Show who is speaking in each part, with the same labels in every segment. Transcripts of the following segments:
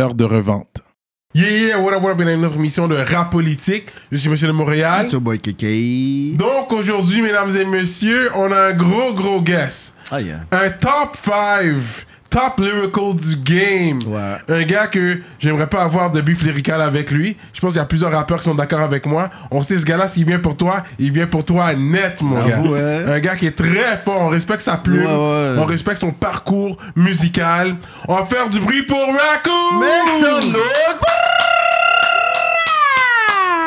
Speaker 1: de revente. Yeah, yeah, what up, what up, bienvenue dans notre émission de rap politique. Je suis Monsieur de Montréal.
Speaker 2: It's your boy KK.
Speaker 1: Donc aujourd'hui, mesdames et messieurs, on a un gros, gros guest.
Speaker 2: Ah, yeah.
Speaker 1: Un top 5, top lyrical du game.
Speaker 2: Ouais.
Speaker 1: Un gars que j'aimerais pas avoir de bif lyrical avec lui. Je pense qu'il y a plusieurs rappeurs qui sont d'accord avec moi. On sait ce gars-là, s'il vient pour toi, il vient pour toi net, mon gars.
Speaker 2: J'avoue, hein.
Speaker 1: Un gars qui est très fort. On respecte sa plume.
Speaker 2: Ouais, ouais.
Speaker 1: On respecte son parcours musical. On va faire du bruit pour Raccoon!
Speaker 2: Make some noise.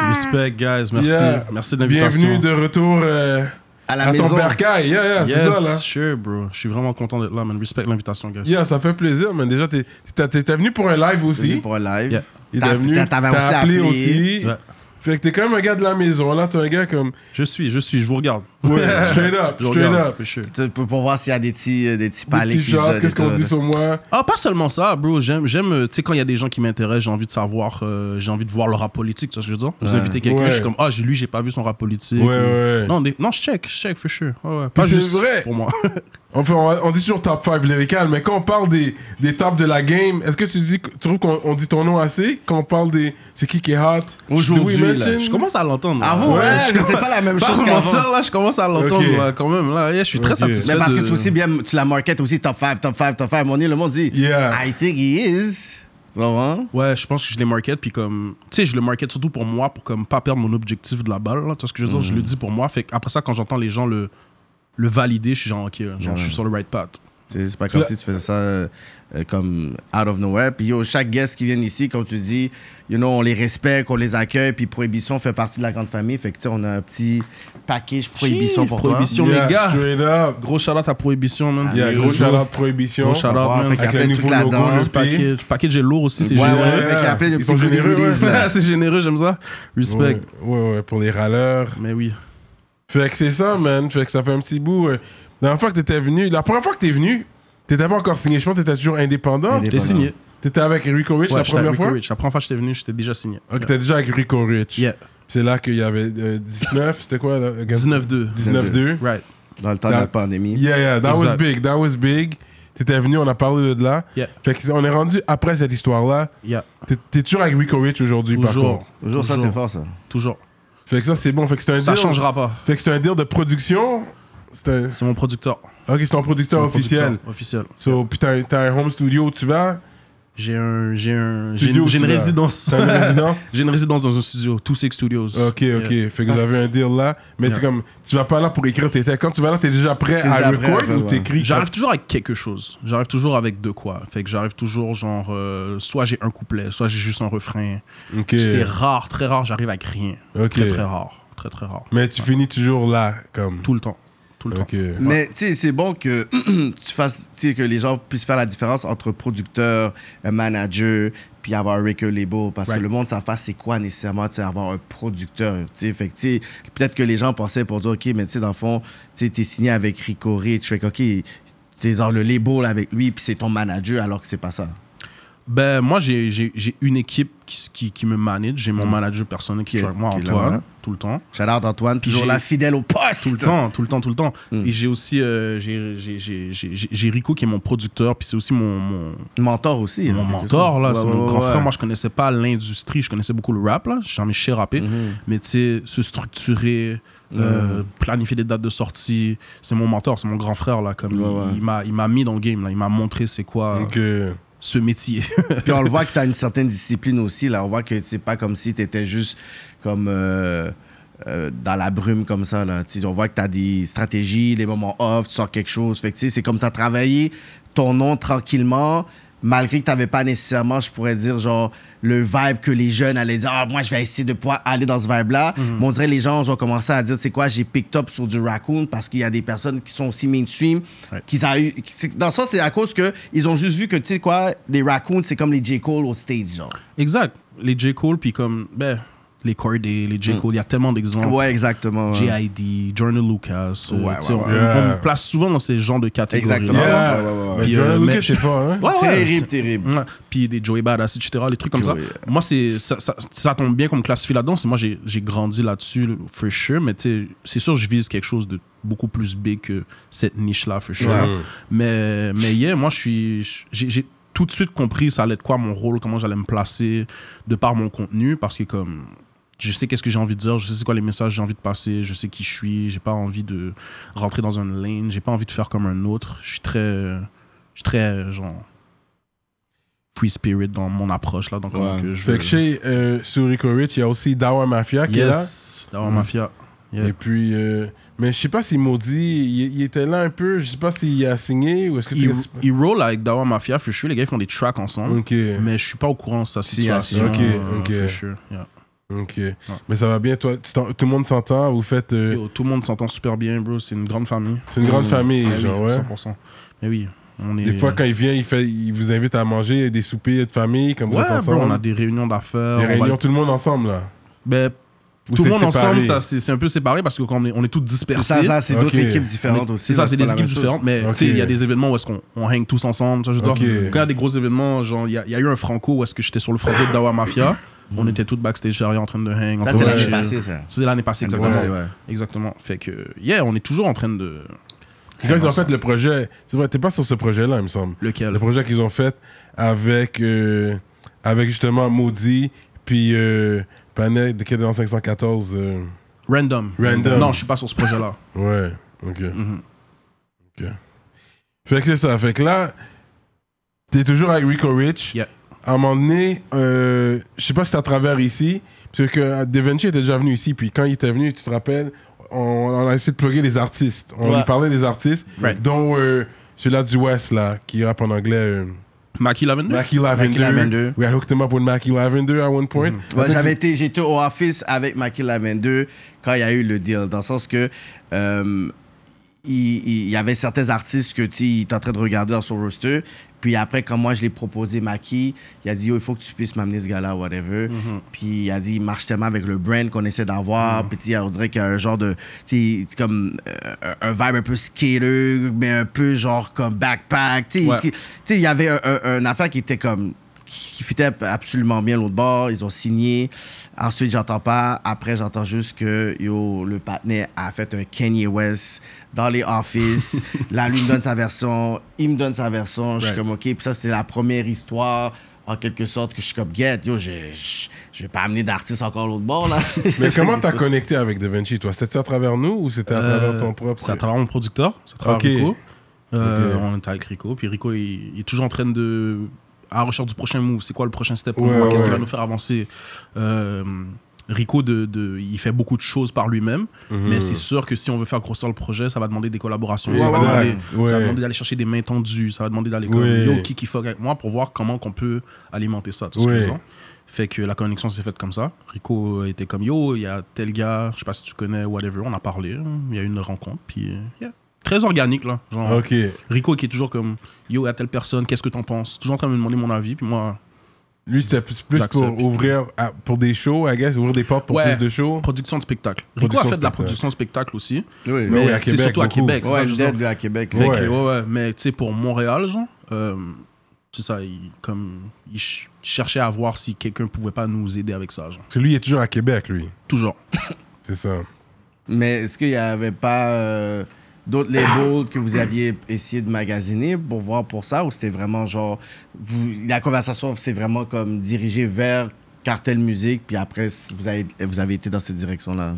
Speaker 2: Ah.
Speaker 3: Respect, guys. Merci.
Speaker 1: Yeah.
Speaker 3: Merci de l'invitation.
Speaker 1: Bienvenue de retour euh,
Speaker 2: À la
Speaker 1: à ton
Speaker 2: maison.
Speaker 1: bercail. Yeah, yeah, c'est
Speaker 3: Yes,
Speaker 1: ça, là.
Speaker 3: sure, bro. Je suis vraiment content d'être là, man. Respect l'invitation, guys.
Speaker 1: Yeah, ça fait plaisir, mais déjà, t'es- t'es t'es- t'es venu pour un live aussi.
Speaker 2: Pour un live.
Speaker 3: Yeah.
Speaker 1: Il
Speaker 2: T'as-
Speaker 1: est venu.
Speaker 2: t'as- t'avais
Speaker 1: T'as
Speaker 2: aussi
Speaker 1: appelé
Speaker 2: appelé.
Speaker 1: aussi.
Speaker 3: Ouais.
Speaker 1: Fait que t'es quand même un gars de la maison. Là, t'es un gars comme.
Speaker 3: Je suis, je suis, je vous regarde.
Speaker 1: Ouais, straight up,
Speaker 3: Je vous
Speaker 1: straight
Speaker 3: regarde,
Speaker 1: up.
Speaker 3: for sure.
Speaker 2: Tu- Pour, pour voir s'il y a des petits, euh, des petits
Speaker 1: Des
Speaker 2: palais
Speaker 1: petites
Speaker 2: qui
Speaker 1: choses,
Speaker 2: donnent
Speaker 1: qu'est-ce
Speaker 2: et
Speaker 1: qu'on
Speaker 2: tout,
Speaker 1: dit
Speaker 2: là.
Speaker 1: sur moi?
Speaker 3: Ah, pas seulement ça, bro. J'aime, j'aime euh, tu sais, quand il y a des gens qui m'intéressent, j'ai envie de savoir, euh, j'ai envie de voir le rap politique, tu vois ce que je veux dire. Vous invitez quelqu'un,
Speaker 1: Ouais.
Speaker 3: je suis comme, ah, j'ai lui, j'ai pas vu son rap politique.
Speaker 1: Ouais, ouais.
Speaker 3: Non, des- non, je check, je check, for sure. Ouais, ouais. Pas
Speaker 1: c'est
Speaker 3: juste
Speaker 1: vrai.
Speaker 3: Pour moi.
Speaker 1: Enfin, on, on dit toujours top 5 lyrical, mais quand on parle des, des tops de la game, est-ce que tu, dis, que- tu trouves qu'on on dit ton nom assez? Quand on parle des. C'est qui qui est hot?
Speaker 2: Aujourd'hui,
Speaker 1: Do we
Speaker 2: là,
Speaker 1: mention-
Speaker 3: je commence à l'entendre. là.
Speaker 2: Ah, vous, ouais,
Speaker 3: je
Speaker 2: parce que
Speaker 3: commence-
Speaker 2: c'est pas la même
Speaker 3: pas
Speaker 2: chose
Speaker 3: vous mentir,
Speaker 2: qu'avant.
Speaker 3: là, je commence à l'entendre
Speaker 1: Ok.
Speaker 3: là, quand même. Là, Yeah, je suis très
Speaker 1: Ok.
Speaker 3: satisfait.
Speaker 2: Mais parce que
Speaker 3: de-
Speaker 2: tu aussi bien, tu la market aussi top 5, top 5, top 5. Mon le monde dit,
Speaker 1: Yeah.
Speaker 2: I think he is. Tu comprends?
Speaker 3: Ouais, je pense que je les market, puis comme, tu sais, je le market surtout pour moi, pour comme pas perdre mon objectif de la balle, là, tu vois ce que je veux dire,
Speaker 1: Mhm.
Speaker 3: je le dis pour moi, fait après ça, quand j'entends les gens le, le valider, je suis genre, ok, genre, je suis sur le right path.
Speaker 2: Tu sais, C'est pas comme si tu faisais ça euh, euh, comme out of nowhere. Puis yo, chaque guest qui vient ici, comme tu dis, you know, on les respecte, on les accueille. Puis Prohibition fait partie de la grande famille. Fait que tu sais, on a un petit package Prohibition pour toi.
Speaker 3: Prohibition,
Speaker 1: Yeah,
Speaker 3: mes gars.
Speaker 1: Straight up.
Speaker 3: Gros shout out à Prohibition, man.
Speaker 1: Il y a
Speaker 2: Allez,
Speaker 1: gros
Speaker 2: gros.
Speaker 1: shout-out Prohibition.
Speaker 3: Gros shout-out,
Speaker 2: Ouais, fait
Speaker 3: man.
Speaker 2: qu'il
Speaker 1: Avec le
Speaker 2: appelle toute
Speaker 1: nouveau
Speaker 2: la
Speaker 1: logo,
Speaker 2: danse.
Speaker 1: le pays.
Speaker 3: Package, package est lourd aussi, c'est
Speaker 2: Ouais,
Speaker 3: généreux.
Speaker 2: ouais, fait qu'il appelle des
Speaker 1: Ils sont
Speaker 2: petits
Speaker 1: généreux,
Speaker 2: goodies,
Speaker 1: ouais.
Speaker 2: là.
Speaker 3: c'est généreux, j'aime ça. Respect.
Speaker 1: Ouais, ouais, ouais, pour les râleurs.
Speaker 3: Mais oui.
Speaker 1: Fait que c'est ça, man. Fait que ça fait un petit bout. euh. La dernière fois que t'étais venu, la première fois que t'es venu, t'étais pas encore signé. Je pense que t'étais toujours indépendant.
Speaker 2: Indép-
Speaker 3: J'étais signé.
Speaker 1: T'étais avec Rico Rich
Speaker 3: Ouais,
Speaker 1: la
Speaker 3: j'étais avec
Speaker 1: première fois.
Speaker 3: Rico Rich. La première fois que j'étais venu, j'étais déjà signé.
Speaker 1: Ok, t'étais déjà avec Rico Rich.
Speaker 3: Yeah.
Speaker 1: C'est là qu'il y avait euh, 19, c'était quoi là
Speaker 3: 19-2.
Speaker 1: 19-2.
Speaker 3: Right.
Speaker 2: Dans le temps de
Speaker 1: Dans-
Speaker 2: la pandémie.
Speaker 1: Yeah, yeah, that was
Speaker 3: Exact.
Speaker 1: big, that was big. T'étais venu, on a parlé de là.
Speaker 3: Yeah.
Speaker 1: Fait qu'on est rendu après cette histoire-là.
Speaker 3: Yeah.
Speaker 1: T'es- T'es toujours avec Rico Rich aujourd'hui, par
Speaker 3: Toujours.
Speaker 1: contre.
Speaker 2: Toujours, ça, c'est fort, ça.
Speaker 3: Toujours.
Speaker 1: Fait que ça, c'est bon. Fait que c'est un
Speaker 3: Ça
Speaker 1: deal.
Speaker 3: changera pas.
Speaker 1: Fait que c'est un deal de production. C'est un...
Speaker 3: C'est mon producteur.
Speaker 1: Ok, c'est ton producteur
Speaker 3: Mon
Speaker 1: officiel.
Speaker 3: producteur Officiel.
Speaker 1: So, puis t'as, t'as un home studio où tu vas,
Speaker 3: J'ai un, j'ai un, j'ai
Speaker 1: Studio,
Speaker 3: une, j'ai une
Speaker 1: tu l'as.
Speaker 3: résidence.
Speaker 1: t'as une résidence.
Speaker 3: j'ai une résidence dans un studio, Two Six Studios. euh,
Speaker 1: Ok, ok.
Speaker 3: Yeah.
Speaker 1: Fait que vous avez un deal là. Mais
Speaker 3: Yeah.
Speaker 1: tu, comme, tu vas pas là pour écrire tes textes. Quand tu vas là, t'es déjà prêt
Speaker 2: T'es
Speaker 1: à
Speaker 2: déjà prêt à
Speaker 1: record
Speaker 2: faire,
Speaker 1: ou
Speaker 2: ouais.
Speaker 1: t'écris
Speaker 3: J'arrive toujours avec quelque chose. J'arrive toujours avec de quoi. Fait que j'arrive toujours genre euh, soit j'ai un couplet, soit j'ai juste un refrain.
Speaker 1: comme- Ok.
Speaker 3: C'est rare, très rare, j'arrive avec rien.
Speaker 1: Ok.
Speaker 3: Très très rare, très très rare.
Speaker 1: Mais tu finis toujours là, comme.
Speaker 3: Tout le temps, tout le
Speaker 1: Ok.
Speaker 3: temps.
Speaker 2: Mais tu sais, c'est bon que tu fasses, tu sais, que les gens puissent faire la différence entre producteur, un manager, puis avoir un record label, parce
Speaker 3: Right.
Speaker 2: que le monde ne savent pas c'est quoi nécessairement, tu sais, avoir un producteur, tu sais, fait que, tu sais, peut-être que les gens pensaient pour dire, ok, mais tu sais, dans le fond, tu sais, t'es signé avec Rico Rich, fait que, ok, t'es dans le label avec lui, puis c'est ton manager, alors que c'est pas ça.
Speaker 3: Ben moi j'ai- j'ai j'ai une équipe qui, s- qui, qui me manage. J'ai mon manager personnel qui
Speaker 2: Qui
Speaker 3: est
Speaker 2: est-
Speaker 3: avec moi,
Speaker 2: qui est là,
Speaker 3: Antoine,
Speaker 2: hein.
Speaker 3: tout le temps.
Speaker 2: Shout out Antoine, toujours
Speaker 3: J'ai-
Speaker 2: là, fidèle au poste!
Speaker 3: Tout le temps, tout le temps, tout le temps. Et j'ai aussi euh, j'ai- j'ai- j'ai- j'ai- j'ai- j'ai Rico qui est mon producteur, puis c'est aussi mon, mon,
Speaker 2: Mentor aussi.
Speaker 3: mon
Speaker 2: hein, quelque
Speaker 3: mentor,
Speaker 2: chose.
Speaker 3: là,
Speaker 2: Ouais,
Speaker 3: c'est
Speaker 2: ouais,
Speaker 3: mon
Speaker 2: ouais,
Speaker 3: grand
Speaker 2: ouais.
Speaker 3: frère. Moi, je connaissais pas l'industrie, je connaissais beaucoup le rap, là. J'en ai chez
Speaker 2: Mhm.
Speaker 3: rappé.
Speaker 2: Mm-hmm.
Speaker 3: Mais tu sais, se structurer, euh, planifier des dates de sortie, c'est mon mentor, c'est mon grand frère, là. Comme il-
Speaker 2: ouais.
Speaker 3: il, m'a- il m'a mis dans le game, là. Il m'a montré c'est quoi
Speaker 1: Ok.
Speaker 3: ce métier.
Speaker 2: Puis on le voit que tu as une certaine discipline aussi. Là. On voit que c'est pas comme si tu étais juste comme euh, euh, dans la brume comme ça. Là. Tu sais, On voit que tu as des stratégies, des moments off, tu sors quelque chose. Fait que, tu sais, c'est comme tu as travaillé ton nom tranquillement, malgré que t'avais pas nécessairement, je pourrais dire, genre, le vibe que les jeunes allaient dire, ah, moi, je vais essayer de pouvoir aller dans ce vibe-là.
Speaker 3: Mhm.
Speaker 2: Mais on dirait les gens ont commencé à dire, tu sais quoi, j'ai picked up sur du raccoon parce qu'il y a des personnes qui sont aussi mainstream. qu'ils a eu, qui- c'est- dans ça, c'est à cause que ils ont juste vu que, tu sais quoi, les raccoons, c'est comme les J. Cole au stage, genre.
Speaker 3: Exact. Les J. Cole, puis comme, ben, les Corday, les J. Cole, il y a tellement d'exemples.
Speaker 2: Mm. Ouais, exactement. ouais.
Speaker 3: J.I.D., Jordan Lucas. euh,
Speaker 2: Ouais,
Speaker 3: tu sais,
Speaker 2: ouais,
Speaker 3: on,
Speaker 2: ouais.
Speaker 3: on me place souvent dans ces genres de catégories.
Speaker 2: Exactement.
Speaker 1: Yeah.
Speaker 2: Ah, Ouais, ouais, ouais, ouais.
Speaker 1: Mais
Speaker 3: Puis,
Speaker 1: Jordan
Speaker 3: euh,
Speaker 1: Lucas,
Speaker 3: mais-
Speaker 1: je sais pas, hein.
Speaker 3: Ouais, ouais,
Speaker 2: Terrible,
Speaker 3: c'est-
Speaker 2: terrible.
Speaker 3: Ouais. Puis des Joey Badass, etc. Les trucs comme
Speaker 2: Joey.
Speaker 3: ça. Moi, c'est, ça, ça, ça tombe bien qu'on me classifie là-dedans. C'est- Moi, j'ai, j'ai grandi là-dessus, là, for sure. Mais tu sais, c'est sûr, je vise quelque chose de beaucoup plus big que cette niche-là, for sure.
Speaker 2: Ouais.
Speaker 1: Mm.
Speaker 3: Mais, mais yeah, moi, je suis. J'ai, j'ai tout de suite compris ça allait être quoi mon rôle, comment j'allais me placer de par mon contenu. Parce que, comme. Je sais qu'est-ce que j'ai envie de dire, je sais c'est quoi les messages que j'ai envie de passer, je sais qui je suis, j'ai pas envie de rentrer dans une lane, j'ai pas envie de faire comme un autre. Je suis très. Je suis très, genre free spirit dans mon approche là donc
Speaker 2: Ouais.
Speaker 3: je
Speaker 1: Fait que chez euh, Surico Rich, il y a aussi Dawa Mafia qui
Speaker 3: yes Dawa
Speaker 1: Mm.
Speaker 3: mafia
Speaker 1: est là.
Speaker 3: Yeah.
Speaker 1: Et puis, euh, mais je sais pas si Maudit, il, il était là un peu. Je sais pas s'il a signé ou est-ce que
Speaker 3: il,
Speaker 1: c'est.
Speaker 3: il roll avec Dawa mafia for sure les gars ils font des tracks ensemble
Speaker 1: Ok,
Speaker 3: mais je suis pas au courant de sa
Speaker 2: Situation,
Speaker 3: situation
Speaker 1: ah, ok,
Speaker 3: euh,
Speaker 1: ok.
Speaker 3: for sure, yeah.
Speaker 1: ok. Mais ça va bien, toi. tu t'en- Tout le monde s'entend. Vous faites. euh,
Speaker 3: Yo, tout le monde s'entend super bien bro c'est une grande famille
Speaker 1: c'est une
Speaker 2: Mm.
Speaker 1: grande famille,
Speaker 3: Ah oui,
Speaker 1: genre, ouais.
Speaker 3: 100% mais oui on est
Speaker 1: Des fois, quand il vient, il, fait, il vous invite à manger des soupers de famille, comme vous
Speaker 3: Ouais,
Speaker 1: êtes
Speaker 3: bro, on a
Speaker 1: ensemble.
Speaker 3: des réunions d'affaires.
Speaker 1: des
Speaker 3: on va-
Speaker 1: réunions, tout le monde ensemble, là.
Speaker 3: Ben,
Speaker 1: Ou
Speaker 3: tout le
Speaker 1: c'est
Speaker 3: monde ensemble,
Speaker 1: séparé?
Speaker 3: ça, c'est c'est un peu séparé parce que quand on est, on est tous
Speaker 2: C'est
Speaker 3: dispersés.
Speaker 2: ça, ça, c'est
Speaker 1: Ok.
Speaker 2: d'autres équipes différentes
Speaker 3: Mais
Speaker 2: aussi.
Speaker 3: C'est ça,
Speaker 2: là,
Speaker 3: c'est des
Speaker 2: pas la
Speaker 3: équipes
Speaker 2: même chose.
Speaker 3: différentes, mais
Speaker 1: Ok.
Speaker 3: tu sais, il y a des événements où est-ce qu'on on hang tous ensemble. ça, je veux dire,
Speaker 1: Ok.
Speaker 3: quand il y a des gros événements, genre, il y, a- il y a eu un franco où est-ce que j'étais sur le franco de Dawa Mafia. on était tous backstage derrière en train de hang. en
Speaker 2: Ça,
Speaker 3: train
Speaker 2: c'est
Speaker 3: de
Speaker 2: l'année
Speaker 3: chill.
Speaker 2: passée, ça.
Speaker 3: C'est l'année passée,
Speaker 2: L'année
Speaker 3: exactement.
Speaker 2: passée, ouais.
Speaker 3: Exactement. Fait que, yeah, on est toujours en train de.
Speaker 1: Puis Quand ils ont fait le projet, c'est vrai, t'es pas sur ce projet-là, il me semble.
Speaker 3: Lequel
Speaker 1: Le projet qu'ils ont fait avec, euh, avec justement Maudit, puis euh, Panet de qui est dans 514. euh,
Speaker 3: Random.
Speaker 1: Random.
Speaker 3: Non, je suis pas sur ce projet-là.
Speaker 1: ouais, ok. Ok. Fait que c'est ça. Fait que là, t'es toujours avec Rico Rich.
Speaker 3: Yeah.
Speaker 1: À un moment donné, euh, je sais pas si c'est à travers ici, parce que euh, Da Vinci était déjà venu ici, puis quand il était venu, tu te rappelles, on, on a essayé de plugger les artistes. On
Speaker 2: Ouais.
Speaker 1: lui parlait des artistes,
Speaker 3: Right.
Speaker 1: dont euh, celui-là du West, là, qui rappe en anglais. euh,
Speaker 3: Maki Lavender
Speaker 1: Mackie Lavender.
Speaker 2: Lavender. Mm-hmm.
Speaker 1: We had hooked him up with Mackie Lavender at one point.
Speaker 2: Ouais, j'avais été, j'étais au office avec Michael Lavin 2 quand il y a eu le deal, dans le sens que euh, il, il y avait certains artistes que tu étais en train de regarder dans son roster. Puis après, quand moi je l'ai proposé Maki, il a dit Yo, il faut que tu puisses m'amener ce gars-là, whatever. Puis il a dit Il marche tellement avec le brand qu'on essaie d'avoir. Puis tu sais, on dirait qu'il y a un genre de. Tu sais, comme euh, un vibe un peu skater, mais un peu genre comme backpack. Tu sais,
Speaker 3: Ouais.
Speaker 2: qui- tu sais, il y avait un, un- un affaire qui était comme qui qui fitait absolument bien l'autre bord, ils ont signé. Ensuite, j'entends pas. Après, j'entends juste que yo, le partenaire a fait un Kanye West dans les offices. Là, lui il me donne sa version, il me donne sa version. Je suis
Speaker 3: Right.
Speaker 2: comme, OK. Puis ça, c'était la première histoire, en quelque sorte, que je suis comme, get, yo, je, je, je vais pas amener d'artiste encore l'autre bord, là.
Speaker 1: Mais comment t'as connecté avec Da Vinci, toi C'était-tu à travers nous ou c'était à
Speaker 2: Euh,
Speaker 1: travers ton propre
Speaker 3: Euh, C'est à travers mon producteur, c'est à travers
Speaker 1: Ok.
Speaker 3: Rico. Euh,
Speaker 1: Ok.
Speaker 3: On était avec Rico, puis Rico, il, il est toujours en train de. à la recherche du prochain move. C'est quoi le prochain step pour
Speaker 1: Ouais,
Speaker 3: moi Qu'est-ce
Speaker 1: ouais.
Speaker 3: qui va nous faire avancer Euh, Rico, de, de- il fait beaucoup de choses par lui-même, mais c'est sûr que si on veut faire grossir le projet, ça va demander des collaborations. ça, va
Speaker 2: Exact.
Speaker 3: demander,
Speaker 1: Mhm. Ouais.
Speaker 3: ça va demander d'aller chercher des mains tendues, ça va demander d'aller comme,
Speaker 1: Ouais.
Speaker 3: yo, qui qui fuck avec moi pour voir comment qu'on peut alimenter ça. tu sais ce que
Speaker 1: Ouais.
Speaker 3: je veux dire fait que la connexion s'est faite comme ça. Rico était comme yo, il y a tel gars, je sais pas si tu connais, whatever. On a parlé, il y a eu une rencontre, puis euh, yeah. très organique là. Genre,
Speaker 1: Ah, Ok.
Speaker 3: Rico qui est toujours comme yo, il y a telle personne, qu'est-ce que t'en penses Toujours en train de me demander mon avis, puis moi,
Speaker 1: Lui, c'était plus, plus pour
Speaker 3: J'accepte.
Speaker 1: ouvrir à- pour des shows, I guess, ouvrir des portes pour
Speaker 3: Ouais.
Speaker 1: plus de shows.
Speaker 3: production de spectacle. Rico
Speaker 1: Production
Speaker 3: a fait de la
Speaker 1: de
Speaker 3: production de spectacle aussi,
Speaker 2: Oui,
Speaker 1: Mais
Speaker 2: mais
Speaker 1: oui,
Speaker 3: mais
Speaker 1: à
Speaker 3: c'est
Speaker 1: Québec,
Speaker 3: surtout à
Speaker 1: beaucoup.
Speaker 3: Québec. c'est ça,
Speaker 2: ouais,
Speaker 3: je veux
Speaker 2: je
Speaker 3: dire.
Speaker 2: dead à Québec.
Speaker 3: Fait
Speaker 2: là.
Speaker 3: que,
Speaker 1: Ouais.
Speaker 3: ouais, ouais, mais tu sais, pour Montréal, genre, euh, c'est ça, il, comme, il ch- cherchait à voir si quelqu'un pouvait pas nous aider avec ça, genre.
Speaker 1: Parce que lui, il est toujours à Québec, lui.
Speaker 3: Toujours.
Speaker 1: C'est ça.
Speaker 2: Mais est-ce qu'il n'y avait pas euh, d'autres labels que vous aviez essayé de magasiner pour voir pour ça ou c'était vraiment genre vous- la conversation c'est vraiment comme dirigée vers cartel musique puis après c- vous avez vous avez été dans cette direction là.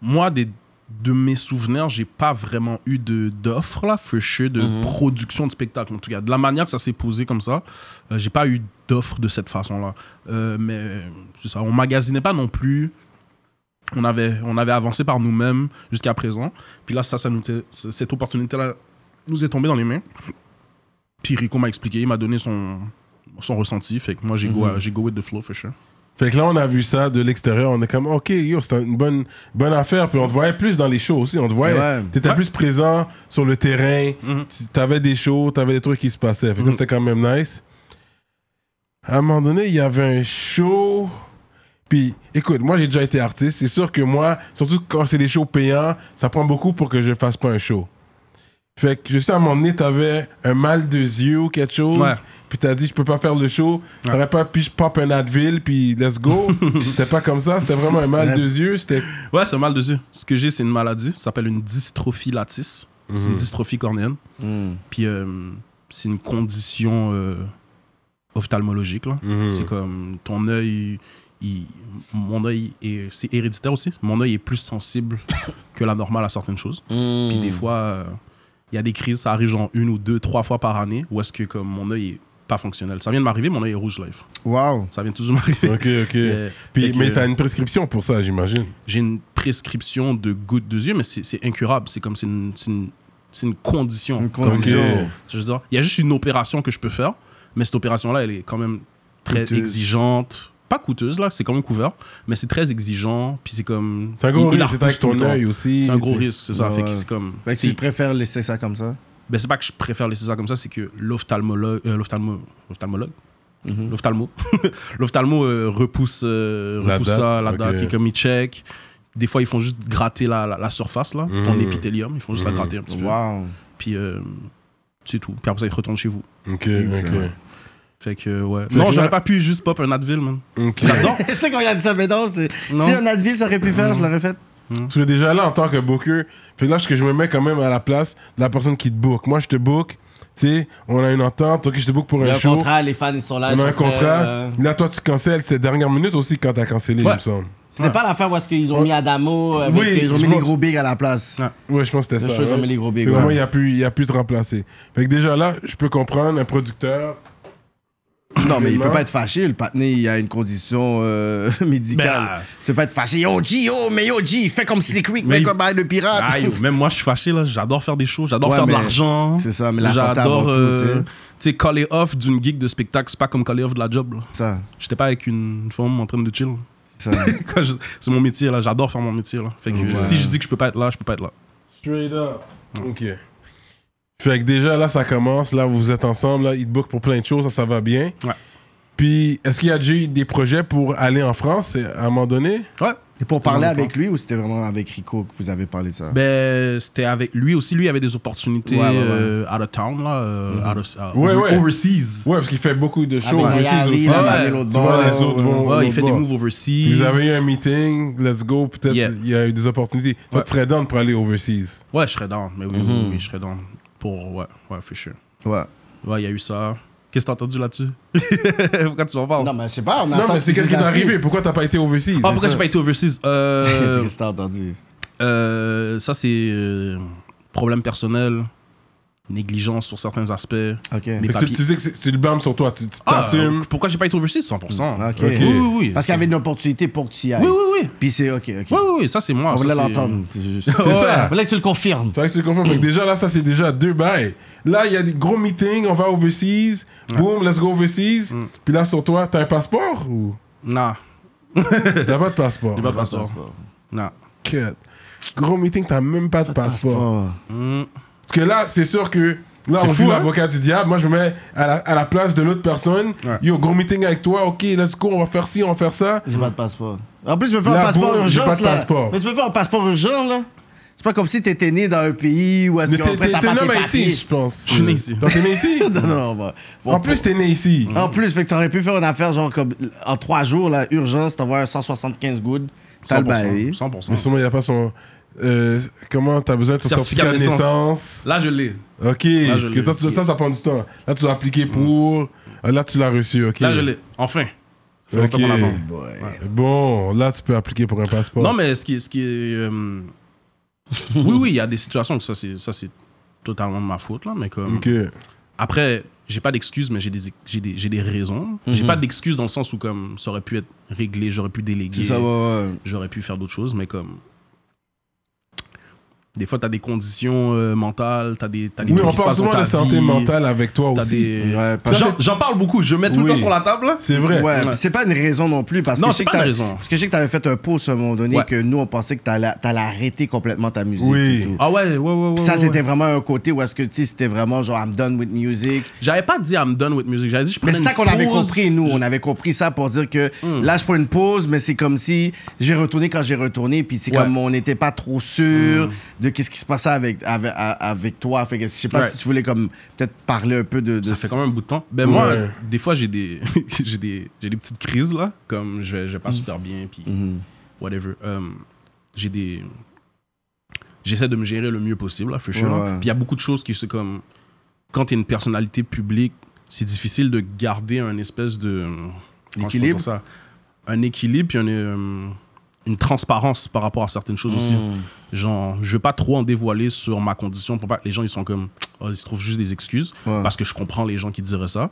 Speaker 3: moi, des, de mes souvenirs, j'ai pas vraiment eu de- d'offres, là, for sure, de production de spectacle, en tout cas. De la manière que ça s'est posé comme ça, euh, j'ai pas eu d'offres de cette façon-là. Euh, mais euh, c'est ça, on magasinait pas non plus. On avait, on avait avancé par nous-mêmes jusqu'à présent. Puis là, ça, ça nous était- c- cette opportunité-là nous est tombée dans les mains. Puis Rico m'a expliqué, il m'a donné son, son ressenti. Fait que moi, j'ai go, à- j'ai go with the flow, for sure.
Speaker 1: Fait que là, on a vu ça de l'extérieur. On est comme, OK, yo, c'était une bonne, bonne affaire. Puis on te voyait plus dans les shows aussi. On te voyait.
Speaker 4: Ouais.
Speaker 1: T'étais plus présent sur le terrain. Tu T'avais des shows, t'avais des trucs qui se passaient. Fait que c'était quand même nice. À un moment donné, il y avait un show. Puis, écoute, moi, j'ai déjà été artiste. C'est sûr que moi, surtout quand c'est des shows payants, ça prend beaucoup pour que je fasse pas un show. Fait que, je sais, à un moment donné, t'avais un mal de yeux ou quelque chose.
Speaker 3: Ouais.
Speaker 1: Puis t'as dit, je peux pas faire le show. T'aurais pas pu, je pop un Advil, puis let's go. c'était pas comme ça. C'était vraiment un mal de yeux. C'était
Speaker 3: Ouais, c'est un mal de yeux. Ce que j'ai, c'est une maladie. Ça s'appelle une dystrophie latisse. C'est
Speaker 1: Mhm.
Speaker 3: une dystrophie cornéenne.
Speaker 4: Hmm.
Speaker 3: Puis euh, c'est une condition euh, ophtalmologique. Là.
Speaker 1: Mhm.
Speaker 3: C'est comme ton œil. il- mon œil est. C'est héréditaire aussi. Mon œil est plus sensible que la normale à certaines choses.
Speaker 2: Hmm.
Speaker 3: Puis
Speaker 1: Mhm.
Speaker 3: des fois, euh, il y a des crises, ça arrive genre une ou deux, trois fois par année, où est-ce que comme mon œil est pas fonctionnel. Ça vient de m'arriver, mon œil est rouge live.
Speaker 4: Wow.
Speaker 3: Ça vient toujours de m'arriver.
Speaker 1: Ok, ok.
Speaker 3: Euh,
Speaker 1: Puis,
Speaker 3: fait que-
Speaker 1: mais t'as une prescription pour ça, j'imagine.
Speaker 3: j'ai une prescription de gouttes de yeux, mais c'est c'est incurable. C'est comme c'est une, c'est une- c'est une condition.
Speaker 4: Une
Speaker 3: Comme
Speaker 4: condition.
Speaker 3: c'est- je veux dire, il y a juste une opération que je peux faire, mais cette opération-là, elle est quand même très
Speaker 4: Coûteuse.
Speaker 3: exigeante. Pas coûteuse, là, c'est quand même couvert, mais c'est très exigeant. Puis c'est comme.
Speaker 1: C'est un gros
Speaker 3: il- il la
Speaker 1: risque. C'est avec
Speaker 3: repousse tout le
Speaker 1: ton
Speaker 3: temps.
Speaker 1: œil aussi.
Speaker 3: C'est un gros
Speaker 1: T'es-
Speaker 3: risque, c'est ça.
Speaker 4: Ouais,
Speaker 3: Fait que
Speaker 4: ouais.
Speaker 3: c'est comme.
Speaker 4: Fait que
Speaker 3: c'est-
Speaker 4: tu préfères laisser ça comme ça?
Speaker 3: ben, c'est pas que je préfère laisser ça comme ça, c'est que l'ophtalmologue, euh, l'ophtalmo- l'ophtalmologue,
Speaker 4: Mhm.
Speaker 3: l'ophtalmo, l'ophtalmo euh, repousse, euh,
Speaker 1: La
Speaker 3: repousse
Speaker 1: date,
Speaker 3: ça, la date,
Speaker 1: ok.
Speaker 3: il est comme il check. Des fois, ils font juste gratter la, la, la surface, là, ton
Speaker 1: Mhm.
Speaker 3: épithélium, ils font juste la gratter un petit peu.
Speaker 4: Wow.
Speaker 3: Puis euh, c'est tout. Puis après ça, ils retournent chez vous.
Speaker 1: Ok, ok.
Speaker 3: Fait que, euh, ouais.
Speaker 1: Fait
Speaker 3: non,
Speaker 1: que
Speaker 3: j'aurais
Speaker 1: là-
Speaker 3: pas pu juste pop un Advil, man.
Speaker 1: Ok.
Speaker 4: tu sais, quand il a dit ça, mais non, c'est-
Speaker 3: Non.
Speaker 4: si un Advil, ça aurait pu faire, je l'aurais fait.
Speaker 1: Tu es déjà là en tant que booker. Fait que là, ce que je me mets quand même à la place de la personne qui te book. Moi, je te book. Tu sais, on a une entente. Ok, je te book pour un
Speaker 2: Le
Speaker 1: show.
Speaker 2: contrat, les fans, ils sont là.
Speaker 1: On
Speaker 2: ils
Speaker 1: a un
Speaker 2: sont prêts,
Speaker 1: contrat.
Speaker 2: euh,
Speaker 1: Là, toi, tu cancelles. C'est dernière minute aussi quand t'as cancellé, il
Speaker 3: Ouais.
Speaker 1: me semble.
Speaker 2: C'était pas l'affaire où est-ce qu'ils ont mis Adamo. Avec
Speaker 1: Oui,
Speaker 2: ils
Speaker 4: Ils ont mis les gros bigs à la place.
Speaker 3: Ouais.
Speaker 1: Ouais, je pense que c'était
Speaker 2: Je
Speaker 1: ça.
Speaker 2: sais, ils ont
Speaker 1: ouais.
Speaker 2: mis les gros bigs,
Speaker 1: Fait que
Speaker 2: ouais.
Speaker 1: Moi, il a pu, il a pu te remplacer. Fait que déjà là, je peux comprendre un producteur.
Speaker 4: Non, mais il peut
Speaker 1: Vraiment.
Speaker 4: pas être fâché. Le patiné, il a une condition euh, médicale.
Speaker 3: Ben,
Speaker 4: tu peux pas être fâché. Yo, G, yo, mais yo, G, fais comme Slick Week,
Speaker 3: Mais
Speaker 4: fais
Speaker 3: il-
Speaker 4: comme Eye le pirate.
Speaker 3: Ah, yo, même moi, je suis fâché, là. J'adore faire des choses, j'adore
Speaker 4: Ouais,
Speaker 3: faire de
Speaker 4: mais
Speaker 3: l'argent.
Speaker 4: c'est ça, mais la santé avant
Speaker 3: J'adore,
Speaker 4: tout,
Speaker 3: euh,
Speaker 4: tu sais.
Speaker 3: tu sais, coller off d'une gig de spectacle, c'est pas comme coller off de la job, là.
Speaker 4: ça,
Speaker 3: J'étais pas avec une femme en train de chill.
Speaker 4: ça.
Speaker 3: Quand je- C'est mon métier, là. J'adore faire mon métier, là. Fait que
Speaker 4: Ouais.
Speaker 3: si je dis que je peux pas être là, je peux pas être là.
Speaker 1: Straight up.
Speaker 2: Mm.
Speaker 1: Ok. Fait que déjà là, ça commence. Là, vous êtes ensemble. Là, il te book pour plein de choses. Ça, ça va bien.
Speaker 3: Ouais.
Speaker 1: Puis, est-ce qu'il y a déjà eu des projets pour aller en France euh, à un moment donné?
Speaker 3: Ouais.
Speaker 4: Et pour parler
Speaker 3: Vraiment
Speaker 4: avec lui ou c'était vraiment avec Rico que vous avez parlé de ça?
Speaker 3: Ben, c'était avec lui aussi. Lui avait des opportunités
Speaker 4: Ouais, ouais, ouais.
Speaker 3: euh, out of town, là. euh, out of- euh,
Speaker 1: Ouais,
Speaker 3: over-
Speaker 1: ouais.
Speaker 3: overseas.
Speaker 1: Ouais, parce qu'il fait beaucoup de shows.
Speaker 2: Avec
Speaker 1: overseas
Speaker 2: Miami,
Speaker 1: aussi.
Speaker 4: il a
Speaker 3: ouais.
Speaker 4: amené l'autre
Speaker 1: Tu vois,
Speaker 4: bord.
Speaker 1: les autres vont.
Speaker 3: Ouais, il
Speaker 1: l'autre
Speaker 3: fait des
Speaker 1: bord.
Speaker 3: moves overseas.
Speaker 1: Vous avez eu un meeting, let's go. Peut-être
Speaker 3: Yeah.
Speaker 1: il y a eu des opportunités. Toi,
Speaker 3: Ouais.
Speaker 1: tu serais down pour aller overseas.
Speaker 3: Ouais, je serais dans. Mais oui, oui, oui, oui, je serais dans. Pour, ouais, ouais, for sure.
Speaker 4: Ouais.
Speaker 3: Ouais, il y a eu ça. Qu'est-ce que t'as entendu là-dessus Pourquoi tu m'en parles
Speaker 4: Non, mais je sais pas, on
Speaker 1: non, mais c'est qu'est-ce qui t'est arrivé? Pourquoi t'as pas été overseas?
Speaker 3: Ah, pourquoi j'ai pas été overseas
Speaker 4: Qu'est-ce
Speaker 3: euh,
Speaker 4: que t'as entendu?
Speaker 3: euh, Ça, c'est euh, problème personnel, négligence sur certains aspects.
Speaker 4: Ok.
Speaker 3: Mais-
Speaker 1: Fait que tu,
Speaker 3: papiers.
Speaker 1: tu sais que c'est- tu le blâmes sur toi. Tu tu
Speaker 3: Ah,
Speaker 1: t'assumes.
Speaker 3: pourquoi j'ai pas été overseas 100%
Speaker 4: Mm, Ok.
Speaker 3: Oui, oui, oui.
Speaker 4: Parce qu'il y avait une opportunité pour que tu y ailles.
Speaker 3: Oui, oui, oui.
Speaker 4: Puis c'est ok, ok.
Speaker 3: Oui, oui, oui, ça c'est moi.
Speaker 4: On
Speaker 3: ça,
Speaker 4: voulait
Speaker 3: c'est-
Speaker 4: l'entendre. C'est juste.
Speaker 1: C'est ça.
Speaker 2: Mais là, que tu le confirmes.
Speaker 1: Fait que c'est confirmé. Fait
Speaker 3: Mm.
Speaker 1: que déjà, là, ça, c'est déjà deux bails. Là, il y a des gros meetings, on va overseas. Boom, let's go overseas.
Speaker 3: Mm.
Speaker 1: Puis là, sur toi, t'as un passeport ou
Speaker 3: Non,
Speaker 1: t'as pas de passeport?
Speaker 3: j'ai pas de passeport. Non.
Speaker 1: Cut. Gros meeting, t'as même pas de passeport.
Speaker 4: Oh.
Speaker 3: Hmm.
Speaker 1: Parce que là, c'est sûr que. Là,
Speaker 3: T'es
Speaker 1: on
Speaker 3: fou,
Speaker 1: joue
Speaker 3: hein?
Speaker 1: l'avocat du diable. Moi, je me mets à la, à la place de l'autre personne.
Speaker 3: Ouais.
Speaker 1: Yo, gros meeting avec toi. Ok, let's go, on va faire ci, on va faire ça.
Speaker 2: J'ai pas de passeport.
Speaker 4: En plus, tu peux faire
Speaker 1: Là,
Speaker 4: un passeport
Speaker 1: bon, j'ai
Speaker 4: urgence,
Speaker 1: pas de
Speaker 4: là.
Speaker 1: passeport.
Speaker 4: Mais tu peux faire un passeport urgent, là. C'est pas comme si t'étais né dans un pays où est-ce
Speaker 1: Mais
Speaker 4: qu'on
Speaker 1: t'es
Speaker 4: prête
Speaker 1: t'es- ben,
Speaker 4: à
Speaker 1: t'es
Speaker 4: pas
Speaker 1: né
Speaker 4: tes
Speaker 1: en Haïti,
Speaker 4: papiers.
Speaker 1: je pense.
Speaker 3: Je suis né ici.
Speaker 1: Donc, t'es né ici?
Speaker 4: Non, non, bah.
Speaker 1: En plus, t'es né ici.
Speaker 4: En plus, fait que t'aurais pu faire une affaire genre comme en trois jours, là, urgence, t'envoies un 175 gouttes, t'as le
Speaker 3: 100%.
Speaker 4: bail.
Speaker 3: 100%.
Speaker 1: Mais sûrement, il n'y a pas son. euh, comment t'as besoin de ton certificat,
Speaker 3: Certificat de
Speaker 1: de naissance.
Speaker 3: Là, je l'ai.
Speaker 1: Ok,
Speaker 3: Là, je
Speaker 1: parce que
Speaker 3: l'ai.
Speaker 1: ça, tu- ça, ça prend du temps. Là, tu l'as appliqué pour. euh, Là, tu l'as reçu, ok.
Speaker 3: Là, je l'ai. Enfin. Ça fait
Speaker 1: Ok.
Speaker 3: longtemps qu'on attend.
Speaker 1: Bon, là, tu peux appliquer pour un passeport.
Speaker 3: Non, mais ce qui, ce qui est. euh, oui, oui, il y a des situations que ça, c'est, ça, c'est totalement de ma faute, là. Mais comme.
Speaker 1: Ok.
Speaker 3: Après, j'ai pas d'excuses, mais j'ai des, j'ai des, j'ai des raisons.
Speaker 4: Mhm.
Speaker 3: J'ai pas d'excuses dans le sens où, comme, ça aurait pu être réglé, j'aurais pu déléguer,
Speaker 4: C'est ça, ouais, ouais.
Speaker 3: j'aurais pu faire d'autres choses, mais comme. Des fois, t'as des conditions euh, mentales, t'as des, t'as des
Speaker 1: Oui,
Speaker 3: trucs
Speaker 1: on
Speaker 3: qui se
Speaker 1: parle
Speaker 3: passent dans
Speaker 1: souvent
Speaker 3: ta
Speaker 1: de santé
Speaker 3: vie,
Speaker 1: mentale avec toi
Speaker 3: t'as
Speaker 1: aussi.
Speaker 3: des-
Speaker 2: Ouais, parce-
Speaker 3: J'en- J'en parle beaucoup, je mets tout
Speaker 1: Oui.
Speaker 3: le temps sur la table. là.
Speaker 1: C'est vrai.
Speaker 2: Ouais,
Speaker 3: Ouais.
Speaker 2: puis c'est pas une raison non plus. Parce
Speaker 3: Non,
Speaker 2: que je
Speaker 3: c'est
Speaker 2: sais que
Speaker 3: pas une
Speaker 2: t'as-
Speaker 3: raison.
Speaker 2: Parce que je sais que t'avais fait un post à un moment donné
Speaker 3: Ouais.
Speaker 2: que nous, on pensait que t'allais t'allais arrêter complètement ta musique.
Speaker 1: Oui.
Speaker 2: Et tout.
Speaker 3: Ah ouais, ouais, ouais. ouais,
Speaker 2: Puis ça,
Speaker 3: ouais,
Speaker 2: c'était
Speaker 3: ouais.
Speaker 2: vraiment un côté où est-ce que tu sais, c'était vraiment genre I'm done with music.
Speaker 3: J'avais pas dit I'm done with music. J'avais dit je
Speaker 2: Mais
Speaker 3: prenais
Speaker 2: c'est ça
Speaker 3: une
Speaker 2: qu'on avait
Speaker 3: pause. Hmm.
Speaker 2: compris, nous. On avait compris ça pour dire que là, je prends une pause, mais c'est comme si j'ai retourné quand j'ai retourné. Puis c'est
Speaker 3: Ouais. Hmm.
Speaker 2: comme on n'était pas trop sûr de qu'est-ce qui se passait avec, avec, à- avec toi. Fait que je sais pas
Speaker 3: Ouais.
Speaker 2: si tu voulais comme peut-être parler un peu de. de
Speaker 3: Ça fait quand même un bout de temps. Ben moi,
Speaker 1: Ouais.
Speaker 3: des fois, j'ai des, j'ai des, j'ai des petites crises, là. Comme je vais, je vais
Speaker 1: Mm.
Speaker 3: pas super bien, puis
Speaker 2: Hmm.
Speaker 3: whatever. Euh, j'ai des... J'essaie de me gérer le mieux possible, là, for sure.
Speaker 2: Ouais,
Speaker 3: là.
Speaker 2: ouais.
Speaker 3: Puis il y a beaucoup de choses qui se comme... Quand t'es une personnalité publique, c'est difficile de garder un espèce de... euh, comment je peux
Speaker 2: L'équilibre.
Speaker 3: dire ça? Un équilibre, puis un, euh, une transparence par rapport à certaines choses aussi.
Speaker 2: Mm. Hmm.
Speaker 3: Genre, je veux pas trop en dévoiler sur ma condition pour pas que les gens ils sont comme oh, ils se trouvent juste des excuses
Speaker 2: Ouais. Hmm.
Speaker 3: parce que je comprends les gens qui diraient ça.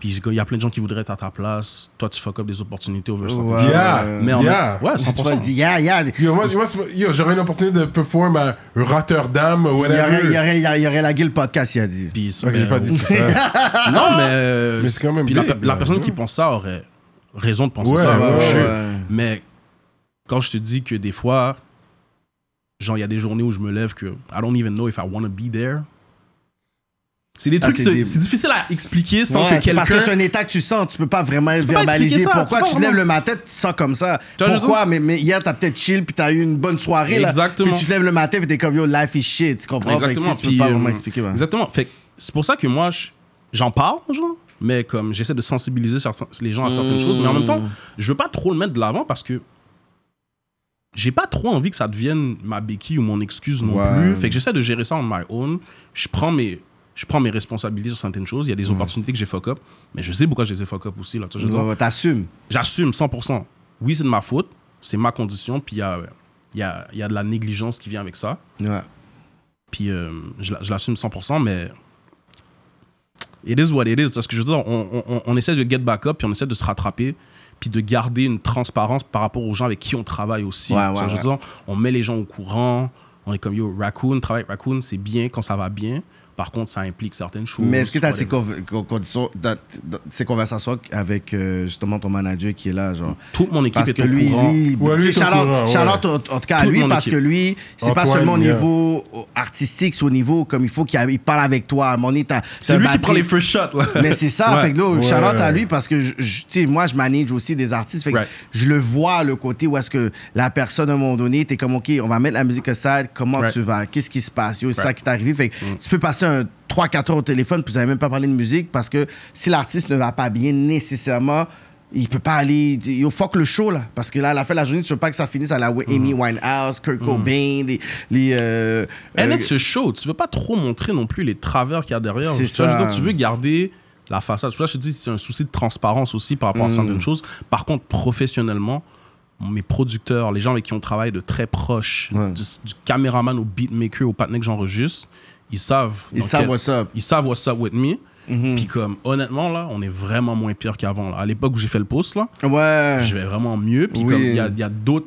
Speaker 3: Puis il y a plein de gens qui voudraient être à ta place, toi tu fuck up des opportunités over certain
Speaker 2: Ouais.
Speaker 3: shit.
Speaker 1: Yeah.
Speaker 2: Euh,
Speaker 3: Mais en
Speaker 1: yeah.
Speaker 3: ouais,
Speaker 2: Tu vas
Speaker 3: 100%.
Speaker 2: dire, yeah, yeah.
Speaker 1: Yo, moi, moi, c'est- yo, j'aurais une opportunité de perform à Rotterdam,
Speaker 2: Il y aurait,
Speaker 1: whatever.
Speaker 2: il y aurait, il y aurait- il y aurait la guille podcast, il a dit.
Speaker 3: Puis ça,
Speaker 1: Ok, j'ai
Speaker 3: ben,
Speaker 1: pas dit tout ça.
Speaker 3: Non, mais, euh,
Speaker 1: Mais c'est quand même
Speaker 3: puis la,
Speaker 1: big,
Speaker 3: la
Speaker 1: là.
Speaker 3: personne qui pense ça aurait raison de penser
Speaker 1: Ouais,
Speaker 3: ça.
Speaker 1: ouais,
Speaker 3: for sure.
Speaker 2: ouais.
Speaker 3: Mais quand je te dis que des fois genre il y a des journées où je me lève que I don't even know if I wanna be there. C'est
Speaker 1: Ah,
Speaker 3: des trucs
Speaker 2: c'est
Speaker 3: c'est
Speaker 2: des-
Speaker 3: c'est difficile à expliquer sans
Speaker 2: Ouais,
Speaker 3: que
Speaker 2: c'est parce que
Speaker 3: quelqu'un
Speaker 2: c'est un état que tu sens, tu peux pas vraiment
Speaker 3: peux pas
Speaker 2: verbaliser
Speaker 3: expliquer ça,
Speaker 2: pourquoi
Speaker 3: tu peux
Speaker 2: tu te
Speaker 3: pas
Speaker 2: lèves
Speaker 3: vraiment.
Speaker 2: le matin, tu te sens comme ça.
Speaker 3: Tu vois, je
Speaker 2: Pourquoi mais, mais hier t'as peut-être chill puis t'as eu une bonne soirée là.
Speaker 3: Exactement.
Speaker 2: Puis tu te lèves le matin puis t'es comme yo life is shit, tu comprends Fait que
Speaker 3: Exactement.
Speaker 2: tu- tu
Speaker 3: puis,
Speaker 2: peux pas
Speaker 3: euh,
Speaker 2: vraiment expliquer. ouais.
Speaker 3: Exactement. Fait que c'est pour ça que moi, je- j'en parle, genre, mais comme j'essaie de sensibiliser certains- les gens à certaines choses, mais en même temps,
Speaker 2: Hmm.
Speaker 3: je veux pas trop le mettre de l'avant parce que j'ai pas trop envie que ça devienne ma béquille ou mon excuse non
Speaker 2: Ouais.
Speaker 3: plus. Fait que j'essaie de gérer ça on my own. Je prends mes je prends mes responsabilités sur certaines choses. Il y a des opportunités que j'ai fuck up, mais je sais pourquoi je les ai fuck up aussi là. Tu vois, je veux dire,
Speaker 2: Ouais, ouais, T'assumes.
Speaker 3: j'assume 100%. Oui, c'est de ma faute, c'est ma condition, puis il y a, il y, a, il y a de la négligence qui vient avec ça.
Speaker 2: Ouais.
Speaker 3: Puis euh, je la- je l'assume 100%, mais it is what it is. Parce que je veux dire, on, on- on essaie de get back up, puis on essaie de se rattraper, puis de garder une transparence par rapport aux gens avec qui on travaille aussi.
Speaker 2: Ouais,
Speaker 3: Tu
Speaker 2: ouais,
Speaker 3: vois, je veux dire, on met les gens au courant, on est comme yo, Raccoon, travaille avec Raccoon, c'est bien quand ça va bien. Par contre, ça implique certaines choses.
Speaker 2: Mais est-ce que t'as ces,
Speaker 3: whatever.
Speaker 2: conv- con- conditions- dans- dans- ces conversations avec euh, justement ton manager qui est là, genre?
Speaker 3: Toute mon équipe
Speaker 2: Parce
Speaker 3: est
Speaker 2: que
Speaker 3: au
Speaker 2: lui,
Speaker 3: courant.
Speaker 2: lui,
Speaker 1: Ouais, lui
Speaker 2: tu sais,
Speaker 1: est au
Speaker 2: shout-out-
Speaker 1: courant, ouais.
Speaker 2: shout-out en- en tout cas à
Speaker 3: Toute
Speaker 2: lui
Speaker 3: mon
Speaker 2: parce
Speaker 3: équipe.
Speaker 2: que lui, c'est pas
Speaker 1: Antoine,
Speaker 2: seulement au
Speaker 1: yeah.
Speaker 2: niveau artistique, c'est au niveau comme il faut qu'il a- il parle avec toi. À un moment donné, t'as- t'as
Speaker 3: C'est lui
Speaker 2: un
Speaker 3: qui prend
Speaker 2: batterie-
Speaker 3: les first shots, là.
Speaker 2: Mais c'est ça,
Speaker 3: Ouais.
Speaker 2: fait que là,
Speaker 1: Ouais.
Speaker 2: shout-out à lui parce que, je- je- tu sais, moi, je manage aussi des artistes, fait que
Speaker 3: Right.
Speaker 2: je le vois, le côté où est-ce que la personne, à un moment donné, t'es comme, OK, on va mettre la musique au side, comment
Speaker 3: Right. Mm.
Speaker 2: tu vas, qu'est-ce qui se passe, Yo, c'est ça qui t'est arrivé, fait que tu peux passer un 3-4 heures au téléphone, puis vous avez même pas parlé de musique parce que si l'artiste ne va pas bien nécessairement, il peut pas aller. Yo, fuck le show, là. Parce que là, à la fin de la journée, tu veux pas que ça finisse à la Amy
Speaker 3: Mm.
Speaker 2: Winehouse, Kurt Cobain, les. les euh,
Speaker 3: Elle
Speaker 2: euh,
Speaker 3: est ce show, tu veux pas trop montrer non plus les travers qu'il y a derrière.
Speaker 2: C'est
Speaker 3: Tu vois, je veux
Speaker 2: ça.
Speaker 3: dire, tu veux garder la façade. C'est pour ça que je te dis c'est un souci de transparence aussi par
Speaker 2: Hmm.
Speaker 3: rapport à certaines choses. Par contre, professionnellement, mes producteurs, les gens avec qui on travaille de très proche,
Speaker 2: Ouais.
Speaker 3: du, du caméraman au beatmaker, au patinet que j'enregistre, ils savent.
Speaker 2: Ils
Speaker 3: dans
Speaker 2: savent
Speaker 3: quel-
Speaker 2: what's up. Mhm.
Speaker 3: Ils savent what's up with me. Puis comme, honnêtement, là, on est vraiment moins pire qu'avant. là. À l'époque où j'ai fait le post, là,
Speaker 2: Ouais.
Speaker 3: je vais vraiment mieux. Puis
Speaker 2: Oui.
Speaker 3: comme il y a, il y a d'autres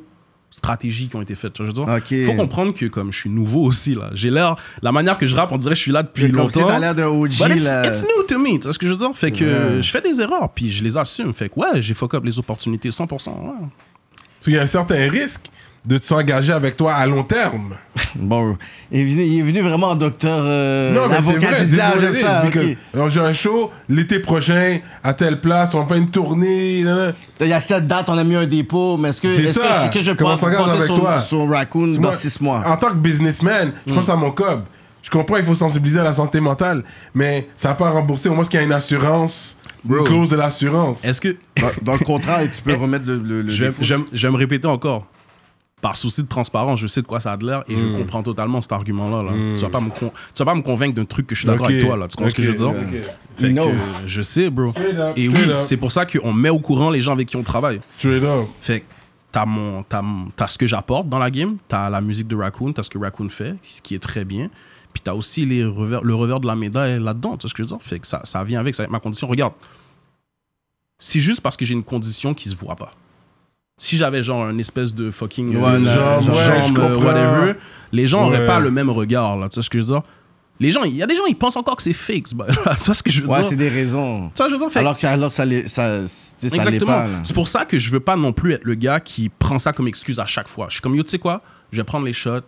Speaker 3: stratégies qui ont été faites. tu vois, je veux dire.
Speaker 2: Ok.
Speaker 3: faut comprendre que comme je suis nouveau aussi là, j'ai l'air, la manière que je rappe, on dirait que je suis là depuis
Speaker 2: Puis comme si
Speaker 3: longtemps.
Speaker 2: t'as l'air de OG,
Speaker 3: But it's,
Speaker 2: là.
Speaker 3: it's new to me, tu vois ce que je veux dire? Fait que
Speaker 2: vrai.
Speaker 3: je fais des erreurs, puis je les assume. Fait que ouais, j'ai fuck up les opportunités 100%. ouais.
Speaker 1: Parce qu'il y a un certain risque de s'engager avec toi à long terme.
Speaker 2: Bon, il est venu, il est venu vraiment en docteur. euh,
Speaker 1: non, mais c'est
Speaker 2: l'avocat
Speaker 1: vrai,
Speaker 2: du diable, j'aime
Speaker 1: désolé,
Speaker 2: ça.
Speaker 1: parce que-
Speaker 2: ok.
Speaker 1: alors, j'ai un show l'été prochain à telle place, on fait une tournée. nan, nan.
Speaker 2: Il y a cette date, on a mis un dépôt, mais est-ce que,
Speaker 1: C'est
Speaker 2: est-ce que,
Speaker 1: ça.
Speaker 2: est-ce que je peux
Speaker 1: Comment on s'engage avec
Speaker 2: compter sur,
Speaker 1: toi?
Speaker 2: sur Raccoon
Speaker 1: Tu
Speaker 2: dans
Speaker 1: vois,
Speaker 2: 6 mois? Mm.
Speaker 1: En tant que businessman, je pense à mon cob. Je comprends, il faut sensibiliser à la santé mentale, mais ça va pas rembourser. Au moins, est-ce qu'il y a une assurance, une
Speaker 3: Bro.
Speaker 1: clause de l'assurance.
Speaker 3: Est-ce que
Speaker 2: Dans, dans le contrat, tu peux remettre le, le- le
Speaker 3: je vais,
Speaker 2: dépôt.
Speaker 3: je vais- je vais me répéter encore? Par souci de transparence, je sais de quoi ça a de l'air et
Speaker 2: Hmm.
Speaker 3: je comprends totalement cet argument-là. Là. Tu, vas pas me con- tu vas pas me convaincre d'un truc que je suis d'accord
Speaker 1: Ok.
Speaker 3: avec toi. Là. Tu comprends ce que je veux dire?
Speaker 1: Ok, ok.
Speaker 3: Fait que,
Speaker 2: No.
Speaker 3: je sais, bro.
Speaker 1: Straight up,
Speaker 3: Et oui,
Speaker 1: straight up.
Speaker 3: c'est pour ça qu'on met au courant les gens avec qui on travaille.
Speaker 1: Straight up.
Speaker 3: Fait que t'as mon, t'as mon- t'as ce que j'apporte dans la game, t'as la musique de Raccoon, t'as ce que Raccoon fait, ce qui est très bien. Puis t'as aussi les revers, le revers de la médaille là-dedans, tu vois ce que je veux dire? Fait que ça, ça vient avec, ça va être ma condition. Regarde, c'est juste parce que j'ai une condition qui se voit pas. si j'avais genre un espèce de fucking
Speaker 4: Ouais,
Speaker 3: euh,
Speaker 4: la-
Speaker 3: jambe,
Speaker 4: jambe,
Speaker 1: ouais, je
Speaker 3: euh,
Speaker 1: comprends.
Speaker 3: whatever, les gens n'auraient
Speaker 1: Ouais.
Speaker 3: pas le même regard là. Tu sais ce que je veux dire? Les gens, il y a des gens, ils pensent encore que c'est fixe. bah, tu vois ce que je veux
Speaker 4: Ouais,
Speaker 3: dire?
Speaker 4: c'est
Speaker 3: Tu
Speaker 4: des raisons.
Speaker 3: vois, je veux dire, fait-
Speaker 4: Alors que alors, ça l'est ça, tu sais, ça l'est
Speaker 3: Exactement.
Speaker 4: pas. là.
Speaker 3: C'est pour ça que je veux pas non plus être le gars qui prend ça comme excuse à chaque fois. Je suis comme, yo, tu sais quoi, je vais prendre les shots.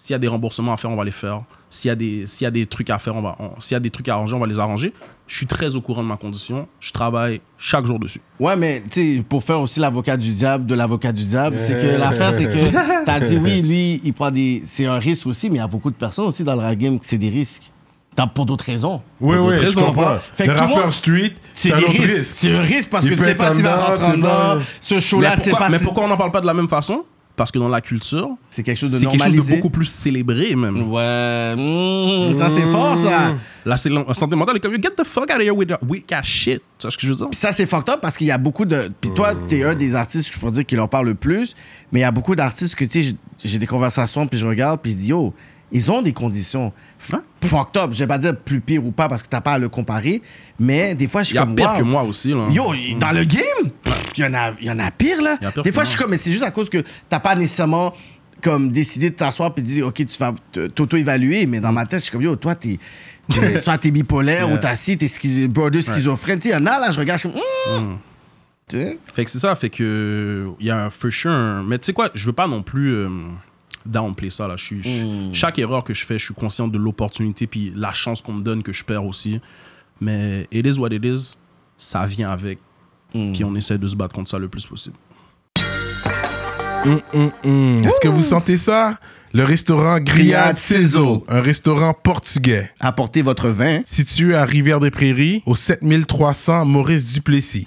Speaker 3: S'il y a des remboursements à faire, on va les faire. S'il y a des, s'il y a des trucs à faire, on va, on- s'il y a des trucs à arranger, on va les arranger. Je suis très au courant de ma condition. Je travaille chaque jour dessus.
Speaker 4: Ouais,
Speaker 2: mais tu sais, pour faire aussi l'avocat du diable de l'avocat du diable, c'est que l'affaire, c'est que t'as dit oui, lui, il prend des. C'est un risque aussi, mais il y a beaucoup de personnes aussi dans le rap game que c'est des risques. T'as pour d'autres raisons.
Speaker 1: Oui,
Speaker 3: d'autres
Speaker 1: oui, je
Speaker 3: raisons,
Speaker 1: comprends.
Speaker 2: hein. Fait
Speaker 1: le
Speaker 2: que tout le
Speaker 1: rappeur
Speaker 2: monde-
Speaker 1: street,
Speaker 2: C'est
Speaker 1: c'est un
Speaker 2: des
Speaker 1: autre
Speaker 2: risques.
Speaker 1: risque.
Speaker 2: C'est un risque parce
Speaker 1: Il
Speaker 2: que tu
Speaker 1: peut
Speaker 2: sais
Speaker 1: être
Speaker 2: pas
Speaker 1: en
Speaker 2: s'il va
Speaker 1: dehors,
Speaker 2: rentrer
Speaker 1: tu
Speaker 2: en
Speaker 1: sais
Speaker 2: dehors.
Speaker 1: pas.
Speaker 2: Ce show-là,
Speaker 3: Mais
Speaker 2: tu sais
Speaker 3: pourquoi,
Speaker 2: pas
Speaker 3: mais
Speaker 2: si-
Speaker 3: pourquoi on n'en parle pas de la même façon Parce que dans la culture,
Speaker 4: c'est quelque chose de
Speaker 3: c'est quelque chose de
Speaker 4: normalisé.
Speaker 3: beaucoup plus célébré même.
Speaker 2: Ouais. mmh, ça, c'est fort, ça.
Speaker 3: La sé- la santé mentale est comme, yo, get the fuck out of here with that weak ass shit. Tu vois ce que je veux dire
Speaker 4: Puis ça, c'est fucked up parce qu'il y a beaucoup de. Puis toi,
Speaker 3: Mmh.
Speaker 4: t'es un des artistes, je pourrais dire, qui leur parle le plus. Mais il y a beaucoup d'artistes que, tu sais, j- j'ai des conversations, puis je regarde, puis je dis, yo, ils ont des conditions. F- Fucked up. Je vais pas dire plus pire ou pas parce que t'as pas à le comparer. Mais des fois, je
Speaker 3: Il
Speaker 4: suis
Speaker 3: y a
Speaker 4: comme.
Speaker 3: pire
Speaker 4: wow.
Speaker 3: que moi aussi. Là.
Speaker 4: Yo, y- dans le game, pff, il y, en a- il y en a pire, là.
Speaker 3: Mm. Il y a pire
Speaker 4: Des
Speaker 3: que
Speaker 4: fois,
Speaker 3: moi.
Speaker 4: je suis comme, mais c'est juste à cause que t'as pas nécessairement comme décidé de t'asseoir puis de dire, OK, tu vas te- t'auto-évaluer. Mais dans ma tête, je suis comme, yo, toi, t'es. t'es- soit t'es bipolaire ou t'as si, t'es schizo- border schizophrène. Tu sais, il y en a, là, je regarde, je suis comme, hmm.
Speaker 3: Mm.
Speaker 4: Tu sais?
Speaker 3: Fait que c'est ça, fait que il y a un for sure. un- Mais tu sais quoi, je veux pas non plus euh, downplay ça là. Je suis, je-
Speaker 1: Hmm.
Speaker 3: Chaque erreur que je fais, je suis conscient de l'opportunité puis la chance qu'on me donne que je perds aussi. Mais it is what it is, ça vient avec.
Speaker 1: Hmm.
Speaker 3: Puis on essaie de se battre contre ça le plus possible.
Speaker 1: Hum, hum. Est-ce que vous sentez ça? Le restaurant Grillade Sizzle, un restaurant portugais.
Speaker 4: Apportez votre vin.
Speaker 1: situé à Rivière-des-Prairies, au 7300 Maurice Duplessis.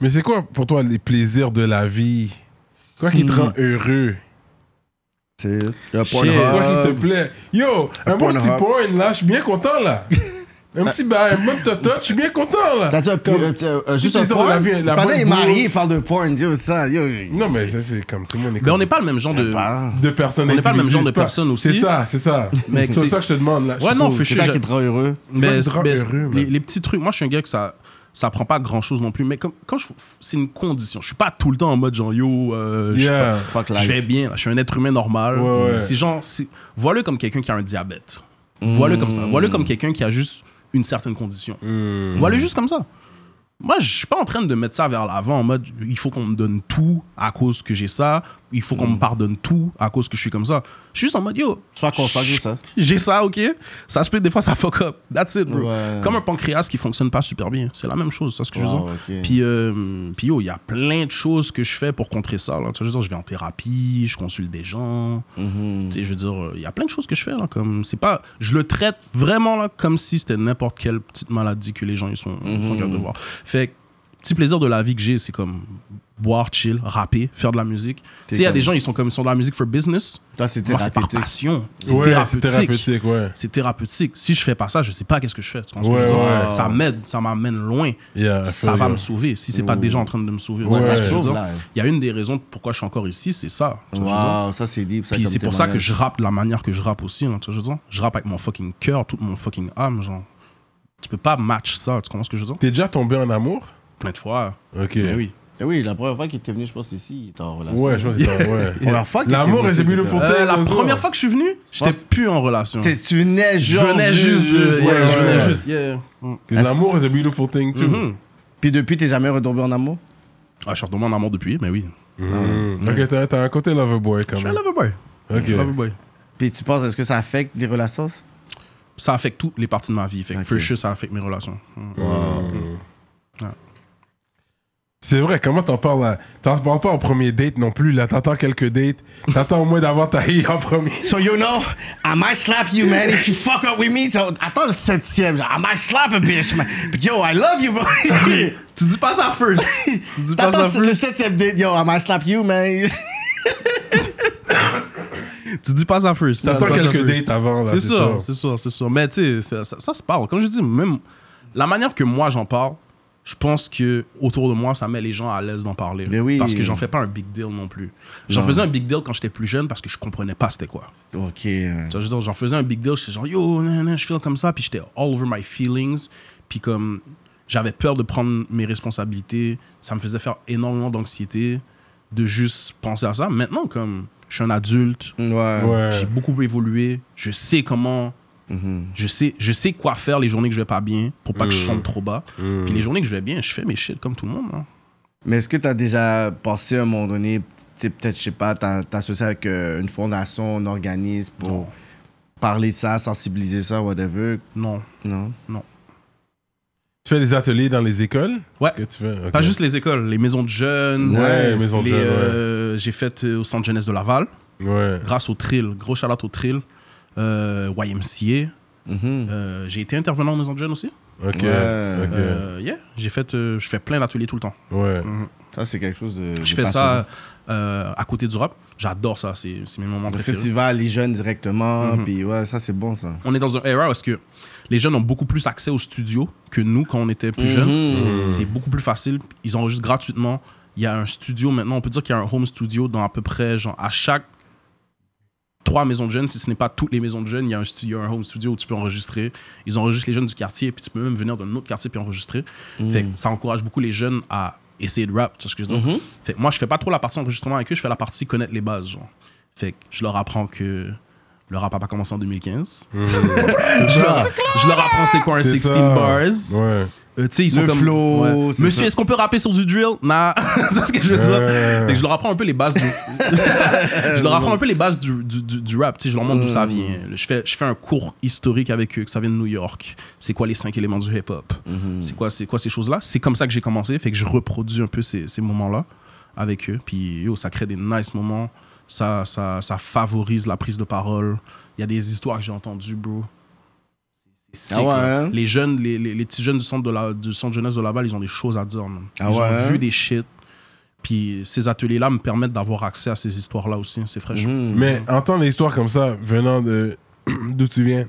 Speaker 1: Mais c'est quoi pour toi les plaisirs de la vie Quoi qui te rend heureux
Speaker 4: C'est le
Speaker 1: Quoi
Speaker 2: Euh,
Speaker 1: qui te
Speaker 4: Pornhub.
Speaker 1: plaît Yo, un bon
Speaker 4: Pornhub.
Speaker 1: petit porn là, je suis bien content là. un petit bail, un bon totot, je suis bien content là.
Speaker 2: T'as dit un peu.
Speaker 1: Comme-
Speaker 2: euh, euh, euh, juste un
Speaker 1: plaisir de la
Speaker 2: point.
Speaker 1: vie, la
Speaker 4: Pendant
Speaker 1: bonne
Speaker 4: il est marié, il
Speaker 1: bouffe.
Speaker 4: parle de porn, yo, ça, yo.
Speaker 1: Non mais ça c'est comme tout le monde est
Speaker 3: Mais on
Speaker 1: comme
Speaker 3: n'est pas le même genre de.
Speaker 4: Bah,
Speaker 1: deux personnes
Speaker 3: on n'est pas le même
Speaker 1: individus,
Speaker 3: genre de
Speaker 1: c'est pas-
Speaker 3: personne aussi.
Speaker 1: C'est ça, c'est ça.
Speaker 3: Mais
Speaker 1: C'est
Speaker 3: c'est-
Speaker 1: ça que je te demande là. je
Speaker 3: Ouais,
Speaker 1: sais
Speaker 3: non,
Speaker 1: pas.
Speaker 3: for
Speaker 4: C'est
Speaker 3: sure,
Speaker 4: pas
Speaker 3: j'a-
Speaker 4: qui te rend heureux.
Speaker 1: pas
Speaker 3: Mais,
Speaker 1: du drame
Speaker 3: mais-
Speaker 1: heureux,
Speaker 3: les,
Speaker 1: man.
Speaker 3: les petits trucs, moi je suis un gars que ça ça prend pas grand chose non plus. Mais comme, quand je, c'est une condition. Je suis pas tout le temps en mode genre yo, euh, je suis pas-
Speaker 1: Yeah.
Speaker 4: Fuck
Speaker 3: Je vais
Speaker 4: life.
Speaker 3: bien, là. je suis un être humain normal.
Speaker 1: Ouais, ouais.
Speaker 3: C'est genre, c'est- vois-le comme quelqu'un qui a un diabète. Vois-le comme ça. Vois-le
Speaker 4: Mm.
Speaker 3: comme quelqu'un qui a juste une certaine condition.
Speaker 1: Mm.
Speaker 3: Vois-le juste comme ça. Moi, je suis pas en train de mettre ça vers l'avant en mode il faut qu'on me donne tout à cause que j'ai ça, il faut qu'on
Speaker 4: Mm.
Speaker 3: me pardonne tout à cause que je suis comme ça. Je suis juste en mode yo,
Speaker 2: Sois conscient de ça.
Speaker 3: j'ai ça, ok Ça se peut, des fois, ça fuck up. That's it, bro.
Speaker 2: Ouais.
Speaker 3: Comme un pancréas qui fonctionne pas super bien. C'est la même chose, c'est ce que je
Speaker 2: Wow,
Speaker 3: veux dire.
Speaker 2: ok.
Speaker 3: Puis, euh, puis, yo, il y a plein de choses que je fais pour contrer ça. Là. Tu sais, je, veux dire, je vais en thérapie, je consulte des gens. Tu sais, Je veux dire, euh, il y a plein de choses que je fais. Là, comme, c'est pas, je le traite vraiment là, comme si c'était n'importe quelle petite maladie que les gens ils sont, sont capables de voir. Fait que, petit plaisir de la vie que j'ai, c'est comme boire, chill, rapper, faire de la musique. Tu sais, il y a
Speaker 4: comme-
Speaker 3: des gens, ils sont comme ils sont de la musique for business.
Speaker 4: Toi, c'est
Speaker 3: Moi, c'est par
Speaker 4: thérapeutique.
Speaker 3: passion. C'est
Speaker 1: Ouais, c'est
Speaker 3: thérapeutique.
Speaker 1: thérapeutique, ouais.
Speaker 3: C'est thérapeutique. Si je fais pas ça, je sais pas qu'est-ce que je fais. Tu comprends ce
Speaker 1: Ouais,
Speaker 3: que je veux dire?
Speaker 1: ouais.
Speaker 3: Ça m'aide, ça m'amène loin.
Speaker 1: Yeah, I
Speaker 3: ça
Speaker 1: feel
Speaker 3: va
Speaker 1: you.
Speaker 3: me sauver. Si c'est pas déjà en train de me sauver, Tu
Speaker 1: Ouais.
Speaker 3: vois ce que je
Speaker 2: Sauve,
Speaker 3: veux dire?
Speaker 2: là.
Speaker 3: Il y a une des raisons pourquoi je suis encore ici, c'est ça. Tu vois ce que je veux dire?
Speaker 4: Wow, ça c'est deep. Ça,
Speaker 3: Puis
Speaker 4: comme
Speaker 3: c'est pour ça que
Speaker 4: témoignage.
Speaker 3: je rappe de la manière que je rappe aussi. hein, tu vois ce que je veux dire? Je rappe avec mon fucking cœur, toute mon fucking âme. Genre, tu peux pas match ça. Tu comprends ce que je veux dire?
Speaker 1: T'es déjà tombé en amour
Speaker 3: Plein de fois.
Speaker 1: Ok.
Speaker 3: Mais Ben oui.
Speaker 2: Eh oui, la première fois qu'il était venu, je pense, ici, il était en relation.
Speaker 1: Ouais, je pense que c'est ça, ouais.
Speaker 4: Première fois que
Speaker 1: L'amour
Speaker 4: t'es-
Speaker 1: est mis le fond.
Speaker 3: Euh, la
Speaker 1: Aux autres.
Speaker 3: première fois que je suis venu, j'étais
Speaker 4: pense-
Speaker 3: plus en relation.
Speaker 4: T'es- Tu venais
Speaker 3: Je
Speaker 4: juste.
Speaker 3: venais juste de.
Speaker 4: ouais,
Speaker 3: yeah,
Speaker 4: ouais,
Speaker 3: je venais
Speaker 4: ouais.
Speaker 3: juste. yeah. Mm.
Speaker 1: Que L'amour is a beautiful thing too.
Speaker 3: Mhm.
Speaker 4: Puis depuis, t'es jamais retombé en amour
Speaker 3: Ah, je suis retombé en amour depuis, mais oui.
Speaker 1: Mhm. Ok, t'as- t'as un côté lover boy quand
Speaker 3: Je suis un
Speaker 1: même.
Speaker 3: loverboy. Je suis un
Speaker 1: Ok.
Speaker 3: loverboy.
Speaker 4: Puis tu penses, est-ce que ça affecte les relations
Speaker 3: Ça affecte toutes les parties de ma vie. Fait que
Speaker 4: Ok.
Speaker 3: for sure, ça affecte mes relations. Mm.
Speaker 1: C'est vrai, comment t'en parles là T'en parles pas au premier date non plus là, t'attends quelques dates, t'attends au moins d'avoir ta hi en premier.
Speaker 2: So you know, I might slap you, man, if you fuck up with me. So, attends le septième, genre, I might slap a bitch, man. But yo, I love you, bro.
Speaker 3: Tu dis pas ça first. tu dis pas ça
Speaker 2: T'attends
Speaker 3: first.
Speaker 2: le septième date, yo, I might slap you, man.
Speaker 3: tu dis pas ça first.
Speaker 1: T'attends
Speaker 3: Tu dis pas ça
Speaker 1: quelques
Speaker 3: first.
Speaker 1: dates avant, là,
Speaker 3: C'est
Speaker 1: c'est
Speaker 3: sûr,
Speaker 1: sûr.
Speaker 3: c'est sûr, c'est sûr. Mais tu sais, ça, ça- ça se parle. Comme je dis, même la manière que moi j'en parle, je pense que autour de moi, ça met les gens à l'aise d'en parler.
Speaker 4: Mais oui.
Speaker 3: Parce que j'en fais pas un big deal non plus. J'en
Speaker 4: Non.
Speaker 3: faisais un big deal quand j'étais plus jeune parce que je comprenais pas c'était quoi.
Speaker 4: Ok. euh,
Speaker 3: Tu vois, je veux dire, j'en faisais un big deal, j'étais genre yo, nan, nan, je feel comme ça, puis j'étais all over my feelings, puis comme j'avais peur de prendre mes responsabilités, ça me faisait faire énormément d'anxiété de juste penser à ça. Maintenant, comme je suis un adulte,
Speaker 4: Ouais.
Speaker 1: Ouais. Mm-hmm.
Speaker 3: j'ai beaucoup évolué, je sais comment,
Speaker 4: Mhm.
Speaker 3: je sais, je sais quoi faire les journées que je vais pas bien pour pas que je
Speaker 1: Mm.
Speaker 3: sombre trop bas. Puis les journées que je vais bien, je fais mes shit comme tout le monde. hein.
Speaker 4: Mais est-ce que tu as déjà pensé à un moment donné, tu sais, peut-être, je sais pas, t'as- t'associer avec euh, une fondation, un organisme pour
Speaker 3: Non.
Speaker 4: parler de ça, sensibiliser ça, whatever?
Speaker 3: Non.
Speaker 4: Non.
Speaker 1: Tu fais des ateliers dans les écoles
Speaker 3: Ouais.
Speaker 1: Que tu fais? Ok.
Speaker 3: Pas juste les écoles, les maisons de jeunes.
Speaker 1: Ouais, maisons de
Speaker 3: les,
Speaker 1: jeunes, ouais.
Speaker 3: euh, J'ai fait euh, au centre jeunesse de Laval.
Speaker 1: Ouais.
Speaker 3: grâce au Trill, gros shout au Trill, euh, YMCA.
Speaker 4: Mhm.
Speaker 3: Euh, j'ai été intervenant en maison de jeunes aussi.
Speaker 1: Ok.
Speaker 4: Ouais.
Speaker 1: Ok.
Speaker 3: Euh, yeah, j'ai fait, euh, je fais plein d'ateliers tout le temps.
Speaker 1: Ouais.
Speaker 4: Ça, c'est quelque chose de.
Speaker 3: Je
Speaker 4: de
Speaker 3: fais
Speaker 4: passionnant.
Speaker 3: ça euh, à côté du rap. J'adore ça, c'est, c'est mes moments
Speaker 4: Parce que
Speaker 3: préférés.
Speaker 4: tu vas à les jeunes directement,
Speaker 3: Mm-hmm.
Speaker 4: puis ouais, ça, c'est bon, ça.
Speaker 3: On est dans un era où est-ce que les jeunes ont beaucoup plus accès aux studios que nous quand on était plus jeunes. C'est beaucoup plus facile. Ils enregistrent gratuitement. Il y a un studio maintenant. On peut dire qu'il y a un home studio dans à peu près genre à chaque trois maisons de jeunes, si ce n'est pas toutes les maisons de jeunes, il y a un studio, un home studio où tu peux enregistrer. Ils enregistrent les jeunes du quartier, puis tu peux même venir d'un autre quartier puis enregistrer. Fait que ça encourage beaucoup les jeunes à essayer de rap, tu vois ce que je veux dire. Fait que moi, je fais pas trop la partie enregistrement avec eux, je fais la partie connaître les bases, genre. Fait que je leur apprends que le rap a pas commencé en 2015. je, leur, je leur apprends c'est quoi un
Speaker 1: Mm. C'est
Speaker 3: 16
Speaker 1: ça.
Speaker 3: bars.
Speaker 1: Ouais.
Speaker 3: Euh, tu sais, ils sont
Speaker 4: Le
Speaker 3: comme.
Speaker 4: flow, c'est
Speaker 3: Monsieur,
Speaker 4: ça. Euh.
Speaker 3: est-ce qu'on peut rapper sur du drill Nah, c'est ce que je veux dire.
Speaker 1: Ouais.
Speaker 3: Fait que je leur apprends un peu les bases du. je leur apprends un peu les bases du, du, du, du rap. tu sais, Je leur montre
Speaker 4: Euh.
Speaker 3: d'où ça vient. Je fais, je fais un cours historique avec eux, que ça vient de New York. C'est quoi les cinq éléments du hip-hop
Speaker 4: Mm-hmm.
Speaker 3: C'est quoi, c'est quoi ces choses-là C'est comme ça que j'ai commencé. Fait que je reproduis un peu ces, ces moments-là avec eux. Puis yo, ça crée des nice moments. Ça, ça, ça favorise la prise de parole. Il y a des histoires que j'ai entendues, bro. C'est
Speaker 4: Ah
Speaker 3: sick,
Speaker 4: ouais,
Speaker 3: là.
Speaker 4: hein?
Speaker 3: Les jeunes, les, les- les petits jeunes du centre, de la, du centre jeunesse de Laval, ils ont des choses à dire. man.
Speaker 4: Ah
Speaker 3: ils
Speaker 4: ouais, hein?
Speaker 3: ont vu des shit. Puis ces ateliers-là me permettent d'avoir accès à ces histoires-là aussi. hein, C'est fraîche.
Speaker 4: Mhm.
Speaker 1: Mais entendre des histoires comme ça, venant de d'où tu viens,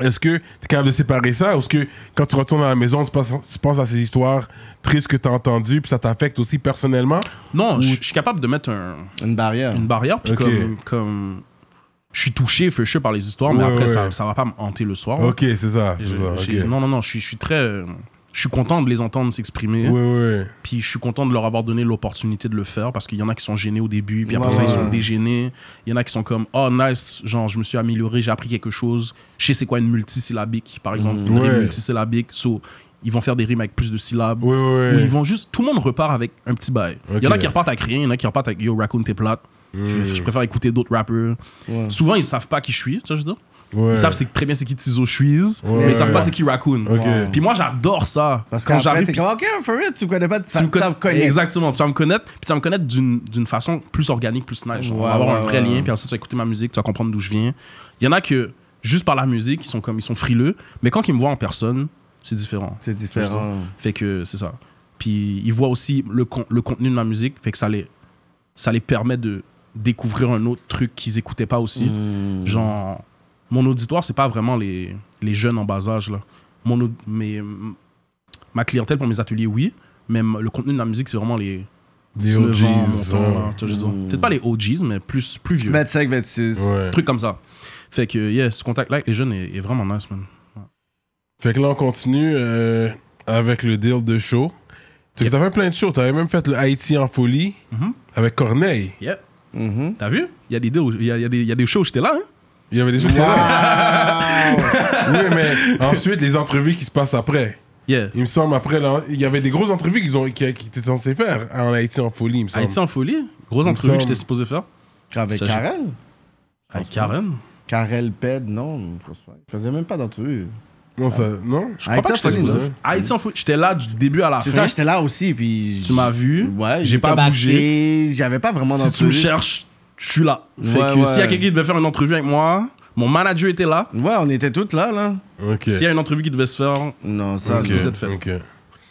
Speaker 1: est-ce que tu es capable de séparer ça ou est-ce que quand tu retournes à la maison, tu penses, tu penses à ces histoires tristes que tu as entendues, puis ça t'affecte aussi personnellement
Speaker 3: Non, je je suis capable de mettre un-
Speaker 4: Une barrière.
Speaker 3: une barrière. Puis
Speaker 1: Ah. Ok.
Speaker 3: comme, comme je suis touché, fâché par les histoires, mais
Speaker 1: Ouais,
Speaker 3: après,
Speaker 1: ouais.
Speaker 3: ça, ça va pas me hanter le soir. hein.
Speaker 1: Ok, c'est ça, c'est
Speaker 3: Je-
Speaker 1: ça.
Speaker 3: j'ai-
Speaker 1: ok.
Speaker 3: Non, non, non, je suis, je suis très. euh, Je suis content de les entendre s'exprimer.
Speaker 1: Oui, oui,
Speaker 3: Puis je suis content de leur avoir donné l'opportunité de le faire parce qu'il y en a qui sont gênés au début, puis après
Speaker 4: Ouais,
Speaker 3: ça, ils
Speaker 4: ouais.
Speaker 3: sont dégénés. Il y en a qui sont comme Oh, nice, genre, je me suis amélioré, j'ai appris quelque chose. Je sais c'est quoi une multisyllabique, par exemple. Une rime
Speaker 1: Mm. Ouais.
Speaker 3: multisyllabique. So, ils vont faire des rimes avec plus de syllabes.
Speaker 1: oui, oui,
Speaker 3: Ou
Speaker 1: oui.
Speaker 3: ils vont juste. Tout le monde repart avec un petit bail. Il y en a
Speaker 1: Ok. Mm.
Speaker 3: qui repartent avec rien, il y en a qui repartent avec Yo, raconte tes plates. Je, je préfère écouter d'autres rappeurs.
Speaker 4: Ouais.
Speaker 3: Souvent, ils savent pas qui je suis, tu vois, ce que je veux dire.
Speaker 1: Ouais.
Speaker 3: Ils savent c'est- très bien c'est qui Tizo Suisse,
Speaker 1: Ouais.
Speaker 3: mais ils savent pas c'est qui Raccoon.
Speaker 1: Ok.
Speaker 3: Puis moi, j'adore ça.
Speaker 4: Parce que
Speaker 3: quand j'arrive,
Speaker 4: t'es
Speaker 3: puis-
Speaker 4: comme, ok, for real, tu connais pas, tu,
Speaker 3: tu me
Speaker 4: ça me
Speaker 3: conna-
Speaker 4: connais.
Speaker 3: Exactement, tu vas me connaître, puis tu vas me connaître d'une d'une façon plus organique, plus nice. genre. On
Speaker 4: Ouais,
Speaker 3: va avoir
Speaker 4: ouais,
Speaker 3: un vrai
Speaker 4: ouais.
Speaker 3: lien, puis ensuite tu vas écouter ma musique, tu vas comprendre d'où je viens. Il y en a que, juste par la musique, ils sont comme, ils sont frileux, mais quand ils me voient en personne, c'est différent.
Speaker 4: C'est différent.
Speaker 3: Fait que c'est ça. Puis ils voient aussi le, con- le contenu de ma musique, fait que ça les, ça les permet de découvrir un autre truc qu'ils écoutaient pas
Speaker 4: Mm.
Speaker 3: aussi. Genre, mon auditoire, c'est pas vraiment les, les jeunes en bas âge, là. Mon, au- mes- ma clientèle pour mes ateliers, oui, mais m- le contenu de la musique, c'est vraiment les 19 ans,
Speaker 1: OGs,
Speaker 3: montants, là,
Speaker 1: ouais.
Speaker 3: tu vois, je veux dire. Peut-être pas les OGs, mais plus, plus vieux.
Speaker 4: 25, 26.
Speaker 1: Ouais.
Speaker 3: Truc comme ça. Fait que, yeah, ce contact-là avec les jeunes est, est vraiment nice, man.
Speaker 1: Fait que là, on continue euh, avec le deal de show. Tu as fait plein de shows. Tu avais même fait le Haïti en folie
Speaker 3: Mhm.
Speaker 1: avec Corneille.
Speaker 3: Yeah.
Speaker 4: Mhm.
Speaker 3: T'as vu? Il y a des deals où- il y a, il y a des- il y a des shows où j'étais là, hein?
Speaker 1: Il y avait des choses.
Speaker 4: Wow.
Speaker 1: Oui, mais ensuite, les entrevues qui se passent après.
Speaker 3: Yeah.
Speaker 1: Il me semble, après, là, il y avait des grosses entrevues qu'ils ont, qui, qui étaient censées faire Ah, en Haïti en folie, il me semble.
Speaker 3: Haïti en folie, grosse
Speaker 1: Il me
Speaker 3: entrevue que
Speaker 1: semble.
Speaker 3: j'étais supposé faire.
Speaker 4: Avec
Speaker 3: Ça, je-
Speaker 4: Karel?
Speaker 3: Avec Karen.
Speaker 4: Karel Ped, non, je pense pas. Il faisait même pas d'entrevue.
Speaker 1: Non, ça, non?
Speaker 3: Je crois pas que
Speaker 4: Haïti
Speaker 3: j'étais
Speaker 4: en folie,
Speaker 3: supposé.
Speaker 1: là.
Speaker 3: Haïti en folie, j'étais là du début à la
Speaker 4: C'est ça,
Speaker 3: fin.
Speaker 4: j'étais là aussi, puis.
Speaker 3: Ah, Tu m'as vu.
Speaker 4: Ouais,
Speaker 3: J'ai pas bougé.
Speaker 4: Et j'avais pas vraiment
Speaker 3: Si tu me
Speaker 4: d'entrevue.
Speaker 3: cherches, je suis là. Fait
Speaker 4: Ouais,
Speaker 3: que
Speaker 4: ouais.
Speaker 3: s'il y a quelqu'un qui devait faire une entrevue avec moi, mon manager était là.
Speaker 4: ouais, on était toutes là, là.
Speaker 1: Ok.
Speaker 3: S'il y a une entrevue qui devait se faire,
Speaker 4: Non, ça.
Speaker 1: Ok,
Speaker 3: Ah. vous êtes fait.
Speaker 1: ok.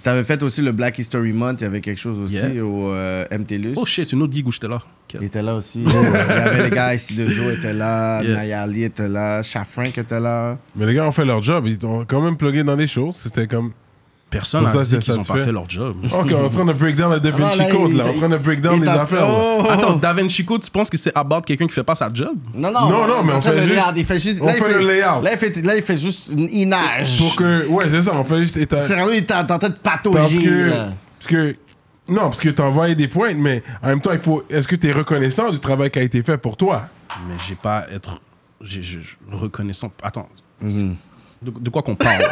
Speaker 4: T'avais fait aussi le Black History Month, il y avait quelque chose aussi
Speaker 3: Yeah.
Speaker 4: au euh, MTLUS.
Speaker 3: Oh shit, une autre gig où j'étais là.
Speaker 2: Il était là aussi.
Speaker 4: Il y avait les gars ici de Joe était là,
Speaker 3: Yeah.
Speaker 4: Nayali était là, Shafran qui était là.
Speaker 1: Mais les gars ont fait leur job. Ils ont quand même plugué dans des choses. C'était comme.
Speaker 3: Personne
Speaker 1: Pour
Speaker 3: n'a
Speaker 1: ça,
Speaker 3: dit
Speaker 1: c'est
Speaker 3: qu'ils n'ont pas
Speaker 1: satisfait.
Speaker 3: fait leur job.
Speaker 1: Ok, on est en train de break down la Da
Speaker 4: Ah,
Speaker 1: Vinci
Speaker 4: là,
Speaker 1: Code,
Speaker 4: il-
Speaker 1: là. On est en train de break down
Speaker 4: il
Speaker 1: les
Speaker 4: tape-
Speaker 1: affaires, là.
Speaker 4: Oh!
Speaker 3: Attends, Da Vinci Code, tu penses que c'est Abad quelqu'un qui fait pas sa job
Speaker 2: Non, oh. non,
Speaker 1: Non, non, mais on fait
Speaker 2: le
Speaker 1: juste-
Speaker 2: layout, il fait juste.
Speaker 1: on
Speaker 2: là, il
Speaker 1: fait le layout.
Speaker 2: Là, il fait, là, il fait juste une il nage.
Speaker 1: Pour que. Ouais, c'est ça. On fait juste état.
Speaker 2: Cyrano, il est en en train de patauger.
Speaker 1: Parce que. euh,
Speaker 2: là.
Speaker 1: Parce que. Non, parce que t'envoies des points, mais en même temps, il faut. Est-ce que t'es reconnaissant du travail qui a été fait pour toi?
Speaker 3: Mais j'ai pas à être j'ai- je- je- reconnaissant. Attends,
Speaker 1: Mhm.
Speaker 3: de, de quoi qu'on parle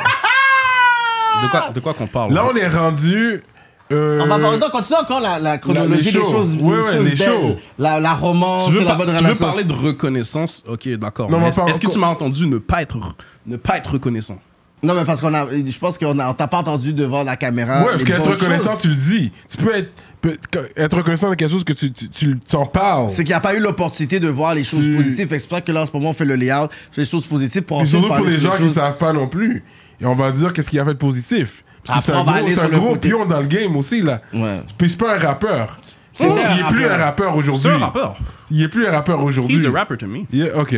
Speaker 3: De quoi, de quoi qu'on parle
Speaker 1: Là, on est rendu. euh,
Speaker 2: On va Ah, bah, on va continuer encore la, la chronologie
Speaker 1: les
Speaker 2: des
Speaker 1: shows.
Speaker 2: choses. des
Speaker 1: Ouais, ouais,
Speaker 2: choses
Speaker 1: les
Speaker 2: belles.
Speaker 1: shows.
Speaker 2: La, la romance,
Speaker 3: Tu veux,
Speaker 2: la
Speaker 3: par-
Speaker 2: bonne
Speaker 3: tu veux
Speaker 2: relation.
Speaker 3: parler de reconnaissance Ok, d'accord.
Speaker 1: Non,
Speaker 3: Mais
Speaker 1: on
Speaker 3: Est-ce
Speaker 1: parle-
Speaker 3: est-ce que tu m'as entendu ne pas être, ne pas être reconnaissant
Speaker 2: Non, mais parce qu'on a. Je pense qu'on a- on t'a pas entendu devant la caméra.
Speaker 1: ouais, parce
Speaker 2: les
Speaker 1: qu'être
Speaker 2: bonnes
Speaker 1: reconnaissant,
Speaker 2: choses.
Speaker 1: tu le dis. Tu peux être, peut- être reconnaissant de quelque chose que tu, tu, tu- tu en parles.
Speaker 2: C'est qu'il n'y a pas eu l'opportunité de voir les choses
Speaker 1: Tu-
Speaker 2: positives. Fait que c'est pour ça que là, en ce moment, on fait le layout sur les choses positives pour
Speaker 1: Et
Speaker 2: ensuite
Speaker 1: surtout pour
Speaker 2: parler
Speaker 1: les
Speaker 2: sur
Speaker 1: gens qui
Speaker 2: choses-
Speaker 1: savent pas non plus. Et on va dire qu'est-ce qu'il y a fait de positif. Parce que c'est
Speaker 2: Après,
Speaker 1: un
Speaker 2: on va
Speaker 1: gros,
Speaker 2: aller
Speaker 1: c'est
Speaker 2: sur
Speaker 1: un
Speaker 2: le
Speaker 1: gros
Speaker 2: côté.
Speaker 1: pion dans le game aussi, là.
Speaker 2: Ouais.
Speaker 1: Puis c'est pas un rappeur.
Speaker 2: C'était
Speaker 1: il
Speaker 2: un
Speaker 1: est plus un
Speaker 2: rappeur.
Speaker 1: rappeur aujourd'hui.
Speaker 3: C'est un rappeur.
Speaker 1: Il est plus un rappeur aujourd'hui.
Speaker 3: He's a rapper to me.
Speaker 1: Yeah, ok.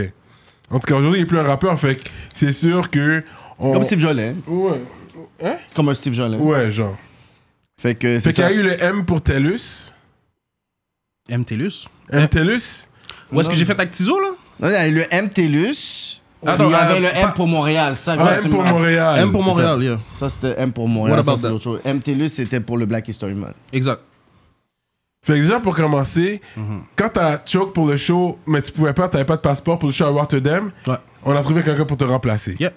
Speaker 1: En tout cas, aujourd'hui, il est plus un rappeur. Fait que c'est sûr que. On...
Speaker 2: Comme Steve Jolin.
Speaker 1: Ouais.
Speaker 2: Comme un Steve Jolin.
Speaker 1: Ouais, genre.
Speaker 2: Fait que
Speaker 1: Fait
Speaker 2: c'est
Speaker 1: qu'il y
Speaker 2: ça.
Speaker 1: a eu le M pour TELUS.
Speaker 3: MTLUS.
Speaker 1: M TELUS.
Speaker 3: Où est-ce que j'ai fait Actizo là
Speaker 2: Non, il y a eu le MTLUS.
Speaker 3: Attends,
Speaker 2: il y avait
Speaker 3: euh,
Speaker 2: le M
Speaker 3: pas-
Speaker 2: pour Montréal. Ça,
Speaker 1: Ah, M pour
Speaker 2: tu me-
Speaker 1: Montréal.
Speaker 3: M pour Montréal, yeah.
Speaker 2: Ça, c'était M pour Montréal.
Speaker 3: What
Speaker 2: Ça,
Speaker 3: about
Speaker 2: c'est
Speaker 3: that?
Speaker 2: autre chose. MTLUS, c'était pour le Black History Month.
Speaker 3: Exact.
Speaker 1: Fait que déjà pour commencer, quand t'as choke pour le show, mais tu pouvais pas, t'avais pas de passeport pour le show à Rotterdam,
Speaker 3: Ouais.
Speaker 1: on a trouvé quelqu'un pour te remplacer.
Speaker 3: Yeah.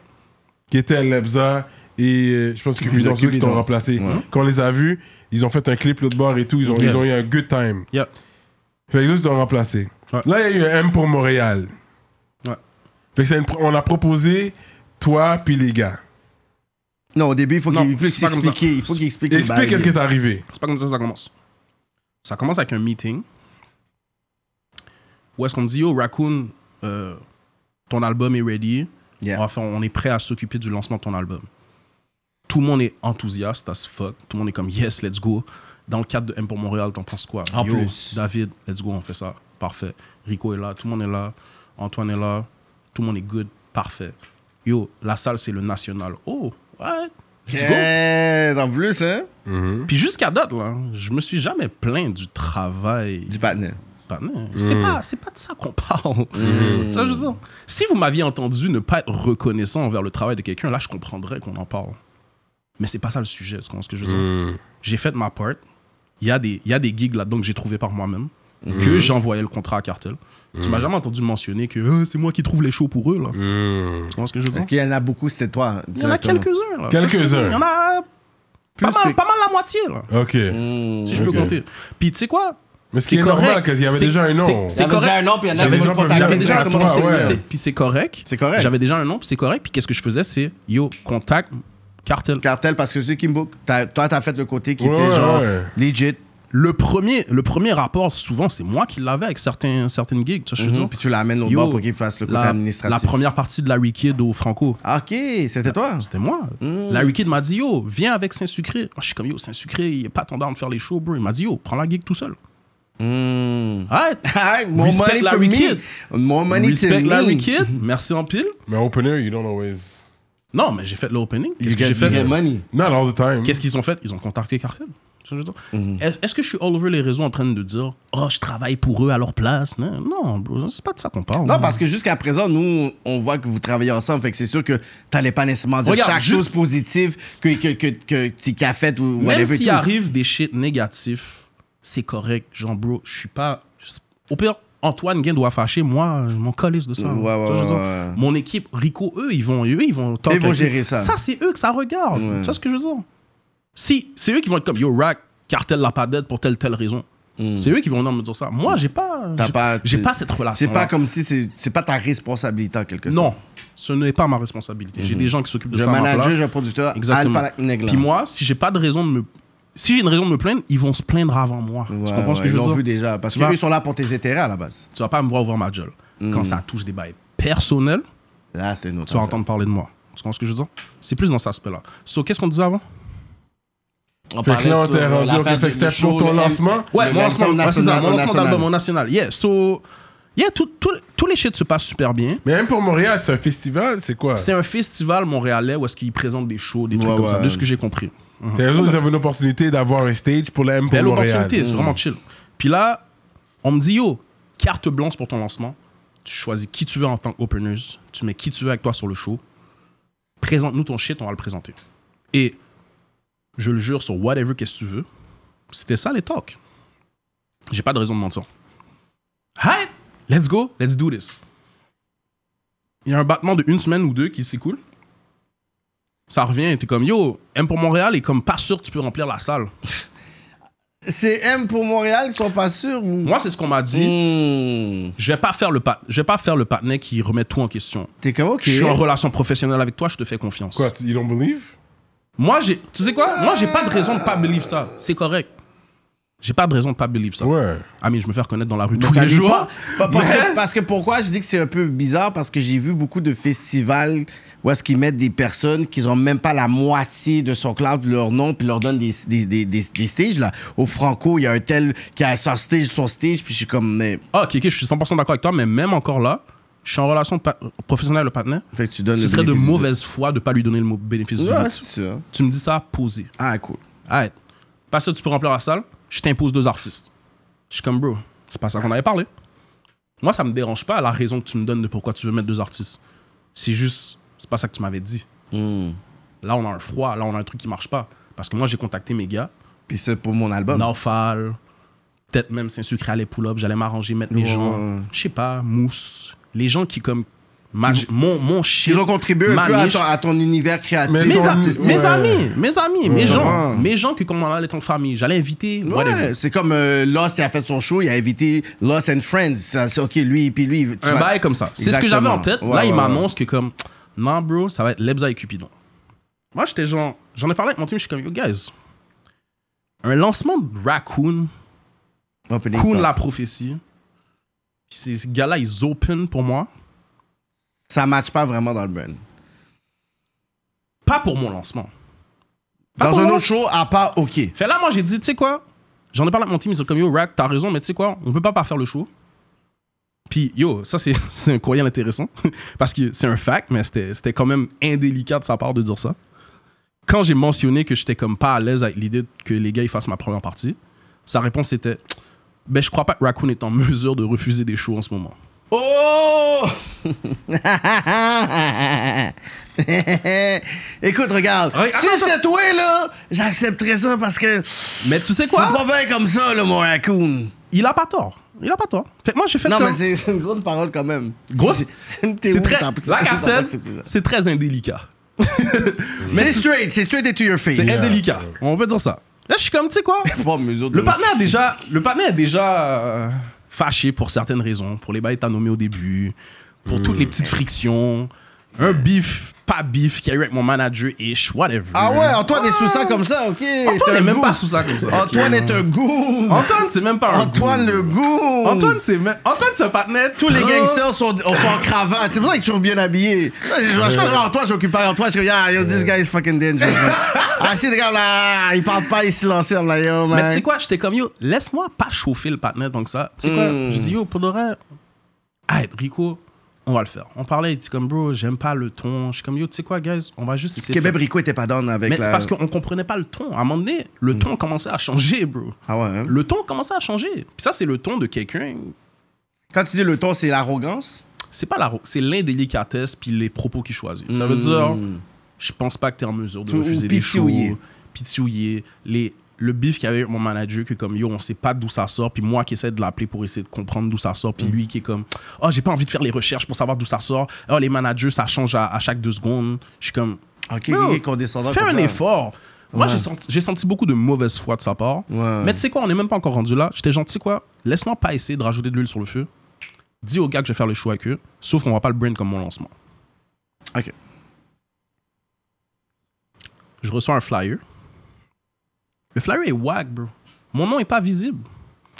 Speaker 1: Qui était Lebza et euh, je pense que Cupidon, ceux qui
Speaker 2: Cupidon.
Speaker 1: t'ont remplacé.
Speaker 2: Ouais.
Speaker 1: Quand on les a vus, ils ont fait un clip l'autre bord et tout, ils ont,
Speaker 3: Yeah.
Speaker 1: ils ont eu un good time.
Speaker 3: Yeah.
Speaker 1: Fait que là, ils t'ont remplacé.
Speaker 3: Ouais.
Speaker 1: Là, il y a eu un M pour Montréal.
Speaker 3: Ouais.
Speaker 1: Fait que c'est une pro- on a proposé toi puis les gars.
Speaker 2: Non, au début, il faut
Speaker 3: Non,
Speaker 2: qu'il
Speaker 3: c'est
Speaker 2: puisse
Speaker 3: pas comme ça.
Speaker 2: expliquer. Il faut qu'il explique. le
Speaker 1: Explique
Speaker 2: bail.
Speaker 1: qu'est-ce qui est arrivé.
Speaker 3: C'est pas comme ça que ça commence. Ça commence avec un meeting où est-ce qu'on dit Yo, Raccoon, euh, ton album est ready.
Speaker 2: Yeah.
Speaker 3: On, va faire- on est prêt à s'occuper du lancement de ton album. Tout le monde est enthousiaste as fuck. Tout le monde est comme Yes, let's go. Dans le cadre de M pour Montréal, t'en penses quoi
Speaker 2: En
Speaker 3: Yo,
Speaker 2: plus.
Speaker 3: David, let's go, on fait ça. Parfait. Rico est là, tout le monde est là. Antoine est là. Tout le monde est good. Parfait. Yo, la salle, c'est le national. Oh, ouais. Let's go.
Speaker 2: Eh, T'en veux plus, hein?
Speaker 3: Puis jusqu'à date, là, je me suis jamais plaint du travail
Speaker 2: Du partner.
Speaker 3: panneau. C'est
Speaker 2: Hmm.
Speaker 3: pas, c'est pas de ça qu'on parle. Tu vois, je veux dire, si vous m'aviez entendu ne pas être reconnaissant envers le travail de quelqu'un, là, je comprendrais qu'on en parle. Mais c'est pas ça le sujet, tu comprends ce que je veux dire?
Speaker 2: Hmm.
Speaker 3: J'ai fait ma part. Il y, a des- il y a des gigs là-dedans que j'ai trouvé par moi-même,
Speaker 2: Hmm.
Speaker 3: que j'envoyais le contrat à Cartel. Tu m'as jamais entendu mentionner que euh, c'est moi qui trouve les shows pour eux, là.
Speaker 2: Hmm.
Speaker 3: Tu comprends ce que je veux dire?
Speaker 2: Parce qu'il y en a beaucoup, c'était toi.
Speaker 3: Hein? Il y en a
Speaker 2: directement.
Speaker 3: quelques-uns, là.
Speaker 1: Quelques-uns.
Speaker 3: Tu vois ce que je veux dire? Il y en a pas
Speaker 2: Plus
Speaker 3: mal,
Speaker 2: que-
Speaker 3: pas mal la moitié, là.
Speaker 1: Ok.
Speaker 2: Mmh.
Speaker 3: Si je peux
Speaker 1: Ok.
Speaker 3: compter. Puis tu sais quoi?
Speaker 1: Mais ce qui est
Speaker 3: correct.
Speaker 1: normal, parce qu'il y avait
Speaker 3: Mm. C'est-
Speaker 1: déjà un nom.
Speaker 3: c'est-
Speaker 2: Il y avait
Speaker 3: correct.
Speaker 2: déjà un nom, puis il y en a
Speaker 3: J'avais
Speaker 2: qui
Speaker 1: déjà
Speaker 2: m'ont contacté,
Speaker 1: j'avais
Speaker 2: ils
Speaker 1: déjà
Speaker 2: ont
Speaker 1: toi,
Speaker 2: commencé.
Speaker 1: ouais.
Speaker 3: C'est- Puis c'est correct.
Speaker 2: C'est correct.
Speaker 3: J'avais déjà un nom, puis c'est correct. Puis qu'est-ce que je faisais, c'est yo, contact, cartel.
Speaker 2: Cartel, parce que ceux qui me book, t'as- toi, t'as fait le côté qui
Speaker 1: Ouais,
Speaker 2: était genre
Speaker 1: ouais.
Speaker 2: legit,
Speaker 3: Le premier, le premier rapport, souvent, c'est moi qui l'avais avec certains, certaines gigs. Tu vois, je veux dire.
Speaker 2: Mhm. puis tu l'amènes au
Speaker 3: Mmh. Yo,
Speaker 2: bord pour qu'il fasse le côté
Speaker 3: la,
Speaker 2: administratif.
Speaker 3: la première partie de Larry Kidd au Franco,
Speaker 2: Ah, ok, c'était toi.
Speaker 3: c'était moi.
Speaker 2: Mhm.
Speaker 3: Larry Kidd m'a dit yo, viens avec Saint-Sucré. Moi, Je suis comme yo, Saint-Sucré, il est pas tendance de faire les shows, bro. Il m'a dit yo, prends la gig tout seul.
Speaker 2: Mmh.
Speaker 3: Alright.
Speaker 2: Ah, More
Speaker 3: Respect
Speaker 2: money to
Speaker 3: Larry
Speaker 2: me.
Speaker 3: Kidd.
Speaker 2: More money to
Speaker 3: Respect
Speaker 2: me.
Speaker 3: Larry Kidd, merci en pile.
Speaker 1: Mais opener, you don't always.
Speaker 3: Non, mais j'ai fait l'opening.
Speaker 2: You
Speaker 3: Qu'est-ce que j'ai
Speaker 2: get,
Speaker 3: fait
Speaker 2: you get money.
Speaker 1: Not all the time.
Speaker 3: Qu'est-ce qu'ils ont fait Ils ont contacté Cartel. Tu vois ce que je veux dire?
Speaker 2: Mm-hmm.
Speaker 3: Est- Est-ce que je suis all over les réseaux en train de dire Oh, je travaille pour eux à leur place Non, non, bro, c'est pas de ça qu'on parle.
Speaker 2: Non, parce que jusqu'à présent, nous, on voit que vous travaillez ensemble. Fait que c'est sûr que t'allais pas nécessairement dire
Speaker 3: Regarde,
Speaker 2: chaque
Speaker 3: juste-
Speaker 2: chose positive que, que, que, que, tu- qu'il a faite ou
Speaker 3: Même
Speaker 2: whatever et
Speaker 3: s'il
Speaker 2: tout.
Speaker 3: arrive des shit négatifs, c'est correct. Genre, bro, je suis pas. je- Au pire, Antoine Guin doit fâcher, moi, je m'en colisse de ça.
Speaker 2: Ouais,
Speaker 3: Tu vois,
Speaker 2: ouais,
Speaker 3: je veux dire,
Speaker 2: ouais, ouais.
Speaker 3: Mon équipe, Rico, eux, ils vont, eux, ils vont, tant
Speaker 2: vont
Speaker 3: qu'à-
Speaker 2: gérer ça.
Speaker 3: Ça, c'est eux que ça regarde.
Speaker 2: Ouais.
Speaker 3: Tu vois ce que je veux dire Si, c'est eux qui vont être comme Yo, Rack, cartel la padette pour telle, telle raison. C'est eux qui vont venir me dire ça. Moi, j'ai pas.
Speaker 2: Hmm. T'as
Speaker 3: j'ai-
Speaker 2: pas-
Speaker 3: J'ai pas cette relation.
Speaker 2: C'est pas comme si c'est c'est pas ta responsabilité en quelque sorte.
Speaker 3: Non, ce n'est pas ma responsabilité. J'ai des gens qui s'occupent de
Speaker 2: Hmm. Je
Speaker 3: ça à ma
Speaker 2: manager,
Speaker 3: place.
Speaker 2: j'ai un producteur.
Speaker 3: Exactement.
Speaker 2: Alpha Neglan.
Speaker 3: Puis moi, si j'ai pas de raison de me si j'ai une raison de me plaindre, ils vont se plaindre avant moi.
Speaker 2: Ouais,
Speaker 3: tu comprends ce
Speaker 2: ouais,
Speaker 3: que
Speaker 2: ils
Speaker 3: je
Speaker 2: l'ont
Speaker 3: veux
Speaker 2: vu
Speaker 3: dire
Speaker 2: déjà. Parce
Speaker 3: Tu vois?
Speaker 2: qu'eux sont là pour tes intérêts à la base.
Speaker 3: Tu vas pas me voir ouvrir ma gueule.
Speaker 2: Hmm.
Speaker 3: Quand ça touche des bails personnels,
Speaker 2: Là, c'est notre.
Speaker 3: tu vas
Speaker 2: affaire.
Speaker 3: entendre parler de moi. Tu comprends ce que je veux dire C'est plus dans cet aspect-là. So, qu'est-ce qu'on disait avant
Speaker 5: On
Speaker 1: Fait que
Speaker 5: parlait
Speaker 1: là, on
Speaker 5: sur,
Speaker 1: t'est
Speaker 5: euh,
Speaker 1: rendu,
Speaker 5: l'affaire
Speaker 1: ok, fait
Speaker 5: du-
Speaker 1: que c'était
Speaker 5: du show,
Speaker 1: pour ton
Speaker 5: le-
Speaker 1: lancement.
Speaker 3: Ouais,
Speaker 5: le
Speaker 3: mon lancement,
Speaker 5: lancement
Speaker 3: ouais, c'est ça,
Speaker 5: national,
Speaker 3: mon
Speaker 5: le
Speaker 3: lancement d'album,
Speaker 5: national.
Speaker 3: mon national. Yeah, so, yeah, tout, tout, tous les shit se passent super bien.
Speaker 1: Mais même pour Montréal, c'est un festival, c'est quoi
Speaker 3: C'est un festival montréalais où est-ce qu'ils présentent des shows, des trucs
Speaker 2: Ouais,
Speaker 3: comme ça,
Speaker 2: ouais.
Speaker 3: de ce que j'ai compris. Mhm.
Speaker 1: Les autres, ils avaient une opportunité d'avoir un stage pour la M pour
Speaker 3: Belle
Speaker 1: Montréal.
Speaker 3: opportunité, c'est vraiment chill. Puis là, on me dit, yo, carte blanche pour ton lancement. Tu choisis qui tu veux en tant qu'openers. Tu mets qui tu veux avec toi sur le show. Présente-nous ton shit, on va le présenter. Et je le jure sur whatever qu'est-ce que tu veux. C'était ça les talks. J'ai pas de raison de mentir. Hi, let's go, let's do this. Il y a un battement de une semaine ou deux qui s'écoule. Ça revient, t'es comme yo, M pour Montréal est comme pas sûr que tu peux remplir la salle.
Speaker 2: C'est M pour Montréal qui sont pas sûrs ou.
Speaker 3: Moi, c'est ce qu'on m'a dit.
Speaker 2: Hmm.
Speaker 3: Je vais pas faire le pat- je vais pas faire le patinet qui remet tout en question.
Speaker 2: T'es comme ok.
Speaker 3: Je suis en relation professionnelle avec toi, je te fais confiance.
Speaker 1: Quoi, tu- ils don't believe
Speaker 3: Moi, j'ai, tu sais quoi Moi, j'ai pas de raison de pas believe ça. C'est correct. J'ai pas de raison de pas believe ça.
Speaker 1: Ouais.
Speaker 3: Ah mais je me fais reconnaître dans la rue
Speaker 2: Mais
Speaker 3: tous
Speaker 2: ça
Speaker 3: les
Speaker 2: l'est
Speaker 3: jours.
Speaker 2: pas. Pas parce,
Speaker 3: Mais-
Speaker 2: que, parce que pourquoi je dis que c'est un peu bizarre, parce que j'ai vu beaucoup de festivals où est-ce qu'ils mettent des personnes qui ont même pas la moitié de son cloud, leur nom, puis leur donnent des, des, des, des, des stages. Là. Au Franco, il y a un tel qui a son stage, son stage, puis je suis comme... Mais,
Speaker 3: Ah, ok, ok, je suis 100% d'accord avec toi, mais même encore là, je suis en relation pa- professionnelle avec le patinet.
Speaker 2: fait que tu donnes
Speaker 3: Ce
Speaker 2: le
Speaker 3: serait de
Speaker 2: bénéfice du
Speaker 3: mauvaise foi de pas lui donner le mo- bénéfice
Speaker 2: doute.
Speaker 3: du
Speaker 2: Ouais,
Speaker 3: doute.
Speaker 2: c'est ça.
Speaker 3: Tu me dis ça posé.
Speaker 2: Ah, cool.
Speaker 3: Arrête. Parce que tu peux remplir la salle, je t'impose deux artistes. Je suis comme, bro, c'est pas ça qu'on avait parlé. Moi, ça me dérange pas la raison que tu me donnes de pourquoi tu veux mettre deux artistes. C'est juste, c'est pas ça que tu m'avais dit.
Speaker 2: Hmm.
Speaker 3: Là, on a un froid, là, on a un truc qui marche pas. Parce que moi, j'ai contacté mes gars,
Speaker 2: Puis c'est pour mon album.
Speaker 3: Naufal, peut-être même Saint-Sucré, les pull-up, j'allais m'arranger, mettre les
Speaker 2: Ouais.
Speaker 3: gens, je sais pas, Mousse, les gens qui comme. ma- mon, mon shit.
Speaker 2: Ils ont contribué un
Speaker 3: ma
Speaker 2: peu à
Speaker 3: niche.
Speaker 2: ton, à ton univers créatif.
Speaker 1: Mais
Speaker 3: Mes,
Speaker 1: ton-
Speaker 3: artistes,
Speaker 1: ouais.
Speaker 3: mes amis, mes amis,
Speaker 1: Ouais.
Speaker 3: mes gens,
Speaker 2: Ouais.
Speaker 3: mes gens que comme on allait être en famille, j'allais inviter, whatever.
Speaker 2: Ouais, c'est comme euh, Lost, il a fait son show, il a invité Lost and Friends. Ça, c'est OK, lui, puis lui. tu
Speaker 3: un
Speaker 2: vas-
Speaker 3: bail comme ça. C'est ce que j'avais en tête.
Speaker 2: Exactement.
Speaker 3: là,
Speaker 2: Ouais,
Speaker 3: il
Speaker 2: ouais,
Speaker 3: m'annonce que comme, non, bro, ça va être Lebza et Cupidon. Moi, j'étais genre, j'en ai parlé avec mon team, je suis comme, yo, guys, un lancement de Raccoon,
Speaker 2: Opening
Speaker 3: Coon
Speaker 2: Thought.
Speaker 3: la prophétie, ces gars-là, ils open pour moi,
Speaker 2: ça matche pas vraiment dans le brand.
Speaker 3: pas pour mon lancement. Pas
Speaker 2: Dans
Speaker 3: Ah, pour
Speaker 2: un
Speaker 3: mon-
Speaker 2: autre show, à part OK.
Speaker 3: Fait là, moi, j'ai dit, tu sais quoi, j'en ai parlé avec mon team, ils sont comme, yo, Rack, t'as raison, mais tu sais quoi, on peut pas pas faire le show. Puis, yo, ça, c'est c'est un courriel intéressant, parce que c'est un fact, mais c'était c'était quand même indélicat de sa part de dire ça. Quand j'ai mentionné que j'étais comme pas à l'aise avec l'idée que les gars, ils fassent ma première partie, sa réponse était, ben, je crois pas que Raccoon est en mesure de refuser des shows en ce moment.
Speaker 2: Oh! Écoute, regarde. si c'était toi, là, j'accepterais ça parce que c'est
Speaker 3: Mais tu sais quoi?
Speaker 2: pas bien comme ça, là, mon raccoon.
Speaker 3: Il a pas tort. Il a pas tort. Fait que moi, j'ai fait
Speaker 2: Non,
Speaker 3: comme...
Speaker 2: mais c'est c'est une grosse parole quand même.
Speaker 3: Grosse-
Speaker 2: C'est- C'est une
Speaker 3: C'est
Speaker 2: théorie,
Speaker 3: très...
Speaker 2: t'as- t'as
Speaker 3: La
Speaker 2: pas
Speaker 3: cassette,
Speaker 2: accepté ça.
Speaker 3: c'est très indélicat.
Speaker 2: C'est straight, c'est straight into your face.
Speaker 3: C'est indélicat. euh, On peut dire ça. Là, je suis comme, tu sais quoi? Le partenaire est déjà, le partenaire est déjà euh, fâché pour certaines raisons, pour les bails que t'as nommés au début, pour toutes
Speaker 2: Hmm.
Speaker 3: les petites frictions, un bif, pas bif qu'il y a eu avec mon manager ish, whatever.
Speaker 2: Ah ouais, Antoine est sous ça comme ça, ok.
Speaker 3: Mm. Antoine
Speaker 2: C'est un
Speaker 3: n'est même
Speaker 2: goût.
Speaker 3: pas sous ça comme ça.
Speaker 2: Antoine
Speaker 3: Ok.
Speaker 2: est un goût.
Speaker 3: Antoine, c'est même pas un
Speaker 2: Antoine
Speaker 3: goon.
Speaker 2: le goût.
Speaker 3: Antoine, c'est même. Antoine, c'est un partenaire.
Speaker 2: Tous les gangsters sont, on sont en cravate. C'est pour ça qu'ils sont bien habillés. Je, je, je, je, Antoine, je m'occupe pas Antoine. Je suis comme, yeah, yo, this guy is fucking dangerous. man. ah, si, regarde là, il parle pas, il est silencieux. I'm like, yo, man.
Speaker 3: Mais tu sais quoi, j'étais comme yo, laisse-moi pas chauffer le partenaire donc ça. Tu sais quoi,
Speaker 2: Hmm.
Speaker 3: je dis yo, pour de vrai, arrête, Rico, on va le faire. On parlait, il était comme bro, j'aime pas le ton. Je suis comme yo, tu sais quoi, guys, on va juste essayer. de
Speaker 2: Québec
Speaker 3: faire-
Speaker 2: Rico était pas down avec
Speaker 3: Mais
Speaker 2: la...
Speaker 3: c'est parce qu'on comprenait pas le ton. À un moment donné, le ton commençait à changer, bro.
Speaker 2: Hmm. Ah ouais, hein?
Speaker 3: Le ton commençait à changer. Puis ça, c'est le ton de quelqu'un.
Speaker 2: Quand tu dis le ton, c'est l'arrogance.
Speaker 3: C'est pas la ro- c'est l'indélicatesse puis les propos qu'il choisit. Ça veut dire, je pense pas que t'es en mesure de
Speaker 2: Ou- ou
Speaker 3: refuser des
Speaker 2: pitioyer.
Speaker 3: choses. Pitioyer. Les, le bif qu'il y avait avec mon manager, que comme yo, on sait pas d'où ça sort. Puis moi qui essaie de l'appeler pour essayer de comprendre d'où ça sort. Puis lui qui est comme, oh, j'ai pas envie de faire les recherches pour savoir d'où ça sort. Oh, les managers, ça change à, à chaque deux secondes. Je suis comme,
Speaker 2: Ok,
Speaker 3: Bro,
Speaker 2: ok, condescendant.
Speaker 3: Fais un
Speaker 2: comprends.
Speaker 3: effort. Moi, j'ai senti, j'ai senti beaucoup de mauvaise foi de sa part.
Speaker 2: Ouais.
Speaker 3: Mais tu sais quoi, on n'est même pas encore rendu là. J'étais gentil, quoi. Laisse-moi pas essayer de rajouter de l'huile sur le feu. Dis aux gars que je vais faire le show avec eux. Sauf qu'on va pas le brand comme mon lancement.
Speaker 2: Ok.
Speaker 3: Je reçois un flyer. Le flyer est wag, bro. Mon nom est pas visible.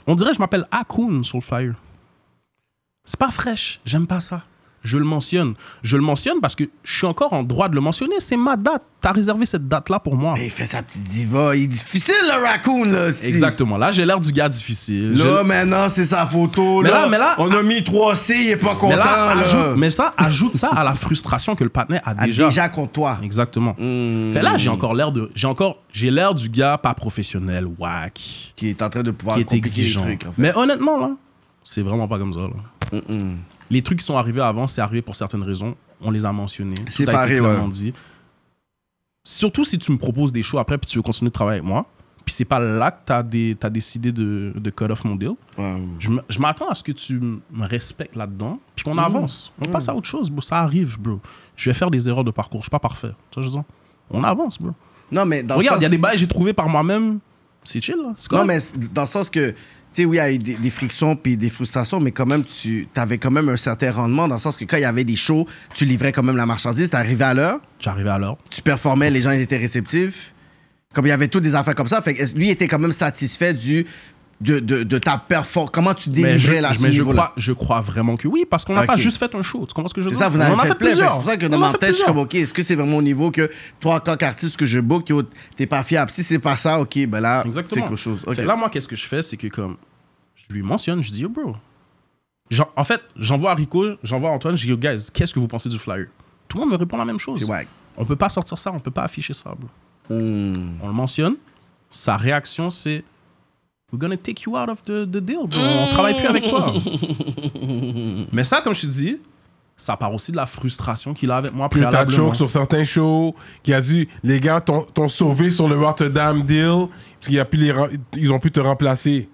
Speaker 3: On dirait que je m'appelle Akun sur le flyer. C'est pas fraîche. J'aime pas ça. je le mentionne. Je le mentionne parce que je suis encore en droit de le mentionner. C'est ma date. T'as réservé cette date-là pour moi.
Speaker 2: Mais il fait Eh, sa petite diva. Il est difficile, le raccoon, là. si.
Speaker 3: Exactement. Là, j'ai l'air du gars difficile. J'ai-
Speaker 2: Là, maintenant, c'est sa photo.
Speaker 3: Mais
Speaker 2: Là.
Speaker 3: là, mais là- ah-
Speaker 2: on a mis 3C, il est pas content.
Speaker 3: mais, là,
Speaker 2: là.
Speaker 3: ajoute- mais ça ajoute ça à la frustration que le partenaire a
Speaker 2: Ah,
Speaker 3: déjà.
Speaker 2: déjà. contre toi.
Speaker 3: Exactement.
Speaker 2: Hmm.
Speaker 3: Fait là, j'ai encore l'air de. J'ai encore. J'ai l'air du gars pas professionnel, whack,
Speaker 2: Qui est en train de pouvoir
Speaker 3: qui est
Speaker 2: compliquer les
Speaker 3: exigeant.
Speaker 2: trucs, en fait.
Speaker 3: Mais honnêtement, là, c'est vraiment pas comme ça. là. Les trucs qui sont arrivés avant, c'est arrivé pour certaines raisons. On les a mentionnés. Tout
Speaker 2: C'est
Speaker 3: a été
Speaker 2: pareil,
Speaker 3: clairement
Speaker 2: ouais.
Speaker 3: dit. Surtout si tu me proposes des shows après puis tu veux continuer de travailler avec moi. Puis c'est pas là que t'as des- t'as décidé de, de cut off mon deal.
Speaker 2: Ouais.
Speaker 3: Je me- je m'attends à ce que tu m- me respectes là-dedans, puis qu'on avance.
Speaker 2: Mm.
Speaker 3: On passe à autre chose, bro. Ça arrive, bro. Je vais faire des erreurs de parcours. Je suis pas parfait. Tu vois, je veux dire, on avance, bro.
Speaker 2: Non, mais dans le
Speaker 3: Regarde, il y a
Speaker 2: sens-
Speaker 3: des bails que j'ai trouvés par moi-même. C'est chill, là. C'est
Speaker 2: Non,
Speaker 3: correct.
Speaker 2: mais dans le sens que, tu sais, oui, il y a eu des, des frictions puis des frustrations, mais quand même, tu avais quand même un certain rendement, dans le sens que quand il y avait des shows, tu livrais quand même la marchandise, t'arrivais à l'heure,
Speaker 3: J'arrivais à l'heure.
Speaker 2: tu performais, les gens ils étaient réceptifs. Comme il y avait toutes des affaires comme ça, fait que est-ce- lui il était quand même satisfait du, de, de, de ta performance, comment tu
Speaker 3: Mais je,
Speaker 2: délivrais la
Speaker 3: mais je crois, je crois vraiment que oui, parce qu'on n'a pas
Speaker 2: Ok.
Speaker 3: juste fait un show. Tu comprends ce que je veux
Speaker 2: C'est
Speaker 3: dire?
Speaker 2: ça, vous en
Speaker 3: on
Speaker 2: avez
Speaker 3: en a fait,
Speaker 2: plein. Fait que
Speaker 3: plusieurs.
Speaker 2: C'est pour ça que
Speaker 3: On
Speaker 2: dans
Speaker 3: en a
Speaker 2: ma
Speaker 3: fait
Speaker 2: tête, je suis
Speaker 3: plusieurs.
Speaker 2: comme, OK, est-ce que c'est vraiment au niveau que toi, en tant qu'artiste, que je book, yo, t'es pas fiable? Si c'est pas ça, OK, ben là, c'est
Speaker 3: Exactement.
Speaker 2: quelque chose. OK.
Speaker 3: Fait là, moi, qu'est-ce que je fais, c'est que comme je lui mentionne, je dis, yo, bro. J'en- en fait, j'envoie à Rico, j'envoie à Antoine, je dis, yo, guys, qu'est-ce que vous pensez du flyer? Tout le monde me répond la même chose.
Speaker 2: C'est wack.
Speaker 3: On peut pas sortir ça, on peut pas afficher ça, bro.
Speaker 2: Hmm.
Speaker 3: On le mentionne. Sa réaction, c'est We're gonna take you out of the, the deal, bro. On travaille plus avec toi. Mais ça, comme je te dis, ça part aussi de la frustration qu'il a avec moi
Speaker 1: Puis t'as
Speaker 3: préalablement.
Speaker 1: choke sur certains shows qui a dû les gars t'ont t'ont sauvé sur le Rotterdam deal parce qu'il y a plus les re- ils ont pu te remplacer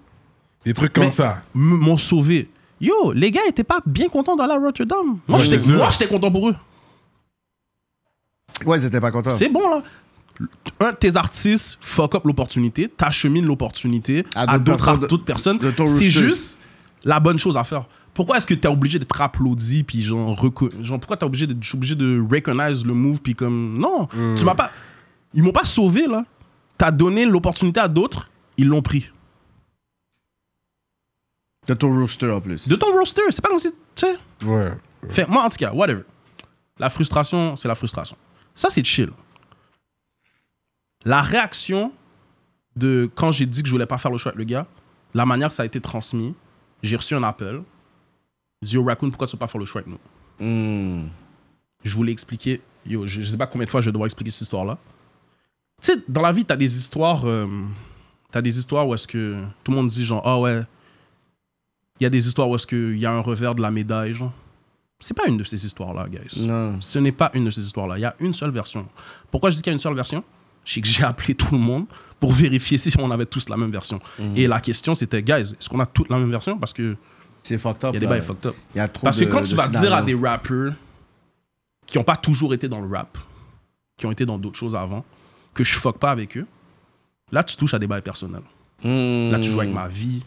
Speaker 1: des trucs comme
Speaker 3: Mais-
Speaker 1: ça
Speaker 3: M- M'ont sauvé. Yo, les gars étaient pas bien contents dans la Rotterdam. Moi,
Speaker 1: Ouais,
Speaker 3: j'étais-
Speaker 1: c'est sûr.
Speaker 3: moi, j'étais content pour eux.
Speaker 2: Ouais, ils étaient pas contents.
Speaker 3: C'est bon, là. Un de tes artistes fuck up l'opportunité, t'achemines l'opportunité
Speaker 2: À d'autres
Speaker 3: à d'autres
Speaker 2: personnes
Speaker 3: art-
Speaker 2: de-
Speaker 3: d'autres personnes.
Speaker 2: de ton
Speaker 3: C'est
Speaker 2: roster.
Speaker 3: juste la bonne chose à faire. Pourquoi est-ce que t'es obligé d'être applaudi puis genre, reco- genre pourquoi t'es obligé de je suis obligé de recognize le move puis comme non
Speaker 2: Hmm.
Speaker 3: tu m'as pas ils m'ont pas sauvé là t'as donné l'opportunité à d'autres ils l'ont pris
Speaker 2: De ton rooster en plus.
Speaker 3: de ton roster c'est pas comme si tu sais
Speaker 1: ouais
Speaker 3: Fait, moi, en tout cas, whatever. La frustration, c'est la frustration. Ça, c'est chill. La réaction de quand j'ai dit que je voulais pas faire le choix avec le gars, la manière que ça a été transmis, j'ai reçu un appel. J'ai dit, Yo, Raccoon, pourquoi tu veux pas faire le choix avec nous
Speaker 2: Hmm.
Speaker 3: Je voulais expliquer. Yo, je, je sais pas combien de fois je vais devoir expliquer cette histoire-là. Tu sais, dans la vie, t'as des histoires. euh, t'as des histoires où est-ce que tout le monde dit, genre, ah ouais. Il y a des histoires où est-ce qu'il y a un revers de la médaille, genre. C'est pas une de ces histoires-là, guys.
Speaker 2: Non.
Speaker 3: Ce n'est pas une de ces histoires-là. Il y a une seule version. Pourquoi je dis qu'il y a une seule version C'est que j'ai appelé tout le monde pour vérifier si on avait tous la même version.
Speaker 2: Mhm.
Speaker 3: Et la question, c'était, guys, est-ce qu'on a toutes la même version Parce qu'il
Speaker 2: C'est fucked up.
Speaker 3: y a des
Speaker 2: là.
Speaker 3: bails fucked up.
Speaker 2: Il y a trop
Speaker 3: Parce
Speaker 2: de-
Speaker 3: que quand
Speaker 2: de
Speaker 3: tu vas dire
Speaker 2: scénarios.
Speaker 3: à des rappers qui n'ont pas toujours été dans le rap, qui ont été dans d'autres choses avant, que je fuck pas avec eux, là, tu touches à des bails personnels.
Speaker 2: Hmm.
Speaker 3: Là, tu joues avec ma vie.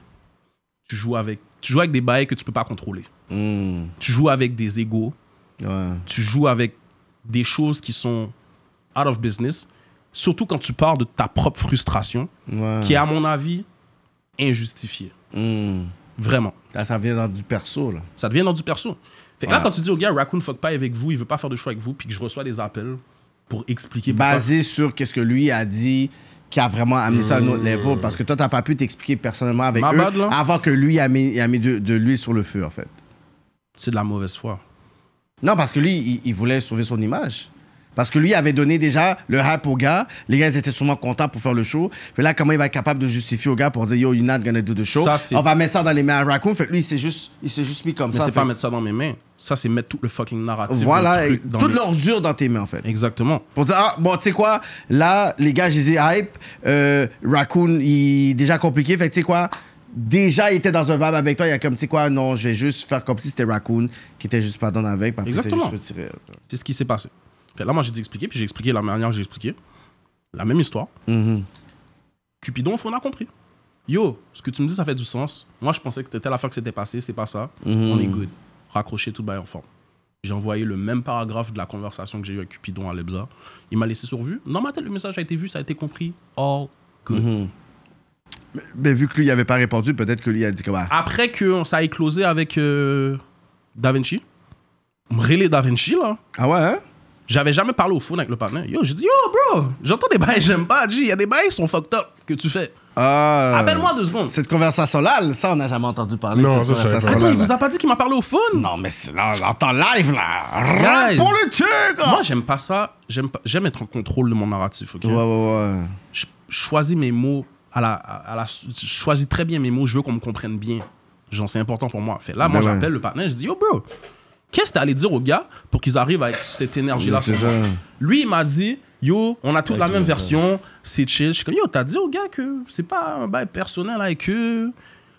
Speaker 3: Tu joues avec, tu joues avec des bails que tu peux pas contrôler.
Speaker 2: Hmm.
Speaker 3: Tu joues avec des égaux.
Speaker 2: Ouais.
Speaker 3: tu joues avec des choses qui sont out of business, surtout quand tu parles de ta propre frustration,
Speaker 2: Ouais.
Speaker 3: qui est, à mon avis, injustifiée.
Speaker 2: Hmm.
Speaker 3: Vraiment.
Speaker 2: Là, ça vient dans du perso, là.
Speaker 3: Ça devient dans du perso. Fait que là,
Speaker 2: Ouais.
Speaker 3: quand tu dis au gars, Raccoon fuck pas avec vous, il veut pas faire de choix avec vous, puis que je reçois des appels pour expliquer pourquoi.
Speaker 2: Basé sur qu'est-ce que lui a dit qui a vraiment amené ça à un autre niveau. Parce que toi, t'as pas pu t'expliquer personnellement avec
Speaker 3: Hmm. Ma
Speaker 2: eux
Speaker 3: bad, là.
Speaker 2: avant que lui a mis, a mis de, de l'huile sur le feu, en fait.
Speaker 3: C'est de la mauvaise foi.
Speaker 2: Non, parce que lui, il, il voulait sauver son image. Parce que lui avait donné déjà le hype au gars. Les gars, ils étaient sûrement contents pour faire le show. Mais là, comment il va être capable de justifier au gars pour dire Yo, you're not gonna do the show
Speaker 3: Ça, c'est-
Speaker 2: On va mettre ça dans les mains à Raccoon. Fait que lui, il s'est juste, il s'est juste mis comme
Speaker 3: Mais
Speaker 2: ça.
Speaker 3: c'est
Speaker 2: Fait
Speaker 3: pas
Speaker 2: que-
Speaker 3: mettre ça dans mes mains. Ça, c'est mettre tout le fucking narratif.
Speaker 2: Voilà,
Speaker 3: le
Speaker 2: et
Speaker 3: truc dans
Speaker 2: toute
Speaker 3: mes-
Speaker 2: l'ordure dans tes mains, en fait.
Speaker 3: Exactement.
Speaker 2: Pour dire, ah, bon, tu sais quoi, là, les gars, je les ai hype. Euh, Raccoon, il est déjà compliqué. Fait que, tu sais quoi, déjà, il était dans un vibe avec toi. Il y a comme, tu sais quoi, non, je vais juste faire comme si c'était Raccoon qui était juste pas dans avec. Puis après, il s'est
Speaker 3: Exactement.
Speaker 2: juste retiré.
Speaker 3: C'est ce qui s'est passé. Fait que là, moi, j'ai dit expliquer, puis j'ai expliqué la manière que j'ai expliqué. La même histoire.
Speaker 2: Mhm.
Speaker 3: Cupidon, on a compris. Yo, ce que tu me dis, ça fait du sens. Moi, je pensais que c'était telle affaire que c'était passé, c'est pas ça.
Speaker 2: Mm-hmm. mhm.
Speaker 3: On est good. Raccroché tout bail en forme. J'ai envoyé le même paragraphe de la conversation que j'ai eue avec Cupidon à Lebza. Il m'a laissé sur vue. Dans ma tête, le message a été vu, ça a été compris. All good.
Speaker 2: Mais Ben, vu que lui, il avait pas répondu, peut-être que lui, il a dit, comme, ah,
Speaker 3: Après que on- ça a éclosé avec euh, Da Vinci, Relais Davinci, là.
Speaker 4: Ah ouais, hein?
Speaker 3: J'avais jamais parlé au phone avec le partenaire. Yo, j'ai dit, yo, bro, j'entends des bails, que j'aime pas, G. Il y a des bails qui sont fucked up que tu fais.
Speaker 4: Ah.
Speaker 3: Appelle-moi deux secondes.
Speaker 2: Cette conversation-là, ça, on n'a jamais entendu parler
Speaker 1: Non,
Speaker 2: de cette
Speaker 1: ça, je savais pas.
Speaker 2: conversation-là.
Speaker 3: Attends, il vous a pas dit qu'il m'a parlé au phone?
Speaker 2: Non, mais c'est là, on l'entend live, là.
Speaker 3: Guys.
Speaker 2: Pour le truc, là.
Speaker 3: Moi, j'aime pas ça. J'aime pas- j'aime être en contrôle de mon narratif, ok?
Speaker 4: Ouais, ouais, ouais.
Speaker 3: Je choisis mes mots à la, à à la- Je choisis très bien mes mots. Je veux qu'on me comprenne bien. Genre, c'est important pour moi. Fait là, moi,
Speaker 4: Ben ouais.
Speaker 3: j'appelle le partenaire. Je dis, yo, bro, qu'est-ce que t'as allé dire aux gars pour qu'ils arrivent avec cette énergie-là?
Speaker 4: C'est
Speaker 3: sur moi?
Speaker 4: ça.
Speaker 3: Lui, il m'a dit, yo, on a toute la
Speaker 2: tu
Speaker 3: même
Speaker 2: m'as
Speaker 3: version. C'est chill. Je suis comme, yo, t'as dit aux gars que c'est pas un bail personnel avec eux.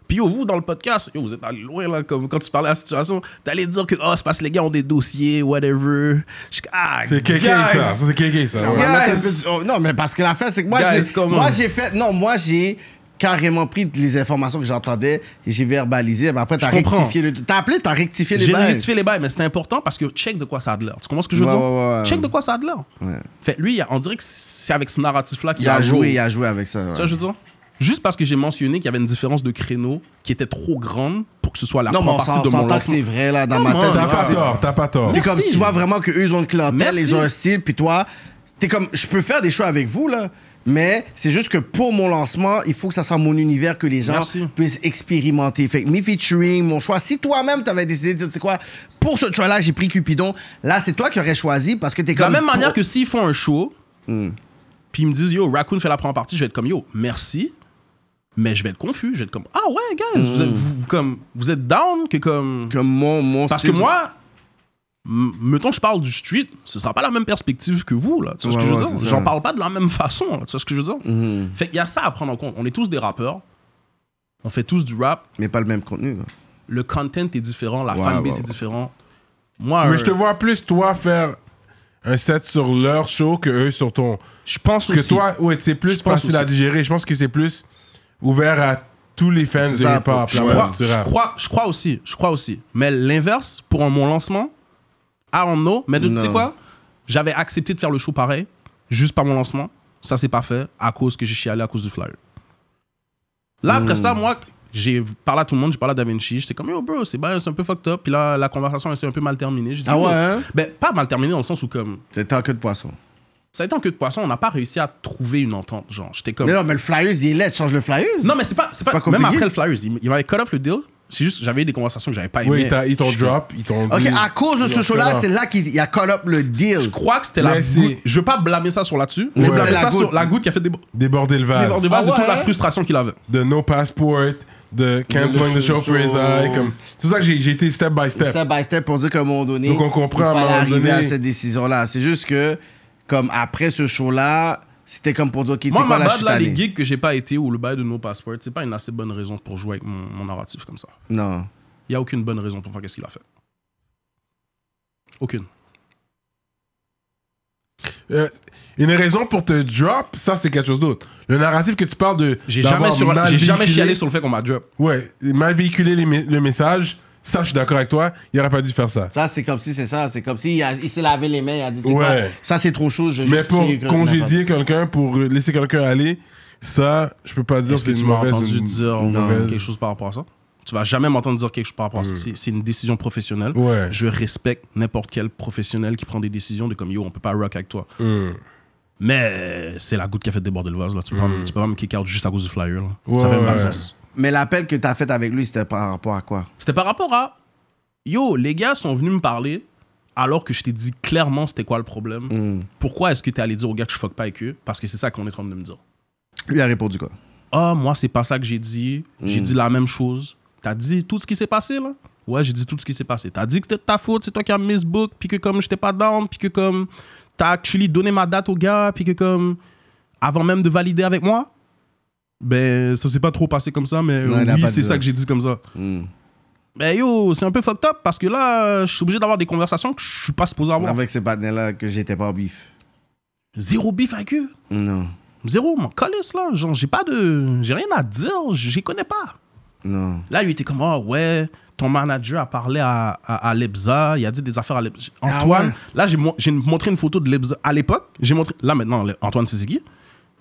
Speaker 3: Puis yo, vous, dans le podcast, yo, vous êtes allé loin, là, comme quand tu parlais à la situation, t'allais dire que, oh, c'est parce que les gars ont des dossiers, whatever. Je suis comme, ah,
Speaker 1: C'est KK ça.
Speaker 3: guys.
Speaker 1: Ça, C'est KK ça.
Speaker 2: On
Speaker 1: ouais.
Speaker 2: va
Speaker 4: Guys.
Speaker 2: mettre un peu du- oh, non, mais parce que l'affaire, c'est que moi,
Speaker 3: Guys,
Speaker 2: j'ai,
Speaker 3: come on.
Speaker 2: moi, j'ai fait. Non, moi, j'ai carrément pris les informations que j'entendais et j'ai verbalisé. Mais après, t'as
Speaker 3: Je comprends.
Speaker 2: rectifié le. T'as appelé, t'as rectifié les
Speaker 3: J'ai
Speaker 2: bails.
Speaker 3: rectifié les bails, mais c'est important parce que check de quoi ça a de l'air. Tu comprends ce que je veux
Speaker 4: Ouais,
Speaker 3: dire?
Speaker 4: ouais, ouais.
Speaker 3: Check de quoi ça a de l'air.
Speaker 4: Ouais.
Speaker 3: Fait, lui, il a- on dirait que c'est avec ce narratif-là qu'il
Speaker 4: Il a
Speaker 3: roll.
Speaker 4: joué, il a joué avec ça. ouais.
Speaker 3: Tu vois, ce que je veux dire? Juste parce que j'ai mentionné qu'il y avait une différence de créneau qui était trop grande pour que ce soit la
Speaker 2: Non, mais on
Speaker 3: première
Speaker 2: s'en-
Speaker 3: partie
Speaker 2: on
Speaker 3: de mon
Speaker 2: s'entend que
Speaker 3: lancement.
Speaker 2: c'est vrai, là, dans
Speaker 3: Come
Speaker 2: ma
Speaker 3: on.
Speaker 2: tête.
Speaker 1: T'as
Speaker 2: j'ai
Speaker 1: pas
Speaker 2: compris.
Speaker 1: tort, t'as pas tort.
Speaker 2: C'est comme
Speaker 3: Merci.
Speaker 2: tu vois vraiment qu'eux, ils ont une clientèle,
Speaker 3: Merci.
Speaker 2: ils ont un style, puis toi, t'es comme, je peux faire des choix avec vous, là, mais c'est juste que pour mon lancement, il faut que ça soit mon univers que les gens
Speaker 3: Merci.
Speaker 2: puissent expérimenter. Fait que mes featuring, mon choix, si toi-même t'avais décidé de dire, tu sais quoi, pour ce choix-là, j'ai pris Cupidon, là, c'est toi qui aurais choisi parce que t'es
Speaker 3: De la
Speaker 2: comme. Hmm.
Speaker 3: même manière que s'ils font un show, puis ils me disent, yo, Raccoon fait la première partie, je vais être comme, yo, merci, mais je vais être confus. Je vais être comme, ah ouais, guys,
Speaker 2: Hmm.
Speaker 3: vous, êtes, vous- comme, vous êtes down que comme...
Speaker 4: Comme mon, mon
Speaker 3: Parce que
Speaker 4: style-
Speaker 3: moi, m- mettons, je parle du street, ce sera pas la même perspective que vous, là. Tu vois ce que
Speaker 4: Ouais,
Speaker 3: je
Speaker 4: ouais,
Speaker 3: veux
Speaker 4: c'est
Speaker 3: dire?
Speaker 4: ça. Mm-hmm.
Speaker 3: J'en parle pas de la même façon, là. Tu vois ce que je veux dire? Fait qu'il y a ça à prendre en compte. On est tous des rappeurs. On fait tous du rap.
Speaker 4: Mais pas le même contenu. là.
Speaker 3: Le content est différent. La
Speaker 4: Ouais,
Speaker 3: fanbase
Speaker 4: ouais, ouais.
Speaker 3: est différent. Moi,
Speaker 1: Mais
Speaker 3: euh,
Speaker 1: je te vois plus toi faire un set sur leur show que eux sur ton.
Speaker 3: je pense
Speaker 1: Parce
Speaker 3: aussi.
Speaker 1: que toi, ouais, c'est plus
Speaker 3: Je pense
Speaker 1: facile à
Speaker 3: aussi.
Speaker 1: digérer. Je pense que c'est plus ouvert à tous les fans de
Speaker 4: C'est ça,
Speaker 1: hip hop.
Speaker 4: je
Speaker 1: là,
Speaker 3: crois-
Speaker 1: ouais, du
Speaker 3: je,
Speaker 1: rap.
Speaker 3: crois, je crois aussi, je crois aussi. Mais l'inverse, pour un- mon lancement, I don't know. Mais de, tu sais
Speaker 4: Non.
Speaker 3: quoi J'avais accepté de faire le show pareil, juste par mon lancement. Ça, c'est pas fait à cause que j'ai chialé à cause du flyer. Là, après
Speaker 4: Hmm.
Speaker 3: ça, moi, j'ai parlé à tout le monde, j'ai parlé à Da Vinci. J'étais comme, yo, bro, c'est ba- c'est un peu fucked up. Puis là, la conversation, elle s'est un peu mal terminée. J'ai dit,
Speaker 4: Ah
Speaker 3: yo,
Speaker 4: ouais, hein?
Speaker 3: Ben, pas mal terminée dans le sens où, comme,
Speaker 4: C'est tant que de poisson.
Speaker 3: ça a été en queue de poisson, on n'a pas réussi à trouver une entente. Genre, j'étais comme.
Speaker 2: Mais non, mais le Flyers, il est laid, change le Flyers.
Speaker 3: Non, mais c'est pas, c'est pas,
Speaker 4: pas compliqué.
Speaker 3: Même après le Flyers, il, il m'avait cut off le deal. C'est juste, j'avais eu des conversations que j'avais pas aimées.
Speaker 1: Oui, ils t'a- ils t'ont
Speaker 3: Je-
Speaker 1: drop, ils t'ont.
Speaker 2: Ok, ah,
Speaker 1: dit-
Speaker 2: à cause de ce
Speaker 1: ont
Speaker 2: show-là,
Speaker 1: fait
Speaker 2: c'est là qu'il il a call up le
Speaker 3: Je
Speaker 2: deal.
Speaker 3: crois que c'était la
Speaker 1: Mais
Speaker 3: goutte.
Speaker 1: c'est-
Speaker 3: Je veux pas blâmer ça sur là-dessus. Je
Speaker 2: Ouais.
Speaker 3: veux blâmer
Speaker 2: La
Speaker 3: ça sur
Speaker 2: goutte.
Speaker 3: la goutte qui a fait des des
Speaker 1: Déborder le vase.
Speaker 3: bords de base
Speaker 2: Ah
Speaker 3: et toute
Speaker 2: ouais?
Speaker 3: la frustration qu'il avait.
Speaker 1: De no passport, de canceling the show for his eye. comme- C'est pour ça que j'ai j'ai été step by step.
Speaker 2: step by step pour dire qu'à un moment donné,
Speaker 1: Donc, on comprend, à un
Speaker 2: il fallait
Speaker 1: moment
Speaker 2: arriver
Speaker 1: donné.
Speaker 2: à cette décision-là. C'est juste que, comme après ce show-là, c'était comme pour dire qu'il
Speaker 3: Moi,
Speaker 2: était
Speaker 3: ma
Speaker 2: quoi la
Speaker 3: bad,
Speaker 2: chute
Speaker 3: là, les gigs que j'ai pas été ou le bail de nos passports, c'est pas une assez bonne raison pour jouer avec mon, mon narratif comme ça.
Speaker 4: Non.
Speaker 3: Il y a aucune bonne raison pour faire qu'est-ce qu'il a fait. Aucune.
Speaker 1: Euh, une raison pour te drop, ça c'est quelque chose d'autre. Le narratif que tu parles de.
Speaker 3: J'ai
Speaker 1: d'avoir
Speaker 3: jamais, sur,
Speaker 1: mal
Speaker 3: j'ai jamais
Speaker 1: véhiculé-
Speaker 3: chialé sur le fait qu'on m'a drop.
Speaker 1: Ouais, mal véhiculé les mé- le message, ça je suis d'accord avec toi, il aurait pas dû faire ça.
Speaker 2: Ça, c'est comme si c'est ça. C'est comme si il, a- il s'est lavé les mains. Il a dit, Tu sais
Speaker 1: Ouais.
Speaker 2: quoi, ça, c'est trop chaud. Je vais
Speaker 1: Mais
Speaker 2: juste
Speaker 1: pour
Speaker 2: crier que-
Speaker 1: congédier quelqu'un, pour laisser quelqu'un aller, ça, je peux pas dire
Speaker 3: Est-ce que
Speaker 1: c'est
Speaker 3: tu
Speaker 1: une
Speaker 3: m'as
Speaker 1: mauvaise.
Speaker 3: entendu
Speaker 1: une
Speaker 3: dire euh,
Speaker 1: mauvaise-
Speaker 3: quelque chose par rapport à ça Tu vas jamais m'entendre dire quelque chose par rapport à ça. C'est- C'est une décision professionnelle.
Speaker 1: Ouais.
Speaker 3: Je respecte n'importe quel professionnel qui prend des décisions de comme yo, on peut pas rock avec toi.
Speaker 1: Hmm.
Speaker 3: Mais c'est la goutte qui a fait déborder le vase. Là. Tu, peux pas, me- tu peux pas me kick out juste à cause du flyer. là.
Speaker 1: Hmm. Ouais,
Speaker 3: ça fait même pas
Speaker 1: ouais.
Speaker 3: de sens.
Speaker 2: Mais l'appel que t'as fait avec lui, c'était par rapport à quoi
Speaker 3: C'était par rapport à Yo, les gars sont venus me parler alors que je t'ai dit clairement c'était quoi le problème. Pourquoi est-ce que t'es allé dire aux gars que je fuck pas avec eux Parce que c'est ça qu'on est en train de me dire.
Speaker 4: Lui a répondu quoi?
Speaker 3: Ah, moi, c'est pas ça que j'ai dit. J'ai
Speaker 4: Hmm.
Speaker 3: dit la même chose. T'as dit tout ce qui s'est passé, là? Ouais, j'ai dit tout ce qui s'est passé. T'as dit que c'était de ta faute, c'est toi qui as mis ce book, puis que comme j'étais pas down, puis que comme t'as actually donné ma date au gars, puis que comme avant même de valider avec moi, ben ça s'est pas trop passé comme ça, mais
Speaker 4: Non,
Speaker 3: euh,
Speaker 4: il a
Speaker 3: oui,
Speaker 4: pas
Speaker 3: c'est
Speaker 4: dit
Speaker 3: ça
Speaker 4: ça.
Speaker 3: que j'ai dit comme ça.
Speaker 4: Hmm.
Speaker 3: Ben yo, c'est un peu fucked up parce que là, je suis obligé d'avoir des conversations que je suis pas supposé avoir.
Speaker 4: Avec ces partenaires-là que j'étais pas en bif.
Speaker 3: Zéro beef avec eux.
Speaker 4: Non.
Speaker 3: Zéro, mon calisse, là. Genre, j'ai pas de. J'ai rien à dire, j'y connais pas.
Speaker 4: Non.
Speaker 3: Là, lui était comme, ah ouais, ton manager a parlé à, à, à Lebza, il a dit des affaires à Lebza. Antoine,
Speaker 4: ouais.
Speaker 3: là, j'ai mo- j'ai montré une photo de Lebza à l'époque. J'ai montré, là maintenant, le- Antoine, c'est qui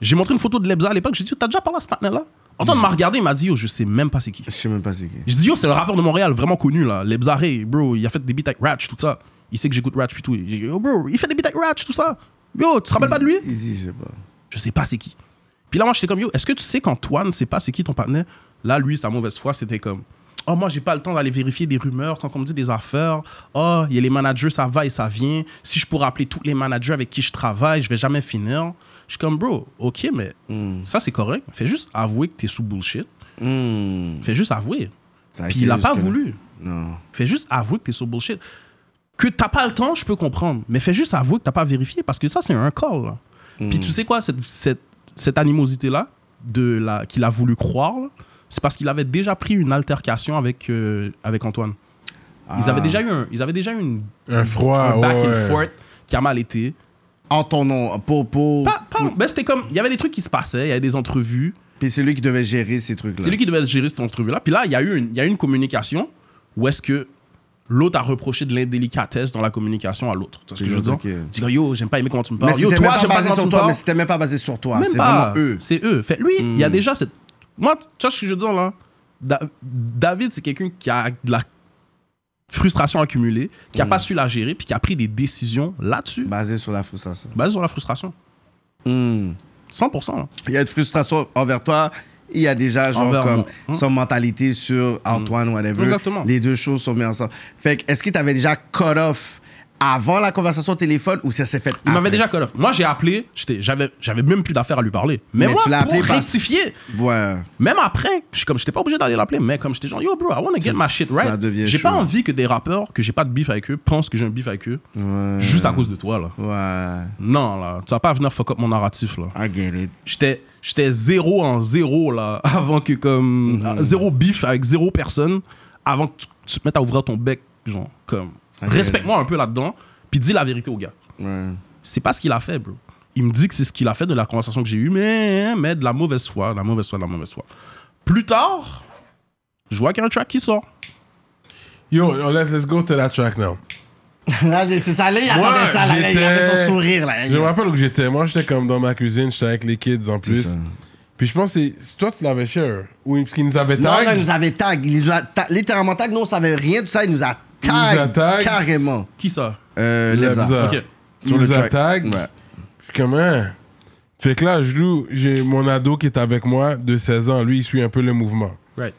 Speaker 3: J'ai montré une photo de Lebza à l'époque. J'ai dit, t'as déjà parlé à ce partenaire-là Antoine m'a regardé, il m'a dit, yo, je sais même pas c'est qui.
Speaker 4: Je sais même pas c'est qui.
Speaker 3: J'ai dit, yo, c'est le rappeur de Montréal, vraiment connu, là. Lebza Ray, bro, il a fait des beats avec Ratch, tout ça. Il sait que j'écoute Ratch puis tout. Il dit, Yo, bro, il fait des beats avec Ratch, tout ça. Yo, tu te rappelles pas de lui
Speaker 4: Il dit, je sais pas.
Speaker 3: Je sais pas c'est qui. Puis là, moi, j'étais comme, yo, est-ce que tu sais qu'Antoine sait pas c'est qui ton partenaire Là, lui, sa mauvaise foi, c'était comme, oh, moi, j'ai pas le temps d'aller vérifier des rumeurs quand on me dit des affaires. Oh, il y a les managers, ça va et ça vient. Si je pourrais appeler tous les managers avec qui je travaille, je vais jamais finir. Je suis comme, bro, ok, mais ça, c'est correct. Fais juste avouer que t'es sous bullshit.
Speaker 4: Hmm.
Speaker 3: Fais juste avouer.
Speaker 4: Ça a
Speaker 3: Puis
Speaker 4: été
Speaker 3: il a pas
Speaker 4: jusque-là.
Speaker 3: voulu.
Speaker 4: Non.
Speaker 3: Fais juste avouer que t'es sur bullshit. Que t'as pas le temps, je peux comprendre. Mais fais juste avouer que t'as pas vérifié parce que ça, c'est un call. là.
Speaker 1: Hmm.
Speaker 3: Puis tu sais quoi, cette, cette, cette animosité-là, de la, qu'il a voulu croire, là, c'est parce qu'il avait déjà pris une altercation avec, euh, avec Antoine. Ils, avaient déjà eu un, ils avaient déjà eu une,
Speaker 1: Ah. Un froid,
Speaker 3: un back
Speaker 1: ouais,
Speaker 3: and
Speaker 1: ouais.
Speaker 3: forth qui a mal été.
Speaker 4: En ton nom, pour. pour...
Speaker 3: Pas, pas- ben, c'était comme, il y avait des trucs qui se passaient, il y avait des entrevues.
Speaker 4: Puis c'est lui qui devait gérer ces trucs-là.
Speaker 3: C'est lui qui devait gérer cette entrevue-là. Puis là, il y, a eu une- il y a eu une communication où est-ce que l'autre a reproché de l'indélicatesse dans la communication à l'autre. Tu vois ce que je veux dire?
Speaker 4: Ok.
Speaker 3: Dis yo, j'aime pas aimer comment tu me
Speaker 4: Mais
Speaker 3: parles. Yo,
Speaker 4: c'était même
Speaker 3: toi,
Speaker 4: pas
Speaker 3: j'aime pas
Speaker 4: basé
Speaker 3: comment tu
Speaker 4: sur
Speaker 3: me
Speaker 4: toi,
Speaker 3: parles.
Speaker 4: mais c'était même pas basé sur toi.
Speaker 3: Même
Speaker 4: C'est
Speaker 3: pas.
Speaker 4: vraiment eux. Hmm.
Speaker 3: C'est eux. Fait, lui, il y a déjà cette. Moi, tu vois ce que je veux dire là? Da- David, c'est quelqu'un qui a de la frustration accumulée, qui a
Speaker 4: Hmm.
Speaker 3: pas su la gérer, puis qui a pris des décisions là-dessus,
Speaker 4: Basé sur la frustration.
Speaker 3: basées sur la frustration.
Speaker 4: Hmm.
Speaker 3: 100%. là.
Speaker 4: Il y a une frustration envers toi. Il y a déjà, genre,
Speaker 3: Envers
Speaker 4: comme
Speaker 3: moi. Hmm.
Speaker 4: son mentalité sur Antoine, whatever.
Speaker 3: Exactement.
Speaker 4: Les deux choses sont mises ensemble. Fait que, est-ce que t'avais déjà cut off avant la conversation au téléphone ou ça s'est fait
Speaker 3: Il
Speaker 4: après?
Speaker 3: m'avait déjà call off. Moi, j'ai appelé, j'étais- j'avais j'avais même plus d'affaires à lui parler. Mais,
Speaker 4: Mais
Speaker 3: moi,
Speaker 4: tu l'as
Speaker 3: pour
Speaker 4: appelé parce-
Speaker 3: rectifier,
Speaker 4: Ouais.
Speaker 3: Même après, je suis comme j'étais pas obligé d'aller l'appeler, mais comme j'étais genre yo bro, I wanna get
Speaker 4: Ça-
Speaker 3: my shit
Speaker 4: ça
Speaker 3: right.
Speaker 4: devient
Speaker 3: J'ai pas
Speaker 4: chaud.
Speaker 3: envie que des rappeurs que j'ai pas de beef avec eux pensent que j'ai un beef avec eux
Speaker 4: Ouais.
Speaker 3: juste à cause de toi là.
Speaker 4: Ouais.
Speaker 3: Non là, tu vas pas venir fuck up mon narratif là.
Speaker 4: I get it.
Speaker 3: J'étais j'étais zéro en zéro là avant que comme
Speaker 2: Mhm.
Speaker 3: ah, zéro beef avec zéro personne avant que tu, tu te mettes à ouvrir ton bec genre comme
Speaker 4: Ok.
Speaker 3: respecte-moi un peu là-dedans puis dis la vérité au gars.
Speaker 4: Ouais.
Speaker 3: C'est pas ce qu'il a fait bro. Il me dit que c'est ce qu'il a fait de la conversation que j'ai eue, mais, mais de la mauvaise foi, de la mauvaise foi, de la mauvaise foi. Plus tard, je vois qu'il y a un track qui sort.
Speaker 1: Yo, yo, let's, let's go to that track now.
Speaker 2: Là, c'est ça, là, il attendait ça, là, là, il avait
Speaker 1: j'étais-
Speaker 2: son sourire, là.
Speaker 1: Je me rappelle où que j'étais. Moi, j'étais comme dans ma cuisine, j'étais avec les kids en plus.
Speaker 4: ça.
Speaker 1: Puis je pense que c'est- toi, tu l'avais share. Ou parce qu'ils nous avaient
Speaker 4: Non, non,
Speaker 1: tag.
Speaker 4: il nous avait tag. Il nous a ta- littéralement tag. Nous, on savait rien de ça. Il nous a tag.
Speaker 1: nous a tag.
Speaker 4: Carrément.
Speaker 3: Qui ça
Speaker 4: Euh, Lebza.
Speaker 1: Lebza.
Speaker 3: Ok.
Speaker 1: Sur
Speaker 4: le
Speaker 1: les
Speaker 4: track.
Speaker 1: attaques.
Speaker 4: Ouais.
Speaker 1: Je suis comme, hein. Fait que là, je loue, j'ai mon ado qui est avec moi de 16 ans. Lui, il suit un peu le mouvement.
Speaker 3: Right.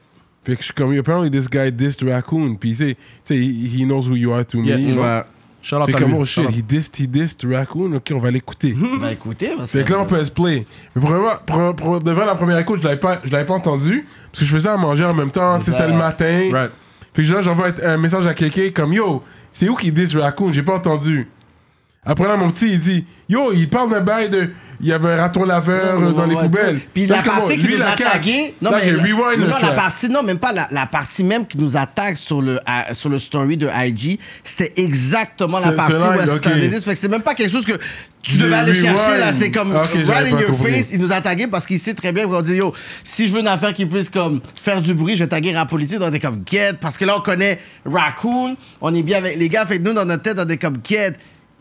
Speaker 1: Fait que je suis comme, apparently this guy dissed Raccoon. Puis, tu sais, tu sais, he he knows who you are to
Speaker 3: Yeah.
Speaker 1: me.
Speaker 3: Ouais.
Speaker 1: you know.
Speaker 4: Ouais.
Speaker 3: Shout out
Speaker 1: Fait
Speaker 3: à
Speaker 1: comme,
Speaker 3: lui.
Speaker 1: oh
Speaker 3: Shout
Speaker 1: shit,
Speaker 3: out.
Speaker 1: he dissed, he dissed Raccoon. Ok, on va l'écouter.
Speaker 2: Bah écoutez, parce
Speaker 1: Fait que là, on peut se play. Mais pour, avoir- pour- pour- devant la première écoute, je l'avais pas, je l'avais pas entendu. Parce que je faisais à manger en même temps. tu sais, C'était le matin.
Speaker 3: Right.
Speaker 1: Puis là, j'envoie un- un message à Kéké comme Yo, c'est où qu'ils disent Raccoon J'ai pas entendu. Après là, mon petit, il dit Yo, il parle d'un bail de. Il y avait un raton laveur euh, dans les poubelles.
Speaker 2: Puis la
Speaker 1: Là, je suis comme,
Speaker 2: partie
Speaker 1: oh,
Speaker 2: qui
Speaker 1: lui,
Speaker 2: nous
Speaker 1: la
Speaker 2: a
Speaker 1: catch.
Speaker 2: tagué.
Speaker 1: Là, j'ai rewind
Speaker 2: non,
Speaker 1: le
Speaker 2: la
Speaker 1: track.
Speaker 2: partie, non, même pas la, la partie même qui nous attaque sur le, à- sur le story de IG. C'était exactement la
Speaker 1: C'est-
Speaker 2: partie
Speaker 1: c'est
Speaker 2: où
Speaker 1: live,
Speaker 2: est-ce que
Speaker 1: ok.
Speaker 2: t'avais dit. Fait que c'est même pas quelque chose que tu
Speaker 1: Le
Speaker 2: devais aller chercher,
Speaker 1: rewind.
Speaker 2: là. C'est comme
Speaker 1: Ok, j'avais
Speaker 2: right in
Speaker 1: pas
Speaker 2: your
Speaker 1: compris.
Speaker 2: face. Il nous a tagué parce qu'il sait très bien qu'on dit, yo, si je veux une affaire qui puisse, comme, faire du bruit, je vais taguer rap politique. dans des comme, get. Parce que là, on connaît Raccoon. On est bien avec les gars. Fait que nous, dans notre tête, on est comme, get.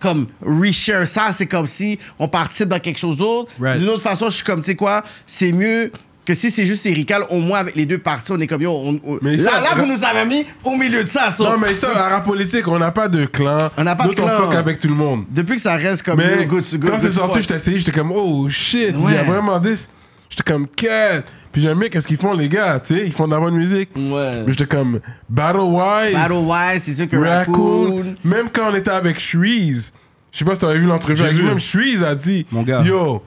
Speaker 2: Comme, reshare ça, c'est comme si on participe dans quelque chose d'autre.
Speaker 3: Right.
Speaker 2: D'une autre façon, je suis comme, tu sais quoi, c'est mieux que si c'est juste érical, au moins avec les deux parties, on est comme, yo, on- on-
Speaker 1: Mais
Speaker 2: là,
Speaker 1: ça,
Speaker 2: là,
Speaker 1: ra-
Speaker 2: vous nous avez mis au milieu de ça, ça.
Speaker 1: Non, mais ça, à rap politique, on n'a pas de clan.
Speaker 2: On n'a pas de
Speaker 1: D'autres,
Speaker 2: clan.
Speaker 1: on fuck avec tout le monde.
Speaker 2: Depuis que ça reste comme,
Speaker 1: Mais
Speaker 2: yo, good to good,
Speaker 1: quand
Speaker 2: good
Speaker 1: c'est
Speaker 2: to
Speaker 1: sorti,
Speaker 2: what.
Speaker 1: j'étais essayé, j'étais comme Oh shit, il y
Speaker 2: Ouais.
Speaker 1: a vraiment des. J'étais comme Cat. Puis j'aimais qu'est-ce qu'ils font, les gars, tu sais, ils font de la bonne musique.
Speaker 2: Ouais.
Speaker 1: Mais j'étais comme Battle Wise.
Speaker 2: Battle Wise, c'est sûr que
Speaker 1: Raccoon.
Speaker 2: Raccoon.
Speaker 1: Même quand on était avec Shreeze, je sais pas si t'avais vu l'entrevue
Speaker 3: J'ai
Speaker 1: avec
Speaker 3: vu.
Speaker 1: lui, même Shreeze a dit
Speaker 3: Mon gars.
Speaker 1: Yo,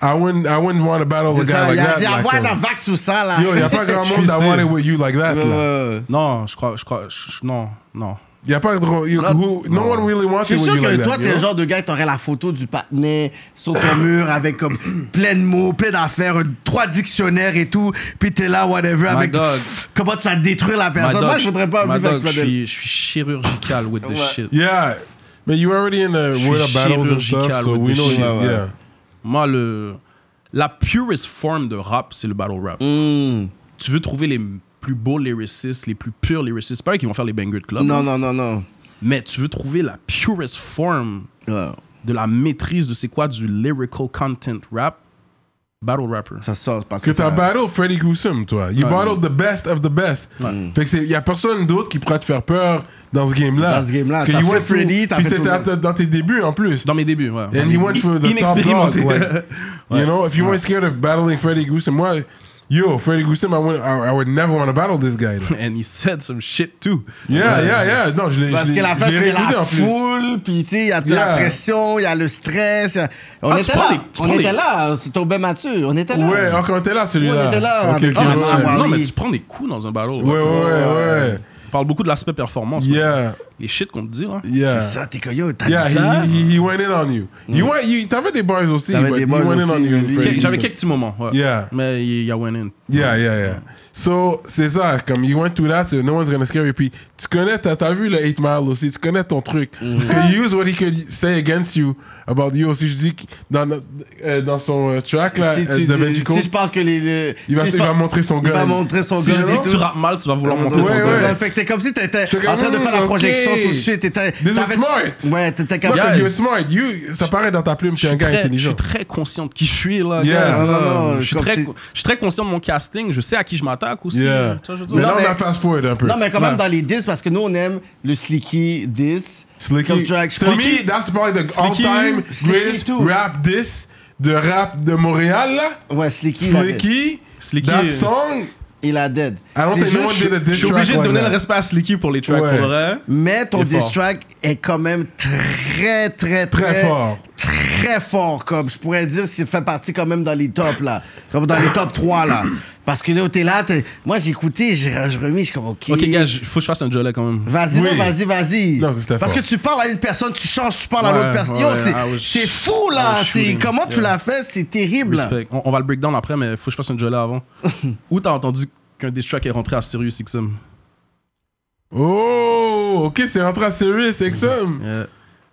Speaker 1: I wouldn't, I wouldn't want to battle with a
Speaker 2: C'est
Speaker 1: guy
Speaker 2: ça,
Speaker 1: like
Speaker 2: il a
Speaker 1: that.
Speaker 2: dit, ah
Speaker 1: like,
Speaker 2: ouais,
Speaker 1: um,
Speaker 2: la vague sous ça, là.
Speaker 1: Yo, y a pas grand
Speaker 3: Je
Speaker 1: monde
Speaker 3: suis
Speaker 1: that
Speaker 3: sûr.
Speaker 1: wanted with you like that. là.
Speaker 4: Euh,
Speaker 3: Non, je crois, je crois, je- non, non.
Speaker 1: Y a pas grand. yo, who- no one really wanted
Speaker 2: C'est
Speaker 1: with
Speaker 2: sûr
Speaker 1: you
Speaker 2: que
Speaker 1: like
Speaker 2: toi,
Speaker 1: that.
Speaker 2: t'es le
Speaker 1: yo.
Speaker 2: genre de gars qui t'aurais la photo du patinet sur ton mur avec comme plein de mots, plein d'affaires, euh, trois dictionnaires et tout, puis t'es là, whatever, avec
Speaker 3: dog.
Speaker 2: comment tu vas détruire la
Speaker 3: My
Speaker 2: personne. Moi,
Speaker 3: dog,
Speaker 2: je voudrais pas
Speaker 3: my
Speaker 2: vivre avec
Speaker 3: dog,
Speaker 2: ce
Speaker 3: je
Speaker 2: modèle.
Speaker 3: suis, je suis chirurgical with this
Speaker 2: Ouais.
Speaker 3: shit.
Speaker 1: Yeah. But you already in the
Speaker 3: suis
Speaker 1: world of battles and stuff,
Speaker 3: chirurgical
Speaker 1: so
Speaker 3: with
Speaker 1: we
Speaker 3: this
Speaker 1: know
Speaker 3: shit.
Speaker 1: you.
Speaker 4: Ouais, ouais.
Speaker 1: Yeah.
Speaker 3: Moi, le, la purest form de rap, c'est le battle rap.
Speaker 4: Mm.
Speaker 2: Hmm.
Speaker 3: Tu veux trouver les plus beaux lyricistes, les plus purs lyricistes. C'est pas eux qui vont faire les bangers de club.
Speaker 4: non,
Speaker 3: hein.
Speaker 4: non, non, non.
Speaker 3: Mais tu veux trouver la purest form
Speaker 4: Ouais.
Speaker 3: de la maîtrise de c'est quoi du lyrical content rap, Battle rapper.
Speaker 4: Ça sort parce
Speaker 1: Que
Speaker 4: que,
Speaker 1: t'as
Speaker 4: ça...
Speaker 1: battle Freddy Gruesome, toi. You battle the best of the best. Mm. Fait que c'est, y a personne d'autre qui pourra te faire peur dans ce game-là.
Speaker 4: Dans ce game-là,
Speaker 1: Parce que
Speaker 4: t'as
Speaker 1: you
Speaker 4: fait
Speaker 1: went through-
Speaker 4: Freddy, t'as
Speaker 1: Puis
Speaker 4: fait
Speaker 1: c'était
Speaker 4: tout le
Speaker 1: à- dans tes débuts en plus.
Speaker 3: Dans mes débuts, ouais.
Speaker 1: And he went for the top dog.
Speaker 3: Inexpérimenté.
Speaker 1: Like, You know, if you weren't scared of battling Freddy Gruesome, moi, yo, Freddy Gruesome, I, wouldn't- I, I would never want to battle this guy. like.
Speaker 3: And he said some shit too.
Speaker 1: Yeah, yeah, yeah. Non, je l'ai
Speaker 2: Parce
Speaker 1: je l'ai-
Speaker 2: que la
Speaker 1: je
Speaker 2: face,
Speaker 1: l'ai
Speaker 2: c'est la
Speaker 1: réécouté en plus.
Speaker 2: foule, puis tu sais, il y a de
Speaker 1: Yeah.
Speaker 2: la pression, il y a le stress. y a- On
Speaker 3: Ah, tu
Speaker 2: était
Speaker 3: prends
Speaker 2: là,
Speaker 3: les- tu
Speaker 2: on
Speaker 3: prends les-
Speaker 2: était là, c'est tombé Mathieu, on était là.
Speaker 1: Ouais, encore t'es là, celui-là.
Speaker 2: Ouais, on était là,
Speaker 1: Ok,
Speaker 2: avec-
Speaker 1: ok,
Speaker 2: Ah, mais
Speaker 1: ouais.
Speaker 2: tu-
Speaker 3: Non, mais
Speaker 2: oui.
Speaker 3: tu prends des coups dans un battle.
Speaker 1: Ouais, ouais, ouais, ouais.
Speaker 3: On parle beaucoup de l'aspect performance.
Speaker 1: Yeah,
Speaker 3: Les shit qu'on te dit, là.
Speaker 1: yeah.
Speaker 2: C'est ça, t'es coyote, t'as
Speaker 1: Yeah,
Speaker 2: dit ça.
Speaker 1: he, he, he went in on you. You went, you, t'avais des bars aussi,
Speaker 4: T'avais
Speaker 1: but
Speaker 4: des
Speaker 1: he
Speaker 4: bars
Speaker 1: went in
Speaker 4: aussi,
Speaker 1: on you.
Speaker 4: mais lui-
Speaker 1: Freddy.
Speaker 3: Quel- J'avais quelques petits moments, ouais.
Speaker 1: Yeah.
Speaker 3: Mais il y a went in.
Speaker 1: Yeah, yeah, yeah. So, c'est ça, comme you went through that, so no one's gonna scare you. Puis, tu connais, t'as, t'as vu le 8 Mile aussi, tu connais ton truc. So, you use what he could say against you about you aussi. Je dis que dans, le- euh, dans son euh, track là,
Speaker 2: Si
Speaker 1: euh,
Speaker 2: tu
Speaker 1: de
Speaker 2: dis-
Speaker 1: Benjico,
Speaker 2: si je parle que les- les.
Speaker 1: il, va,
Speaker 2: si je
Speaker 1: il va
Speaker 2: parle-
Speaker 1: montrer son
Speaker 2: il
Speaker 1: gun.
Speaker 2: va montrer son
Speaker 3: Si
Speaker 2: gun.
Speaker 3: je dis que tu rappes mal, tu vas vouloir montrer ton
Speaker 1: Ouais,
Speaker 3: gun.
Speaker 1: ouais.
Speaker 2: Fait que t'es comme si t'étais
Speaker 1: J'étais
Speaker 2: en train de
Speaker 1: comme,
Speaker 2: faire la
Speaker 1: ok.
Speaker 2: projection tout de suite. T'étais.
Speaker 1: This is
Speaker 2: t'avais-
Speaker 1: smart.
Speaker 2: Ouais, t'étais
Speaker 1: Non,
Speaker 2: capable.
Speaker 1: parce que
Speaker 3: Yes.
Speaker 1: you smart. You, ça paraît dans ta plume, tu
Speaker 3: Je
Speaker 1: es un
Speaker 3: suis,
Speaker 1: gars
Speaker 3: très, je
Speaker 1: intelligent.
Speaker 3: suis très conscient de qui je suis là.
Speaker 1: Yeah.
Speaker 3: guys.
Speaker 2: Non, non, non,
Speaker 3: je, suis
Speaker 2: comme
Speaker 3: très,
Speaker 2: si-
Speaker 3: co- je suis très conscient de mon casting. Je sais à qui je m'attaque aussi.
Speaker 1: Yeah.
Speaker 3: Tu vois, je veux dire.
Speaker 1: Mais
Speaker 2: Non,
Speaker 1: là, on
Speaker 2: mais-
Speaker 1: a fast forward un peu.
Speaker 2: Non, mais quand même
Speaker 1: Ouais.
Speaker 2: dans les 10, parce que nous, on aime le Slicky 10. Comme
Speaker 1: Slicky.
Speaker 2: track, je
Speaker 1: To
Speaker 2: pense
Speaker 1: me,
Speaker 2: que-
Speaker 1: that's probably the
Speaker 2: Slicky,
Speaker 1: all-time
Speaker 2: Slicky
Speaker 1: greatest
Speaker 2: too.
Speaker 1: rap diss de rap de Montréal, là.
Speaker 2: Ouais, Slicky. il a dead.
Speaker 1: Slicky.
Speaker 3: Slicky,
Speaker 1: That
Speaker 3: euh,
Speaker 1: song.
Speaker 2: Il a dead.
Speaker 1: I don't
Speaker 2: C'est
Speaker 1: think no one
Speaker 2: juste-
Speaker 1: did a
Speaker 3: Je
Speaker 1: diss
Speaker 3: suis
Speaker 1: track
Speaker 3: obligé de
Speaker 1: like
Speaker 3: donner
Speaker 1: that.
Speaker 3: le respect à Slicky pour les tracks
Speaker 1: Ouais.
Speaker 3: pour vrai.
Speaker 2: Mais ton
Speaker 3: Il est
Speaker 2: diss
Speaker 3: fort.
Speaker 2: track est quand même très, très, très,
Speaker 1: Très fort.
Speaker 2: Très fort, comme je pourrais dire, s'il fait partie quand même dans les tops, là. Comme dans les top 3, là. Parce que là, t'es là, t'es- moi, j'ai écouté, j'ai je remis, je suis comme, OK.
Speaker 3: Ok, gars, il faut que je fasse un jolet quand même.
Speaker 2: Vas-y,
Speaker 1: Oui.
Speaker 2: non, vas-y, vas-y.
Speaker 1: Non, c'était
Speaker 2: Parce
Speaker 1: fort.
Speaker 2: que tu parles à une personne, tu changes, tu parles à
Speaker 3: Ouais,
Speaker 2: l'autre personne. Yo,
Speaker 3: ouais,
Speaker 2: c'est-
Speaker 3: I was-
Speaker 2: c'est fou,
Speaker 3: I
Speaker 2: là.
Speaker 3: was
Speaker 2: C'est
Speaker 3: shooting.
Speaker 2: comment tu
Speaker 3: Yeah.
Speaker 2: l'as fait, c'est terrible. là.
Speaker 3: Respect. On, on va le breakdown après, mais faut que je fasse un jolet avant. Où t'as entendu qu'un des tracks est rentré à Sirius XM
Speaker 1: Oh, ok, c'est rentré à Serious XM.
Speaker 2: Mm-hmm.
Speaker 3: Yeah.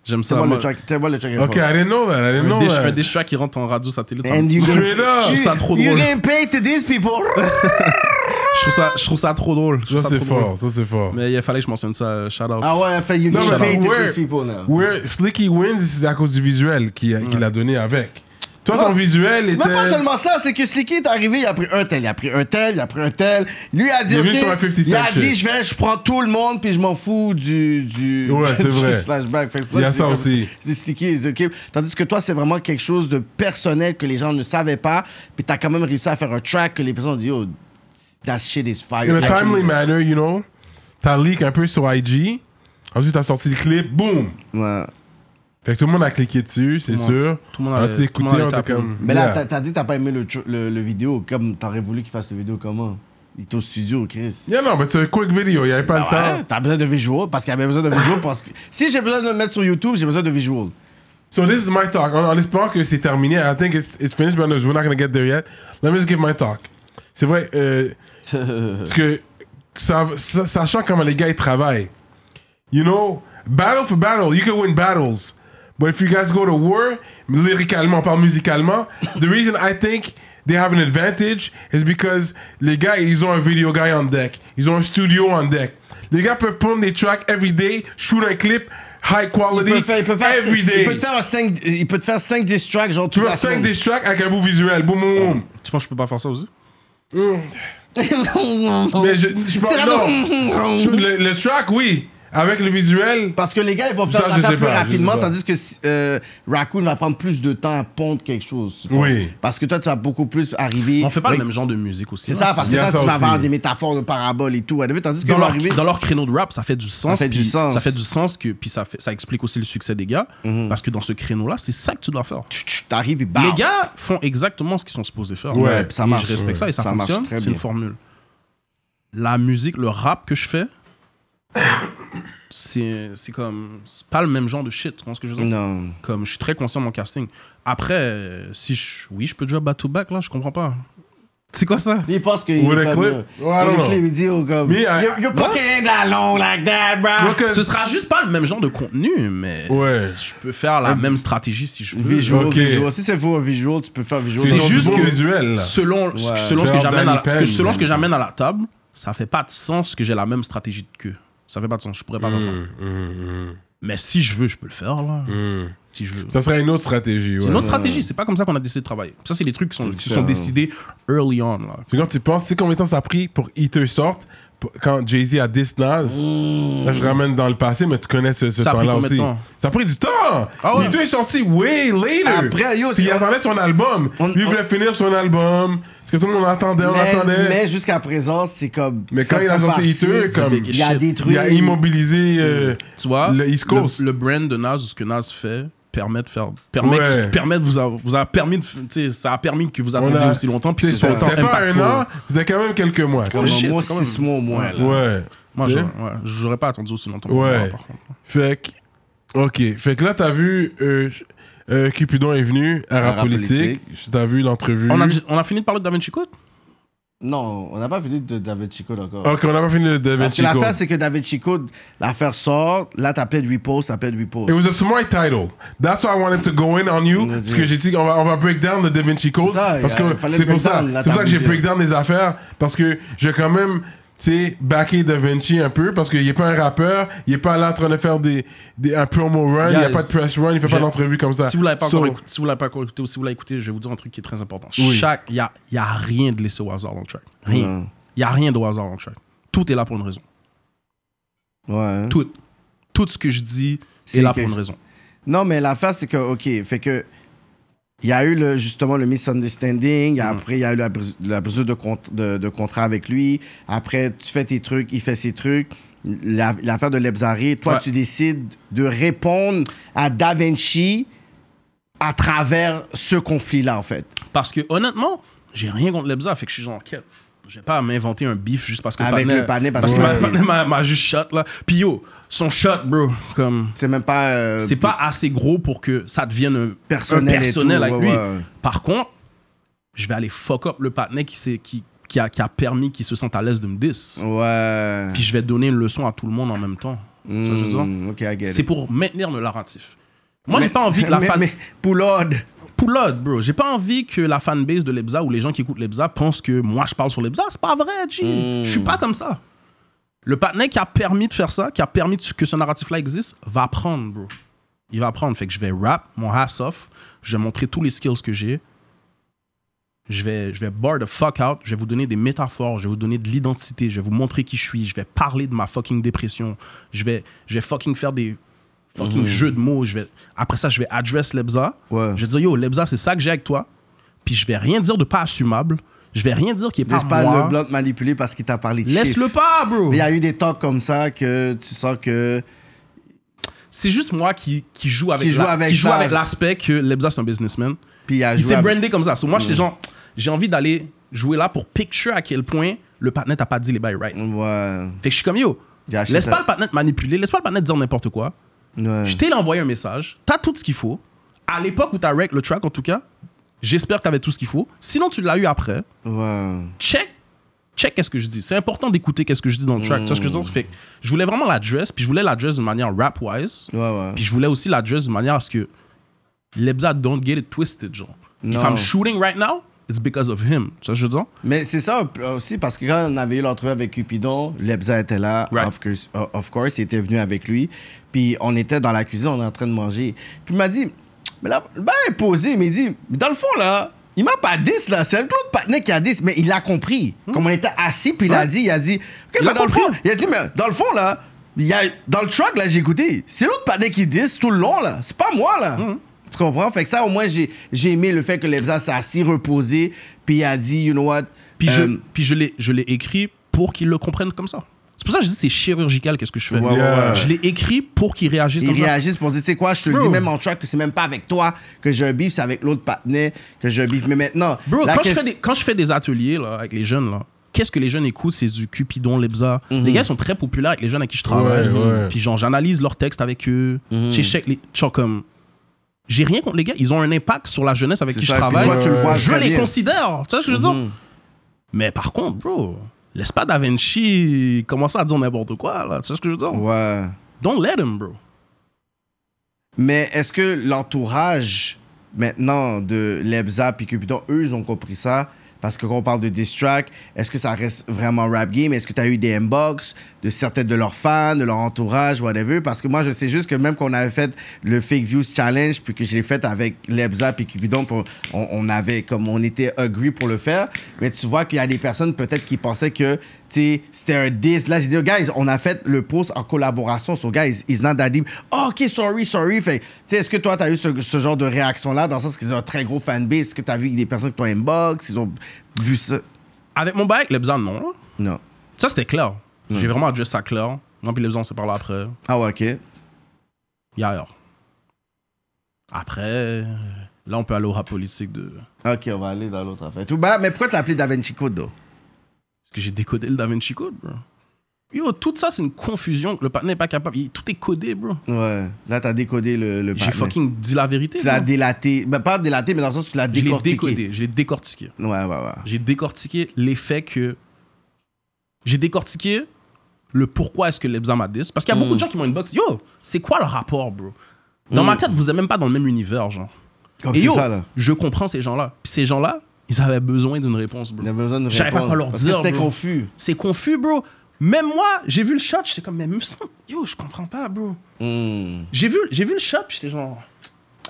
Speaker 3: J'aime
Speaker 2: C'est
Speaker 3: ça.
Speaker 2: moi
Speaker 3: moi.
Speaker 2: le check, c'est moi le check.
Speaker 1: Ok, I didn't know that. I didn't
Speaker 3: Un
Speaker 1: know
Speaker 3: des, un
Speaker 1: that.
Speaker 3: des tracks qui rentre en radio satellite. ça me-
Speaker 2: And you can-
Speaker 1: Straight up.
Speaker 2: you-
Speaker 3: Je trouve ça trop
Speaker 2: You
Speaker 3: drôle.
Speaker 2: can pay to these people.
Speaker 3: Je, trouve ça, je trouve ça trop drôle. Je trouve
Speaker 1: Ça,
Speaker 3: ça
Speaker 1: c'est
Speaker 3: trop
Speaker 1: fort.
Speaker 3: drôle.
Speaker 1: Ça, c'est fort.
Speaker 3: Mais il fallait que je mentionne ça. euh, Shout out.
Speaker 2: ah ouais, fait you
Speaker 1: Non,
Speaker 2: can
Speaker 1: mais
Speaker 2: pay to
Speaker 1: where-
Speaker 2: these people now.
Speaker 1: Where Slicky wins, c'est à cause du visuel qu'il a, qu'il a donné avec. Toi, ton
Speaker 2: Ouais,
Speaker 1: visuel était.
Speaker 2: C'est même pas seulement ça, c'est que Slicky est arrivé, il a pris un tel, il a pris un tel, il a pris un tel. Lui a dit,
Speaker 1: Il est
Speaker 2: ok,
Speaker 1: venu sur un 50
Speaker 2: il a
Speaker 1: cent
Speaker 2: dit,
Speaker 1: shit.
Speaker 2: je vais, je prends tout le monde, puis je m'en fous du, du,
Speaker 1: Ouais,
Speaker 2: du-
Speaker 1: c'est
Speaker 2: du
Speaker 1: vrai.
Speaker 2: slashback. Fait que c'est pour
Speaker 1: Il y a
Speaker 2: que je
Speaker 1: ça
Speaker 2: dis comme
Speaker 1: aussi.
Speaker 2: c'est- c'est Slicky is ok. Tandis que toi, c'est vraiment quelque chose de personnel que les gens ne savaient pas, puis t'as quand même réussi à faire un track que les personnes ont dit, oh, that shit is fire.
Speaker 1: In a
Speaker 2: Actually,
Speaker 1: timely manner, you know. T'as leak un peu sur IG. Ensuite, t'as sorti le clip. Boom!
Speaker 2: ouais.
Speaker 1: Fait que tout le monde a cliqué dessus, c'est
Speaker 3: monde-
Speaker 1: sûr.
Speaker 3: tout le monde
Speaker 1: on
Speaker 3: a-
Speaker 1: a tout
Speaker 3: tout le monde
Speaker 1: écouté,
Speaker 3: a
Speaker 1: on était
Speaker 3: tapé.
Speaker 1: comme.
Speaker 2: Mais là,
Speaker 1: yeah.
Speaker 2: t'as- t'as dit que t'as pas aimé le, tr- le, le vidéo, comme t'aurais voulu qu'il fasse le vidéo comment Il est au studio, Chris.
Speaker 1: Yeah, non, mais c'est un quick video, il n'y avait pas
Speaker 2: Ah
Speaker 1: le
Speaker 2: ouais,
Speaker 1: temps.
Speaker 2: T'as besoin de visual parce qu'il y avait besoin de visual parce que si j'ai besoin de le mettre sur YouTube, j'ai besoin de visual.
Speaker 1: So, this is my talk. En, en espérant que c'est terminé, I think it's, it's finished, but we're not going to get there yet. Let me just give my talk. C'est vrai, euh, parce que ça, ça- sachant comment les gars ils travaillent, you know, battle for battle, you can win battles. But if you guys go to war, lyricalement, pas musicalement, the reason I think they have an advantage is because les gars, ils ont un video guy on deck. Ils ont un studio on deck. Les gars peuvent prendre des tracks every day, shoot un clip, high quality,
Speaker 2: Il peut, faire, il peut faire,
Speaker 1: every day.
Speaker 2: il peut te faire 5 il peut te faire 5 diss tracks genre
Speaker 1: Tu vois 5 diss tracks avec un beau visuel. Boum, boum, boum.
Speaker 3: Tu penses que je peux pas faire ça aussi Oh.
Speaker 1: Mais je, je pense, non. Je- le, le track, oui. Avec le visuel.
Speaker 2: parce que les gars ils vont faire
Speaker 1: Ça,
Speaker 2: la
Speaker 1: je
Speaker 2: tape
Speaker 1: sais
Speaker 2: plus
Speaker 1: pas, je sais
Speaker 2: rapidement
Speaker 1: pas.
Speaker 2: tandis que si- euh, Raccoon va prendre plus de temps à pondre quelque chose. je pense.
Speaker 1: Oui.
Speaker 2: Parce que toi tu vas beaucoup plus arriver
Speaker 3: On fait pas
Speaker 2: avec-
Speaker 3: le même genre de musique aussi.
Speaker 2: C'est
Speaker 3: là,
Speaker 2: ça parce
Speaker 1: Il
Speaker 2: que
Speaker 1: y a
Speaker 2: ça,
Speaker 1: ça
Speaker 2: tu vas
Speaker 1: aussi.
Speaker 2: avoir des métaphores de paraboles et tout whatever, tandis que
Speaker 3: dans
Speaker 2: va
Speaker 3: leur,
Speaker 2: arriver
Speaker 3: dans leur créneau de rap, ça fait du sens.
Speaker 2: fait du
Speaker 3: puis
Speaker 2: sens. Mhm.
Speaker 3: Ça fait du sens, que, puis ça, fait, ça explique aussi le succès des gars. Parce que dans ce créneau-là, c'est ça que tu dois faire.
Speaker 2: tch, tch, t'arrives et bam.
Speaker 3: Les gars font exactement ce qu'ils sont supposés faire.
Speaker 1: Ouais,
Speaker 2: puis
Speaker 3: Et
Speaker 2: Bah, ça marche,
Speaker 3: Je respecte
Speaker 2: ouais.
Speaker 3: ça et ça,
Speaker 2: Ça marche
Speaker 3: fonctionne.
Speaker 2: très
Speaker 3: C'est
Speaker 2: bien.
Speaker 3: une formule. La musique, le rap que je fais, c'est c'est comme. C'est pas le même genre de shit. Tu comprends ce que je veux dire?
Speaker 2: non.
Speaker 3: Comme je suis très conscient de mon casting. Après, euh, si je, oui, je peux déjà back-to-back, là, je comprends pas. C'est quoi ça?
Speaker 2: Il pense que.
Speaker 1: With a
Speaker 2: comme,
Speaker 1: clip?
Speaker 2: euh,
Speaker 1: Well, I
Speaker 2: with
Speaker 1: don't
Speaker 2: a clip, il dit, oh, comme.
Speaker 1: Me, I-
Speaker 2: you're you're fucking in that long like that, bro.
Speaker 1: Look at-
Speaker 3: Ce sera juste pas le même genre de contenu, mais
Speaker 1: Ouais.
Speaker 3: je peux faire la même stratégie si je veux.
Speaker 2: Visual,
Speaker 1: Ok.
Speaker 2: visual. Si c'est pour un visual, tu peux faire visual.
Speaker 1: Ils
Speaker 3: C'est
Speaker 1: ont
Speaker 3: juste
Speaker 1: du beau
Speaker 3: que-
Speaker 1: visuel. là.
Speaker 3: Selon, selon, ce que
Speaker 1: Genre
Speaker 3: j'amène à
Speaker 1: Danny
Speaker 3: la, ce que-
Speaker 1: Penn,
Speaker 3: selon ce que
Speaker 1: man.
Speaker 3: j'amène à la table, ça fait pas de sens que j'ai la même Mmh, stratégie que. Ça fait pas de sens, je pourrais pas faire ça. Mais si je veux, je peux le faire, là. si je veux.
Speaker 1: Ça serait une autre stratégie.
Speaker 3: Hmm. C'est
Speaker 1: ouais.
Speaker 3: une autre stratégie, c'est pas comme ça qu'on a décidé de travailler. Ça, c'est des trucs qui sont, qui sont décidés early on. Là.
Speaker 1: Puis quand tu penses, tu sais combien de temps ça a pris pour Eater Sort pour- quand Jay-Z a diss Nas Là, je ramène dans le passé, mais tu connais ce, ce
Speaker 3: Hmm. Ça a pris
Speaker 1: temps-là
Speaker 3: combien de
Speaker 1: aussi.
Speaker 3: temps
Speaker 1: Ça a pris du temps
Speaker 3: Ah ouais.
Speaker 1: Eater est sorti way later
Speaker 2: Après, yo, c'est-
Speaker 1: Puis il attendait son album.
Speaker 2: On-
Speaker 1: Lui, il
Speaker 2: on-
Speaker 1: voulait finir son album. Parce que tout le monde attendait, on
Speaker 2: mais,
Speaker 1: attendait.
Speaker 2: mais jusqu'à présent, c'est comme.
Speaker 1: Mais
Speaker 2: ça
Speaker 1: quand il a
Speaker 2: fait
Speaker 1: sorti
Speaker 2: partie-
Speaker 1: Eater, comme.
Speaker 2: Il a détruit.
Speaker 1: Il a immobilisé. euh,
Speaker 3: Tu vois,
Speaker 1: Le East Coast.
Speaker 3: Le, le brand de Nas, ce que Nas fait, permet de faire. Permet,
Speaker 1: Ouais.
Speaker 3: permet de vous, a, vous a permis de. tu sais, Ça a permis que vous
Speaker 1: on
Speaker 3: attendiez
Speaker 1: a-
Speaker 3: aussi longtemps. Puis
Speaker 1: tu
Speaker 3: que
Speaker 1: sais,
Speaker 3: ce soit
Speaker 1: C'était
Speaker 3: autant
Speaker 1: c'était pas un
Speaker 3: impactful.
Speaker 1: an, c'était quand même quelques mois. tu
Speaker 2: Comme
Speaker 1: sais.
Speaker 2: un
Speaker 3: Shit,
Speaker 2: mois,
Speaker 3: c'est quand même-
Speaker 2: six mois au moins. là.
Speaker 1: Ouais.
Speaker 3: Moi,
Speaker 1: Tu sais?
Speaker 3: j'aurais ouais, j'aurais pas attendu aussi longtemps.
Speaker 1: Ouais.
Speaker 3: moi, par contre.
Speaker 1: Fait que, ok. Fait que là, t'as vu, euh, euh, Cupidon est venu à Rap
Speaker 4: Rap
Speaker 1: Politique. T'as vu l'entrevue.
Speaker 3: On, a, on a fini de parler de Da Vinci Code
Speaker 2: Non, on n'a pas fini de David Chico encore.
Speaker 1: Ok, on n'a pas fini le David
Speaker 2: Parce que
Speaker 1: Chico.
Speaker 2: l'affaire, c'est que David Chico, l'affaire sort, là, t'appelles de repost, t'appelles de repost.
Speaker 1: It was a smart title. That's why I wanted to go in on you. Parce que j'ai dit qu'on va, on va break down le Da Vinci Code.
Speaker 2: C'est ça,
Speaker 1: parce que
Speaker 2: il a- fallait
Speaker 1: c'est
Speaker 2: break
Speaker 1: pour ça,
Speaker 2: down la
Speaker 1: c'est pour ça que j'ai
Speaker 2: table
Speaker 1: break down les affaires. Parce que j'ai quand même, tu sais, backé Da Vinci un peu. Parce qu'il n'est pas un rappeur. Il n'est pas là en train de faire des, des, un promo run. il n'y a
Speaker 3: Guys,
Speaker 1: pas de press run. Il ne fait pas
Speaker 3: j'ai-
Speaker 1: d'entrevue comme ça.
Speaker 3: Si vous l'avez pas
Speaker 1: So,
Speaker 3: encore écouté, si vous l'avez pas encore écouté ou si vous l'avez écouté, je vais vous dire un truc qui est très important.
Speaker 1: Oui.
Speaker 3: Chaque, il y a, y a rien de laissé au hasard dans le track. Rien. Il y a rien de au hasard dans le track. Tout est là pour une raison.
Speaker 2: Ouais.
Speaker 3: Tout. Tout ce que je dis est,
Speaker 2: C'est
Speaker 3: là
Speaker 2: quelque-
Speaker 3: pour une raison.
Speaker 2: Non, mais l'affaire, c'est que, OK, fait que. Il y a eu le, justement le misunderstanding, il y
Speaker 3: Mm.
Speaker 2: a- après il y a eu la, bris- la brisure de, cont- de, de contrat avec lui, après tu fais tes trucs, il fait ses trucs, La- l'affaire de Lebzari, toi
Speaker 3: Ouais.
Speaker 2: tu décides de répondre à Da Vinci à travers ce conflit-là en fait.
Speaker 3: Parce que honnêtement, j'ai rien contre Lebza, fait que je suis genre, Ok, j'ai pas à m'inventer un bif juste parce que
Speaker 2: Avec
Speaker 3: Panay-
Speaker 2: le Panay, parce
Speaker 3: parce que
Speaker 2: que-
Speaker 3: ma- Panay m'a m'a juste shot là. Puis yo, son shot, bro, comme
Speaker 2: C'est même pas... euh,
Speaker 3: c'est pas assez gros pour que ça devienne un
Speaker 2: Personnel
Speaker 3: personnel,
Speaker 2: et
Speaker 3: personnel
Speaker 2: tout,
Speaker 3: avec
Speaker 2: ouais,
Speaker 3: lui.
Speaker 2: ouais.
Speaker 3: Par contre, je vais aller fuck up le partenaire qui, s'est- qui, qui, a, qui a permis qu'il se sente à l'aise de me diss.
Speaker 2: Ouais.
Speaker 3: Puis je vais donner une leçon à tout le monde en même temps. Tu vois ce que je veux dire?
Speaker 2: Hmm, OK, I get it.
Speaker 3: C'est pour maintenir le narratif. Moi, j'ai
Speaker 2: Mais-
Speaker 3: pas envie que la
Speaker 2: mais-
Speaker 3: fan...
Speaker 2: mais Poulard.
Speaker 3: Pour l'autre, bro, j'ai pas envie que la fanbase de Lebza ou les gens qui écoutent Lebza pensent que moi, je parle sur Lebza. C'est pas vrai, G.
Speaker 2: Hmm.
Speaker 3: Je suis pas comme ça. Le partenaire qui a permis de faire ça, qui a permis de- que ce narratif-là existe, va prendre, bro. Il va prendre. Fait que je vais rap mon ass off. Je vais montrer tous les skills que j'ai. Je vais, je vais bar the fuck out. Je vais vous donner des métaphores. Je vais vous donner de l'identité. Je vais vous montrer qui je suis. Je vais parler de ma fucking dépression. Je vais, je vais fucking faire des fucking jeux de mots. Je vais, après ça, je vais address Lebza.
Speaker 2: Mm. Ouais.
Speaker 3: Je vais dire, yo, Lebza, c'est ça que j'ai avec toi. Puis je vais rien dire de pas assumable. Je vais rien dire qui est pas
Speaker 2: Laisse pas
Speaker 3: moi.
Speaker 2: le blanc te manipuler parce qu'il t'a parlé de
Speaker 3: Laisse-le
Speaker 2: chiffres.
Speaker 3: pas, bro.
Speaker 2: Il y a eu des talks comme ça que tu sens que.
Speaker 3: C'est juste moi qui, qui joue avec
Speaker 2: Qui joue
Speaker 3: la-
Speaker 2: avec
Speaker 3: qui joue
Speaker 2: ça.
Speaker 3: avec l'aspect que Lebza, c'est un businessman.
Speaker 2: Puis il a
Speaker 3: Il
Speaker 2: joué
Speaker 3: s'est
Speaker 2: avec-
Speaker 3: brandé comme ça. So, moi,
Speaker 2: Mm.
Speaker 3: j'étais genre, j'ai envie d'aller jouer là pour picture à quel point le partenaire t'a pas dit les bails right.
Speaker 2: Ouais.
Speaker 3: Fait que je suis comme, yo,
Speaker 2: Mm. J'ai acheté
Speaker 3: laisse
Speaker 2: ça. Mm.
Speaker 3: pas le partenaire te manipuler, laisse pas le partenaire te dire n'importe quoi.
Speaker 2: ouais.
Speaker 3: Je t'ai envoyé un message, t'as tout ce qu'il faut. À l'époque où t'as wreck le track, en tout cas, j'espère que t'avais tout ce qu'il faut. Sinon, tu l'as eu après.
Speaker 2: Ouais.
Speaker 3: check check qu'est-ce que je dis c'est important d'écouter qu'est-ce que je dis dans le track Tu vois ce que
Speaker 2: Mm.
Speaker 3: je veux dire? Fait que je voulais vraiment l'adresse puis je voulais l'adresse d'une manière rap wise
Speaker 2: Ouais, ouais.
Speaker 3: puis je voulais aussi l'adresse d'une manière à ce que Lebza don't get it twisted genre
Speaker 2: Non.
Speaker 3: if I'm shooting right now it's because of him tu vois ce que je veux dire
Speaker 2: Mais c'est ça euh, aussi parce que quand on avait eu l'entrevue avec Cupidon, Lebza était là,
Speaker 3: Right.
Speaker 2: of, course, euh, of course, il était venu avec lui. Puis on était dans la cuisine, on est en train de manger. Puis il m'a dit, mais là, le bail est posé, mais il dit, mais dans le fond là, il m'a pas 10 là, c'est Claude Patnet qui a 10, mais il a compris. Comme on était assis, puis il a dit, il a dit, OK,
Speaker 3: Hmm. Il
Speaker 2: mais
Speaker 3: a
Speaker 2: dans le
Speaker 3: compris.
Speaker 2: fond, il a dit, mais dans le fond là, il y a, dans le truck là, j'ai écouté, c'est l'autre Patnet qui 10 tout le long là, c'est pas moi là.
Speaker 3: Mhm.
Speaker 2: Tu comprends? Fait que ça, au moins, j'ai j'ai aimé le fait que Lebza s'est assis, reposé, puis il a dit, you know what?
Speaker 3: puis je
Speaker 2: euh,
Speaker 3: puis je l'ai je l'ai écrit pour qu'ils le comprennent comme ça c'est pour ça que je dis c'est chirurgical qu'est-ce que je fais
Speaker 2: Ouais, ouais,
Speaker 1: ouais.
Speaker 3: je l'ai écrit pour qu'ils réagissent
Speaker 2: Ils
Speaker 3: comme ça
Speaker 2: réagissent pour dire, tu sais quoi, je te le dis même en track que c'est même pas avec toi que j'ai un beef, c'est avec l'autre partenaire que j'ai un beef. Mais maintenant,
Speaker 3: Bro,
Speaker 2: la
Speaker 3: quand, je
Speaker 2: question-
Speaker 3: fais des, quand je fais des ateliers là, avec les jeunes, là, qu'est-ce que les jeunes écoutent C'est du Cupidon, Lebza.
Speaker 2: Mhm.
Speaker 3: Les gars ils sont très populaires avec les jeunes à qui je travaille. Mhm.
Speaker 1: Ouais, ouais.
Speaker 3: Puis genre, j'analyse leurs textes avec eux.
Speaker 2: Mhm.
Speaker 3: Tu sais, je check les- genre, comme. J'ai rien contre les gars, ils ont un impact sur la jeunesse avec
Speaker 2: C'est
Speaker 3: qui
Speaker 2: ça,
Speaker 3: je
Speaker 2: puis
Speaker 3: travaille.
Speaker 2: toi, tu le vois
Speaker 3: je
Speaker 2: très
Speaker 3: les
Speaker 2: bien. Mhm.
Speaker 3: considère. Tu vois ce que je veux dire Mais par contre, bro, laisse pas Da Vinci commencer à dire n'importe quoi. Là, tu vois ce que je veux dire
Speaker 2: Ouais.
Speaker 3: Don't let him, bro.
Speaker 2: Mais est-ce que l'entourage maintenant de Lebza puis Cupidon, eux, ils ont compris ça? Parce que quand on parle de diss track, est-ce que ça reste vraiment rap game? Est-ce que tu as eu des inbox de certaines de leurs fans, de leur entourage, whatever? Parce que moi, je sais juste que même qu'on avait fait le Fake Views Challenge, puis que je l'ai fait avec Lebza puis Cupidon, puis on, on avait, comme on était agree pour le faire. Mais tu vois qu'il y a des personnes peut-être qui pensaient que tu sais, c'était un diss. Là, j'ai dit, oh, guys, on a fait le post en collaboration. So, guys, it's not that deep. Oh, OK, sorry, sorry. Fait, tu sais, est-ce que toi, t'as eu ce, ce genre de réaction-là, dans le sens qu'ils ont un très gros fanbase? Est-ce que t'as vu des personnes qui t'ont inbox? Ils ont vu ça?
Speaker 3: Avec mon bail, Lebzan, non. là.
Speaker 2: Non.
Speaker 3: Ça, c'était clair.
Speaker 2: Mhm.
Speaker 3: J'ai vraiment adressé ça clair. Moi, puis Lebzan, on s'est parlé après.
Speaker 2: Ah, ouais, OK.
Speaker 3: Hier. Après, euh, là, on peut aller au rap politique de.
Speaker 2: OK, on va aller dans l'autre affaire. Tout bas, mais pourquoi t'as appelé Da Vinci Code, though?
Speaker 3: Parce que j'ai décodé le Da Vinci Code, bro. Yo, tout ça, c'est une confusion que le partenaire n'est pas capable. Il- tout est codé, bro.
Speaker 2: Ouais. Là, t'as décodé le, le
Speaker 3: J'ai
Speaker 2: pattern.
Speaker 3: fucking dit la vérité.
Speaker 2: Tu l'as
Speaker 3: bro.
Speaker 2: délaté. Ben, pas délaté, mais dans le sens que tu l'as
Speaker 3: Je l'ai
Speaker 2: décortiqué.
Speaker 3: décodé, je l'ai décortiqué.
Speaker 2: Ouais, ouais, ouais.
Speaker 3: J'ai décortiqué l'effet que. J'ai décortiqué le pourquoi est-ce que Lebza m'a dit. Parce qu'il y a
Speaker 2: Hmm.
Speaker 3: beaucoup de gens qui m'ont inbox. Yo, c'est quoi le rapport, bro? Dans ma tête, vous êtes même pas dans le même univers, genre.
Speaker 2: Comme
Speaker 3: Et
Speaker 2: Oh, c'est
Speaker 3: yo,
Speaker 2: ça, là.
Speaker 3: je comprends ces gens-là. Puis ces gens-là, ils avaient besoin d'une réponse, bro.
Speaker 2: Il y avait besoin de
Speaker 3: Je savais pas
Speaker 2: répondre.
Speaker 3: quoi leur
Speaker 2: Parce que
Speaker 3: dire,
Speaker 2: C'était
Speaker 3: bro.
Speaker 2: confus.
Speaker 3: C'est confus, bro. Même moi, j'ai vu le shot, j'étais comme, mais il me semble- yo, je comprends pas, bro.
Speaker 2: Hmm.
Speaker 3: J'ai vu, j'ai vu le shot, puis j'étais genre.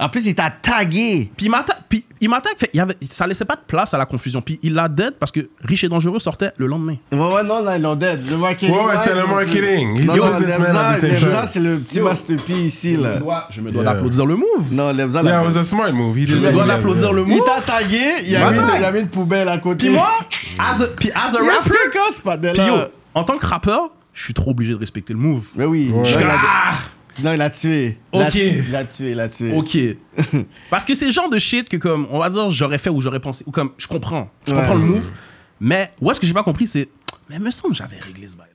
Speaker 2: En plus, il t'a tagué.
Speaker 3: Puis il m'attaque, puis il m'attaque, fait, il y avait- ça laissait pas de place à la confusion. Puis il l'a dead parce que Riche et Dangereux sortait le lendemain.
Speaker 2: Ouais, ouais, non, non, ils l'ont dead. Le marketing.
Speaker 1: Ouais, ouais, c'était le marketing. He's
Speaker 2: Non,
Speaker 1: a
Speaker 2: non,
Speaker 1: businessman
Speaker 2: Lebza,
Speaker 1: at the same
Speaker 2: Lebza,
Speaker 1: time.
Speaker 2: c'est le petit masterpiece ici, là.
Speaker 3: Je me dois
Speaker 1: Yeah.
Speaker 3: d'applaudir le move.
Speaker 2: Non, Lebza,
Speaker 1: Yeah,
Speaker 2: l'a-
Speaker 1: it was a smart move. He
Speaker 3: Je
Speaker 1: did
Speaker 3: me
Speaker 1: it.
Speaker 3: dois
Speaker 1: Yeah,
Speaker 3: d'applaudir
Speaker 1: yeah.
Speaker 3: le
Speaker 2: Il
Speaker 3: move.
Speaker 2: t'a tagué, il y a
Speaker 3: Il
Speaker 2: mis-
Speaker 3: m'attaque.
Speaker 2: il y a mis une poubelle à côté.
Speaker 3: Puis moi, as a, puis as a
Speaker 2: il a Euh.
Speaker 3: rapper,
Speaker 2: plus qu'un spot de là.
Speaker 3: puis yo, en tant que rappeur, je suis trop obligé de respecter le move.
Speaker 2: Mais oui.
Speaker 1: Ouais.
Speaker 2: Non,
Speaker 3: Je
Speaker 2: il
Speaker 3: suis
Speaker 2: a-
Speaker 3: comme, ah,
Speaker 2: Non, il l'a tué. Il l'a
Speaker 3: Ok.
Speaker 2: tué, Il l'a tué, il l'a tué.
Speaker 3: Ok. Parce que c'est le genre de shit que, comme, on va dire, j'aurais fait ou j'aurais pensé. Ou comme, je comprends. Je
Speaker 2: Ouais.
Speaker 3: comprends le move. Mais, où est-ce que j'ai pas compris, c'est. Mais, me semble, que j'avais réglé ce bail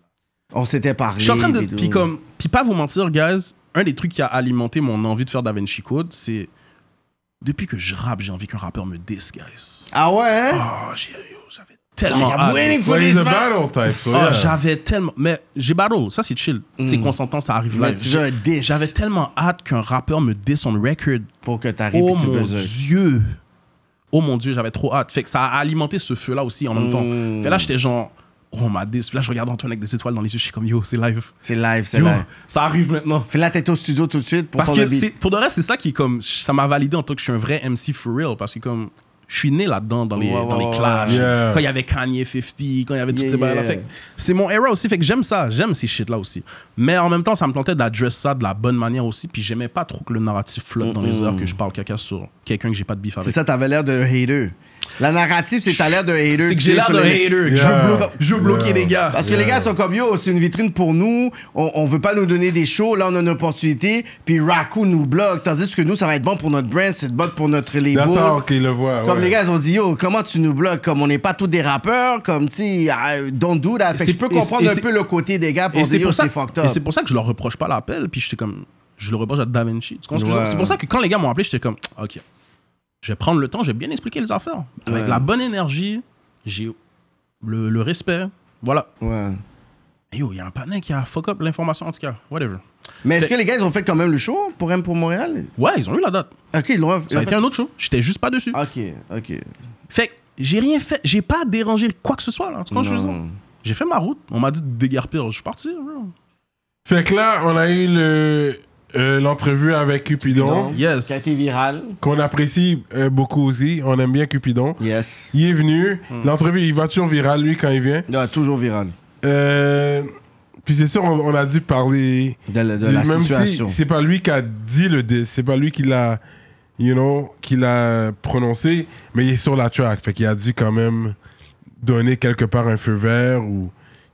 Speaker 2: On s'était parlé.
Speaker 3: Je suis en train de.
Speaker 2: et tout.
Speaker 3: Puis, comme. Puis, pas vous mentir, guys, un des trucs qui a alimenté mon envie de faire Da Vinci Code, c'est. Depuis que je rappe, j'ai envie qu'un rappeur me dise, guys.
Speaker 2: Ah ouais, hein?
Speaker 3: Oh, j'ai- yo, j'avais tellement.
Speaker 2: I'm
Speaker 3: hâte.
Speaker 2: waiting for
Speaker 1: Well,
Speaker 2: this
Speaker 1: he's a
Speaker 2: man.
Speaker 1: battle type, so
Speaker 3: Ah,
Speaker 1: yeah.
Speaker 3: j'avais tellement. Mais j'ai battle, ça c'est chill. C'est qu'on s'entend, ça arrive
Speaker 2: Hmm. Mais
Speaker 3: là.
Speaker 2: tu veux un diss.
Speaker 3: J'avais tellement hâte qu'un rappeur me diss on record.
Speaker 2: Pour que t'arrives
Speaker 3: Oh
Speaker 2: et tu
Speaker 3: mon
Speaker 2: buzzes.
Speaker 3: dieu. Oh mon dieu, j'avais trop hâte. Fait que ça a alimenté ce feu-là aussi en même
Speaker 2: Hmm.
Speaker 3: temps. Fait là, j'étais genre, oh on m'a diss. Puis là, je regarde Antoine avec des étoiles dans les yeux, je suis comme yo, c'est live.
Speaker 2: C'est live, c'est
Speaker 3: Yo,
Speaker 2: live.
Speaker 3: ça arrive maintenant.
Speaker 2: Fais là, t'es au studio tout de suite pour
Speaker 3: Parce
Speaker 2: ton
Speaker 3: que
Speaker 2: beat.
Speaker 3: c'est- pour de reste, c'est ça qui est comme. Ça m'a validé en tant que je suis un vrai MC for real. Parce que comme. Je suis né là-dedans, dans les,
Speaker 2: Ouais,
Speaker 3: dans
Speaker 2: ouais,
Speaker 3: les
Speaker 2: ouais.
Speaker 3: clashs.
Speaker 1: Yeah.
Speaker 3: Quand il y avait Kanye 50, quand il y avait toutes
Speaker 2: Yeah,
Speaker 3: ces balles-là.
Speaker 2: yeah.
Speaker 3: Fait que C'est mon era aussi. Fait que j'aime ça. J'aime ces shit-là aussi. Mais en même temps, ça me tentait d'adresser ça de la bonne manière aussi. Puis j'aimais pas trop que le narratif flotte dans les heures que je parle caca sur quelqu'un que j'ai pas de beef
Speaker 2: C'est
Speaker 3: avec.
Speaker 2: ça, t'avais l'air d'un hater. La narrative, c'est que t'as l'air d'un hater.
Speaker 3: C'est que
Speaker 2: qui
Speaker 3: j'ai
Speaker 2: est
Speaker 3: l'air
Speaker 2: sur
Speaker 3: d'un
Speaker 2: les-
Speaker 3: hater. que
Speaker 1: Yeah.
Speaker 3: Je veux bloquer, je veux bloquer
Speaker 1: Yeah.
Speaker 3: les gars.
Speaker 2: Parce que les gars sont comme yo, c'est une vitrine pour nous. On, on veut pas nous donner des shows. Là, on a une opportunité. Puis Raku nous bloque. Tandis que nous, ça va être bon pour notre brand, c'est bon pour notre label.
Speaker 1: That's how qu'il le voit.
Speaker 2: Comme
Speaker 1: ouais.
Speaker 2: les gars, ils ont dit yo, comment tu nous bloques Comme on n'est pas tous des rappeurs. Comme tu sais, ah, don't do that. Fait que
Speaker 3: c'est-
Speaker 2: je peux
Speaker 3: et c'est-
Speaker 2: comprendre
Speaker 3: et
Speaker 2: un
Speaker 3: c'est-
Speaker 2: peu le côté des gars pour
Speaker 3: Et c'est
Speaker 2: dire yo,
Speaker 3: pour, ça-
Speaker 2: c'est fucked
Speaker 3: et
Speaker 2: up.
Speaker 3: c'est pour ça que je leur reproche pas l'appel, puis j'étais comme, je le reproche à Da Vinci. Tu comprends ce que je veux
Speaker 2: Ouais.
Speaker 3: dire? C'est pour ça que quand les gars m'ont appelé, j'étais comme, ok, je vais prendre le temps, je vais bien expliquer les affaires. Avec
Speaker 2: Ouais.
Speaker 3: la bonne énergie, j'ai le, le respect. Voilà.
Speaker 2: Ouais.
Speaker 3: Et yo, il y a un panin qui a fuck up l'information, en tout cas. Whatever.
Speaker 2: Mais est-ce
Speaker 3: Fait-
Speaker 2: que les gars, ils ont fait quand même le show pour M pour Montréal
Speaker 3: Ouais, ils ont eu la date.
Speaker 2: Ok, ils l'ont. ils
Speaker 3: Ça
Speaker 2: l'ont
Speaker 3: a été un autre show. J'étais juste pas dessus.
Speaker 2: fait. Ok, ok.
Speaker 3: Fait que j'ai rien fait, j'ai pas dérangé quoi que ce soit, là. Tu comprends ce que je veux dire?
Speaker 2: Non.
Speaker 3: J'ai fait ma route. On m'a dit de déguerpir. Je suis parti. bro.
Speaker 1: Fait que là, on a eu le- euh, l'entrevue avec Cupidon,
Speaker 2: Donc,
Speaker 3: Yes.
Speaker 2: Ça a été viral.
Speaker 1: qu'on apprécie euh, beaucoup aussi. On aime bien Cupidon.
Speaker 2: Yes.
Speaker 1: Il est venu.
Speaker 3: Hmm.
Speaker 1: L'entrevue, il va toujours viral, lui, quand il vient.
Speaker 2: Ouais, toujours viral.
Speaker 1: Euh, puis c'est sûr, on, on a dû parler.
Speaker 2: De, la- de
Speaker 1: du-
Speaker 2: la
Speaker 1: même
Speaker 2: situation.
Speaker 1: si c'est pas lui qui a dit le dé, c'est pas lui qui l'a, you know, qui l'a prononcé, mais il est sur la track. Fait qu'il a dû quand même donner quelque part un feu vert ou.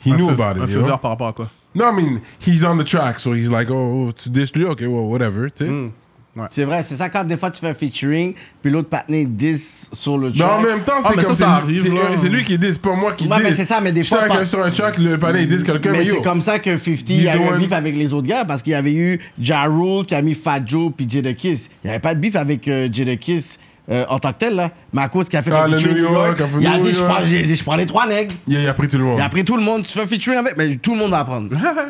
Speaker 1: He
Speaker 3: Un
Speaker 1: knew
Speaker 3: feu-
Speaker 1: about it, you
Speaker 3: un feu
Speaker 1: know?
Speaker 3: vert par rapport à quoi?
Speaker 1: No, I mean, he's on the track, so he's like, oh, oh, tu dis lui, ok, well, whatever, tu sais.
Speaker 3: Hmm.
Speaker 2: C'est vrai, c'est ça quand des fois tu fais un featuring, puis l'autre patiné 10 sur le
Speaker 1: Mais
Speaker 2: track.
Speaker 1: en même temps,
Speaker 3: Ah,
Speaker 1: c'est
Speaker 3: mais
Speaker 1: comme
Speaker 3: ça, ça
Speaker 1: c'est-
Speaker 3: arrive,
Speaker 1: c'est-
Speaker 3: là.
Speaker 1: C'est lui qui dit, c'est pas moi qui
Speaker 2: Ouais,
Speaker 1: dis.
Speaker 2: mais c'est ça, mais des
Speaker 1: J'étais
Speaker 2: fois,
Speaker 1: avec-
Speaker 2: pas-
Speaker 1: sur un track, le panel,
Speaker 3: Mm.
Speaker 1: il dit quelqu'un, mais,
Speaker 2: mais
Speaker 1: yo.
Speaker 2: c'est comme ça que 50
Speaker 1: You
Speaker 2: a eu un
Speaker 1: doing-
Speaker 2: beef avec les autres gars parce qu'il y avait eu Ja Rule qui a mis Fat Joe puis Jada Kiss. Il n'y avait pas de beef avec euh, Jada Kiss euh, en tant que tel là, mais à cause qu'il a fait
Speaker 1: Ah,
Speaker 2: un
Speaker 1: le
Speaker 2: featuring
Speaker 1: New York, a fait
Speaker 2: il a
Speaker 1: New
Speaker 2: dit je
Speaker 1: York.
Speaker 2: prends, j'ai dit, je prends les trois nègres.
Speaker 1: Il a, il a pris tout le monde.
Speaker 2: Et après tout le monde, tu fais un featuring avec, mais tout le monde va prendre.
Speaker 1: Ah.